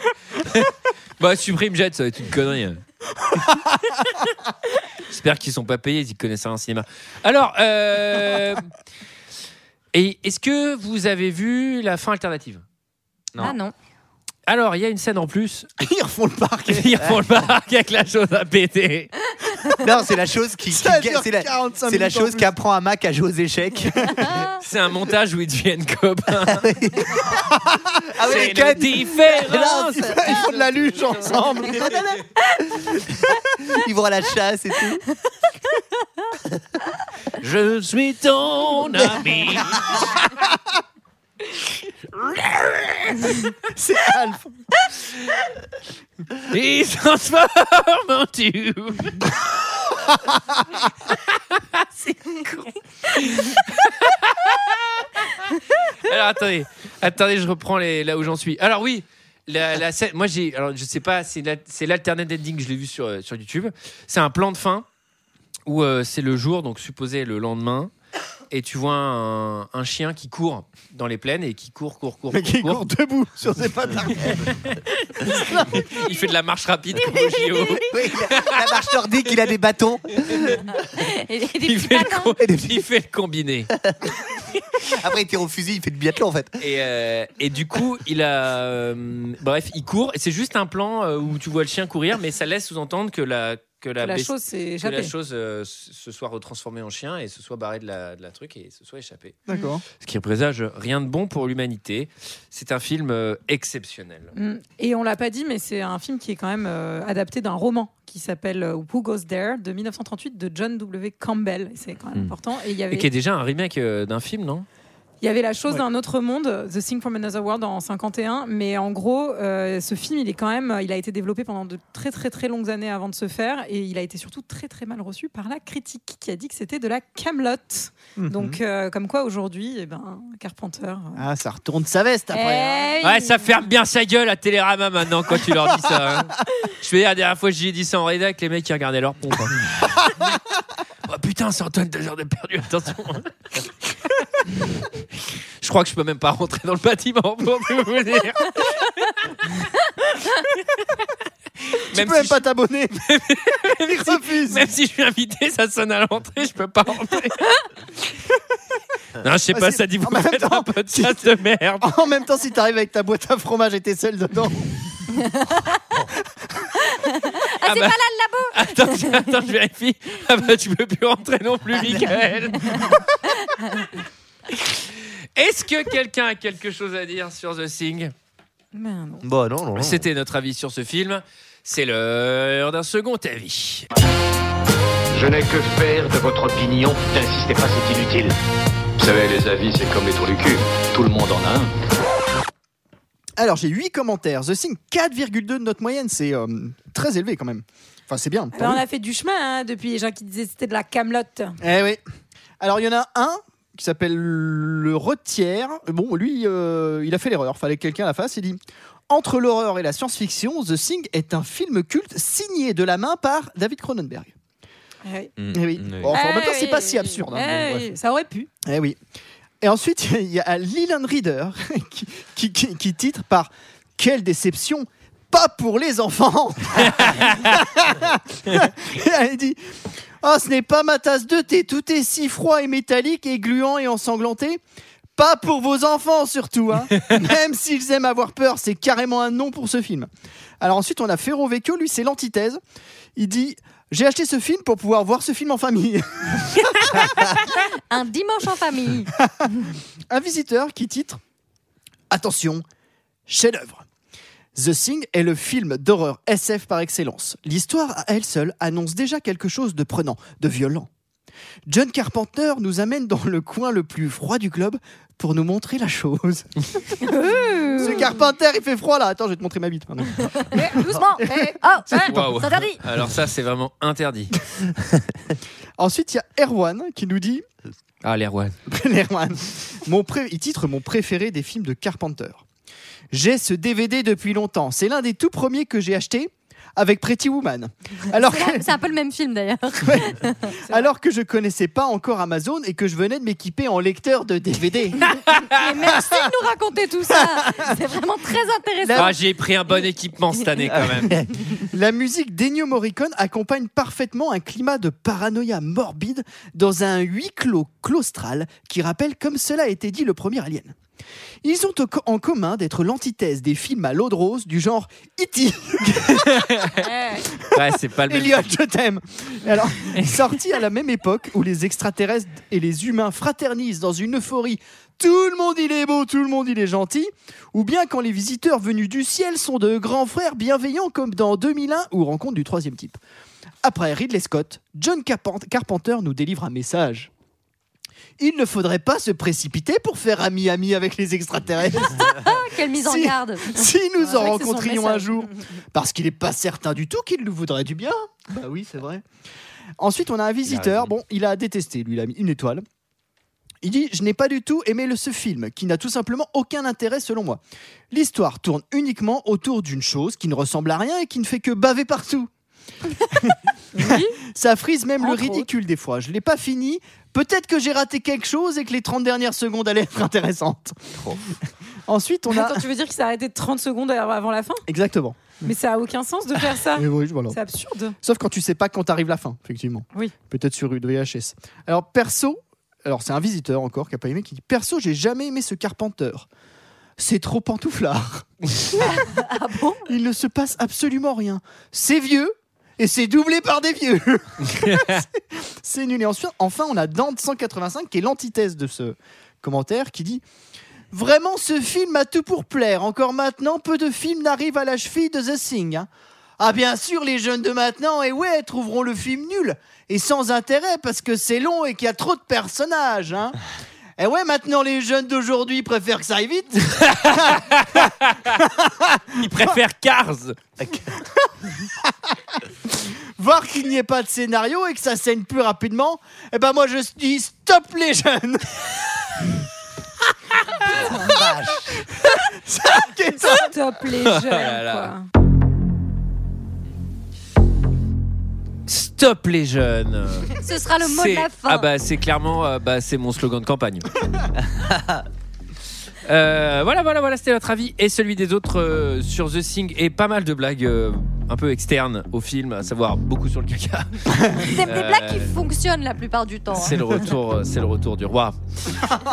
Speaker 1: Bah, Supreme Jet, ça va être une connerie. hein. J'espère qu'ils sont pas payés, ils connaissent un cinéma. Alors, euh, et est-ce que vous avez vu la fin alternative
Speaker 6: Ah non.
Speaker 1: Alors, il y a une scène en plus.
Speaker 7: Ils refont le parc.
Speaker 1: Ils refont le parc avec la chose à péter.
Speaker 11: Non, c'est la chose qui, qui-
Speaker 7: Ça dure
Speaker 11: c'est la,
Speaker 7: 45
Speaker 11: c'est la
Speaker 7: minutes en
Speaker 11: chose
Speaker 7: plus.
Speaker 11: qui apprend à Mac à jouer aux échecs.
Speaker 1: C'est un montage où ils deviennent copains.
Speaker 11: Ah
Speaker 1: C'est
Speaker 11: oui,
Speaker 1: une
Speaker 11: Ken.
Speaker 1: différence.
Speaker 7: Ils font de la luge ensemble.
Speaker 11: Ils vont à la chasse et tout.
Speaker 1: Je suis ton ami.
Speaker 7: C'est Alf.
Speaker 1: Il se transforme en tube. Alors attendez, attendez, je reprends les, là où j'en suis. Alors oui, la, la scène- moi j'ai, alors je sais pas, c'est la- c'est l'alternate ending, je l'ai vu sur, euh, sur YouTube. C'est un plan de fin où euh, c'est le jour, donc supposé le lendemain, et tu vois un, un chien qui court dans les plaines et qui court, court, court,
Speaker 7: Mais
Speaker 1: court,
Speaker 7: qui court debout sur ses pattes arrière.
Speaker 1: Il fait de la marche rapide comme au JO.
Speaker 11: Oui, la, la marche nordique, il a des bâtons.
Speaker 6: Et des
Speaker 1: Il
Speaker 6: petits
Speaker 1: fait, le
Speaker 6: patins.
Speaker 1: com- il fait le combiné.
Speaker 11: Après, il tire au fusil, il fait du biathlon en fait.
Speaker 1: Et, euh, et du coup, il a. euh, bref, il court. Et c'est juste un plan euh, où tu vois le chien courir, mais ça laisse sous-entendre que la. Que la,
Speaker 8: la
Speaker 1: besti-
Speaker 8: chose s'est
Speaker 1: que
Speaker 8: échappée.
Speaker 1: la chose, euh, s- se soit retransformée en chien et se soit barrée de la, de la truc et se soit échappée.
Speaker 7: D'accord.
Speaker 1: Ce qui présage rien de bon pour l'humanité. C'est un film euh, exceptionnel.
Speaker 8: Mm. Et on l'a pas dit, mais c'est un film qui est quand même euh, adapté d'un roman qui s'appelle euh, Who Goes There de 1938 de John W. Campbell. C'est quand même
Speaker 1: Mm.
Speaker 8: important. Et il y
Speaker 1: Et
Speaker 8: avait,
Speaker 1: qui est déjà un remake euh, d'un film, non
Speaker 8: il y avait la chose
Speaker 7: Ouais.
Speaker 8: d'un autre monde, The Thing from Another World en 51. Mais en gros, euh, ce film, il est quand même, il a été développé pendant de très très très longues années avant de se faire, et il a été surtout très très mal reçu par la critique qui a dit que c'était de la camelote. Donc, euh, comme quoi aujourd'hui, eh ben, Carpenter. euh,
Speaker 7: Mhm. Ah, ça retourne sa veste
Speaker 11: hein.
Speaker 7: après.
Speaker 6: Eh oui.
Speaker 1: Ouais, ça ferme bien sa gueule à Télérama maintenant quand tu leur dis ça. hein. Je fais la dernière fois, j'ai dit ça en rédac, les mecs qui regardaient leur pompe. hein. oh putain, c'est Antoine, deux heures de perdu, attention. hein. je crois que je peux même pas rentrer dans le bâtiment pour tout vous dire.
Speaker 7: tu
Speaker 1: même,
Speaker 7: peux
Speaker 1: si
Speaker 7: même pas t'abonner. Il
Speaker 1: je,
Speaker 7: refuse.
Speaker 1: même si je suis invité, ça sonne à l'entrée, je peux pas rentrer. non, je sais
Speaker 7: Ah,
Speaker 1: pas,
Speaker 7: si.
Speaker 1: ça dit vous
Speaker 7: En même
Speaker 1: faites un
Speaker 7: temps,
Speaker 1: podcast de merde.
Speaker 7: En même temps, si t'arrives avec ta boîte à fromage et tes sels dedans,
Speaker 6: Ah, c'est
Speaker 1: bah.
Speaker 6: pas là le labo
Speaker 1: Attends, je- attends, je vérifie. Ah bah, tu peux plus rentrer non
Speaker 6: Ah,
Speaker 1: plus,
Speaker 6: bah.
Speaker 1: Michael. Est-ce que quelqu'un a quelque chose à dire sur The Thing
Speaker 8: mais non.
Speaker 11: Bon, Bah, non, non. non.
Speaker 1: C'était notre avis sur ce film. C'est l'heure d'un second avis.
Speaker 9: Je n'ai que faire de votre opinion. N'insistez pas, c'est inutile. Vous savez, les avis, c'est comme les trous du cul. Tout le monde en a un.
Speaker 7: Alors j'ai 8 commentaires. The Thing 4,2 de notre moyenne, c'est euh, très élevé quand même. Enfin c'est bien.
Speaker 8: Ah ben, on a fait du chemin hein, depuis les gens qui disaient que c'était de la camelote.
Speaker 7: Eh oui. Alors il y en a un qui s'appelle le Retière. Bon lui euh, il a fait l'erreur, fallait que quelqu'un la fasse. Il dit entre l'horreur et la science-fiction, The Thing est un film culte signé de la main par David Cronenberg. Eh oui. Bon, enfin, en
Speaker 8: Ah
Speaker 7: même temps c'est pas si
Speaker 8: Eh
Speaker 7: absurde. hein, mais bref.
Speaker 8: Ça aurait pu.
Speaker 7: Eh oui. Et ensuite, il y a Leland Reader qui, qui, qui- qui titre par Quelle déception Pas pour les enfants Elle dit Ah, ce n'est pas ma tasse de thé, tout est si froid et métallique et gluant et ensanglanté. Pas pour vos enfants surtout, hein. même s'ils aiment avoir peur, c'est carrément un non pour ce film. Alors ensuite, on a Ferro Vecchio, lui c'est l'antithèse. Il dit J'ai acheté ce film pour pouvoir voir ce film en famille.
Speaker 6: Un dimanche en famille.
Speaker 7: un visiteur qui titre Attention, chef-d'œuvre. The Thing est le film d'horreur SF par excellence. L'histoire à elle seule annonce déjà quelque chose de prenant, de violent. John Carpenter nous amène dans le coin le plus froid du globe pour nous montrer la chose. Ce Carpenter, il fait froid là. Attends, je vais te montrer ma bite. pardon.
Speaker 6: Eh, doucement. Eh, oh, eh,
Speaker 1: Waouh.
Speaker 6: c'est interdit.
Speaker 1: Alors ça, c'est vraiment interdit.
Speaker 7: Ensuite, il y a Erwan qui nous dit
Speaker 1: Ah, les rois.
Speaker 7: Erwan, mon pré- il titre mon préféré des films de Carpenter. J'ai ce DVD depuis longtemps. C'est l'un des tout premiers que j'ai acheté. avec Pretty Woman. Alors que,
Speaker 6: C'est un peu le même film d'ailleurs.
Speaker 7: alors que je connaissais pas encore Amazon et que je venais de m'équiper en lecteur de DVD.
Speaker 6: Et merci de nous raconter tout ça. C'est vraiment très intéressant.
Speaker 1: Ah, j'ai pris un bon équipement cette année quand même.
Speaker 7: La musique d'Ennio Morricone accompagne parfaitement un climat de paranoïa morbide dans un huis clos claustral qui rappelle, comme cela a été dit, le premier Alien. Ils ont au- en commun d'être l'antithèse des films à l'eau de rose du genre E E.T.
Speaker 1: Ouais, c'est pas le même.
Speaker 7: Elliot, je t'aime. Alors, sorti à la même époque où les extraterrestres et les humains fraternisent dans une euphorie. Tout le monde il est beau, tout le monde il est gentil. Ou bien quand les visiteurs venus du ciel sont de grands frères bienveillants comme dans 2001 ou Rencontre du troisième type. Après Ridley Scott, John Carpent- Carpenter nous délivre un message. Il ne faudrait pas se précipiter pour faire ami-ami avec les extraterrestres.
Speaker 6: Ah, Quelle mise en
Speaker 7: Si-
Speaker 6: garde.
Speaker 7: Si nous
Speaker 6: C'est
Speaker 7: en
Speaker 6: vrai que c'est son
Speaker 7: rencontrions un
Speaker 6: message.
Speaker 7: jour, parce qu'il n'est pas certain du tout qu'il nous voudrait du bien. Bah oui, c'est vrai. Ensuite, on a un visiteur. Bon, il a détesté, lui, il a mis une étoile. Il dit Je n'ai pas du tout aimé le, ce film, qui n'a tout simplement aucun intérêt selon moi. L'histoire tourne uniquement autour d'une chose qui ne ressemble à rien et qui ne fait que baver partout. Ça frise même le ridicule des fois. Je l'ai pas fini. Peut-être que j'ai raté quelque chose et que les 30 dernières secondes allaient être intéressantes. Ensuite, on a.
Speaker 8: Attends, tu veux dire qu'il s'est arrêté 30 secondes avant la fin
Speaker 7: Exactement.
Speaker 8: Mais ça a aucun sens de faire ça.
Speaker 7: Et oui, voilà.
Speaker 8: C'est absurde.
Speaker 7: Sauf quand tu sais pas quand t'arrives la fin, effectivement.
Speaker 8: Oui.
Speaker 7: Peut-être sur une VHS. Alors, perso, alors c'est un visiteur encore qui a pas aimé, qui dit Perso, j'ai jamais aimé ce Carpenteur. C'est trop pantouflard.
Speaker 8: Ah
Speaker 7: Il ne se passe absolument rien. C'est vieux et c'est doublé par des vieux. C'est- c'est nul. Et ensuite, enfin, on a Dante 185 qui est l'antithèse de ce commentaire qui dit Vraiment, ce film a tout pour plaire. Encore maintenant, peu de films n'arrivent à la cheville de The Thing. hein. Ah bien sûr, les jeunes de maintenant, et ouais, trouveront le film nul et sans intérêt parce que c'est long et qu'il y a trop de personnages. Hein. Et ouais, maintenant, les jeunes d'aujourd'hui préfèrent que ça aille vite.
Speaker 1: Il préfère Cars.
Speaker 7: Voir qu'il n'y ait pas de scénario et que ça saigne plus rapidement, eh ben moi je dis stop les jeunes
Speaker 8: Stop les jeunes.
Speaker 1: Oh là là.
Speaker 8: quoi.
Speaker 1: Stop les jeunes.
Speaker 6: Ce sera le mot de
Speaker 1: C'est-
Speaker 6: la fin.
Speaker 1: Ah bah c'est clairement euh, bah, c'est mon slogan de campagne. Euh, voilà, voilà, voilà, c'était notre avis et celui des autres euh, sur The Thing et pas mal de blagues euh, un peu externes au film, à savoir beaucoup sur le caca.
Speaker 6: C'est des
Speaker 1: Euh,
Speaker 6: blagues qui fonctionnent la plupart du temps. hein.
Speaker 1: C'est le retour, euh, c'est le retour du roi,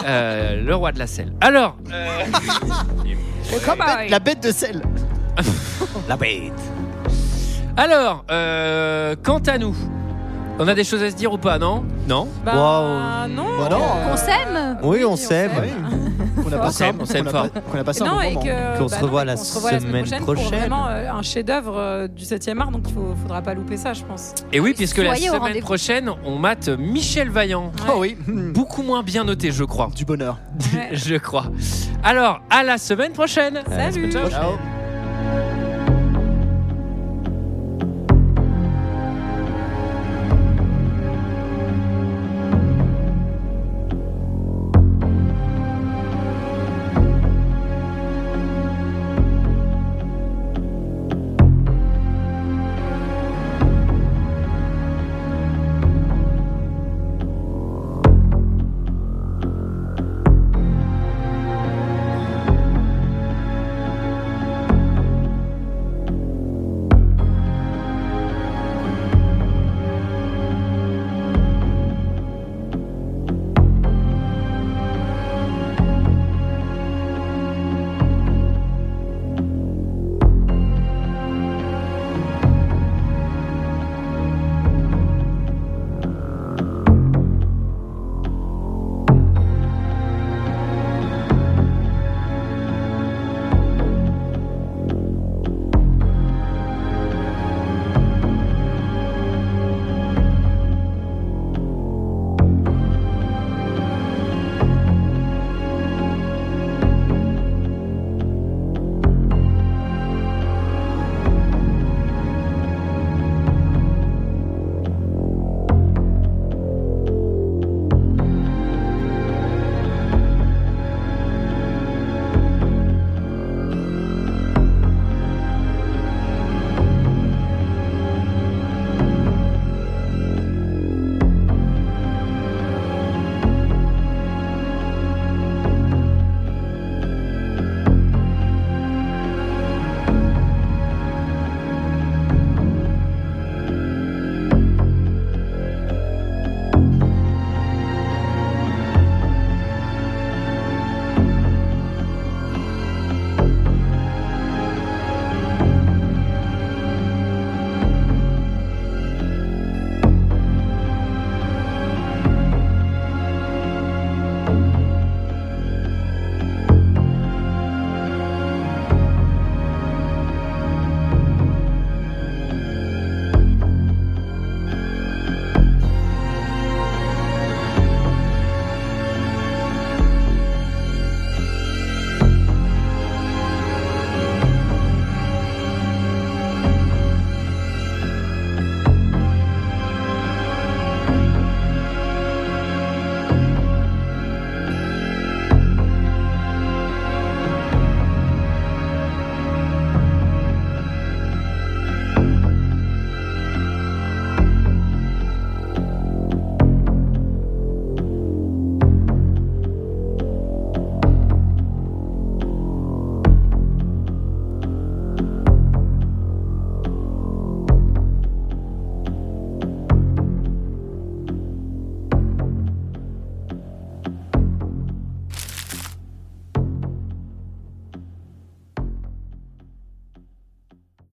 Speaker 1: Euh, le roi de la selle. Alors, euh,
Speaker 8: Bah,
Speaker 7: La bête de sel
Speaker 11: La bête.
Speaker 1: alors, euh, quant à nous, on a des choses à se dire ou pas Non, non.
Speaker 8: Bah non.
Speaker 7: Bah non.
Speaker 6: On s'aime
Speaker 11: Oui, on s'aime.
Speaker 7: Qu'on a
Speaker 1: On
Speaker 7: passé un-
Speaker 1: s'aime, on s'aime
Speaker 7: qu'on a
Speaker 1: fort.
Speaker 7: pas- qu'on a passé un
Speaker 8: Non,
Speaker 7: bon
Speaker 8: et
Speaker 7: moment.
Speaker 8: que-
Speaker 11: Qu'on se
Speaker 8: bah
Speaker 11: revoit
Speaker 8: mais
Speaker 11: la
Speaker 8: qu'on se revoit
Speaker 11: semaine
Speaker 8: pour
Speaker 11: prochaine.
Speaker 8: vraiment euh, un chef-d'œuvre euh, du 7e art, donc il faut, faudra pas louper ça, je pense.
Speaker 1: Et oui, puisque la
Speaker 6: Soyez au
Speaker 1: semaine
Speaker 6: rendez-vous.
Speaker 1: prochaine, on mate Michel Vaillant.
Speaker 7: Oh oui, hmm,
Speaker 1: Beaucoup moins bien noté, je crois.
Speaker 7: du bonheur.
Speaker 8: Ouais.
Speaker 1: Je crois. Alors, à la semaine prochaine.
Speaker 8: Salut.
Speaker 1: Ciao.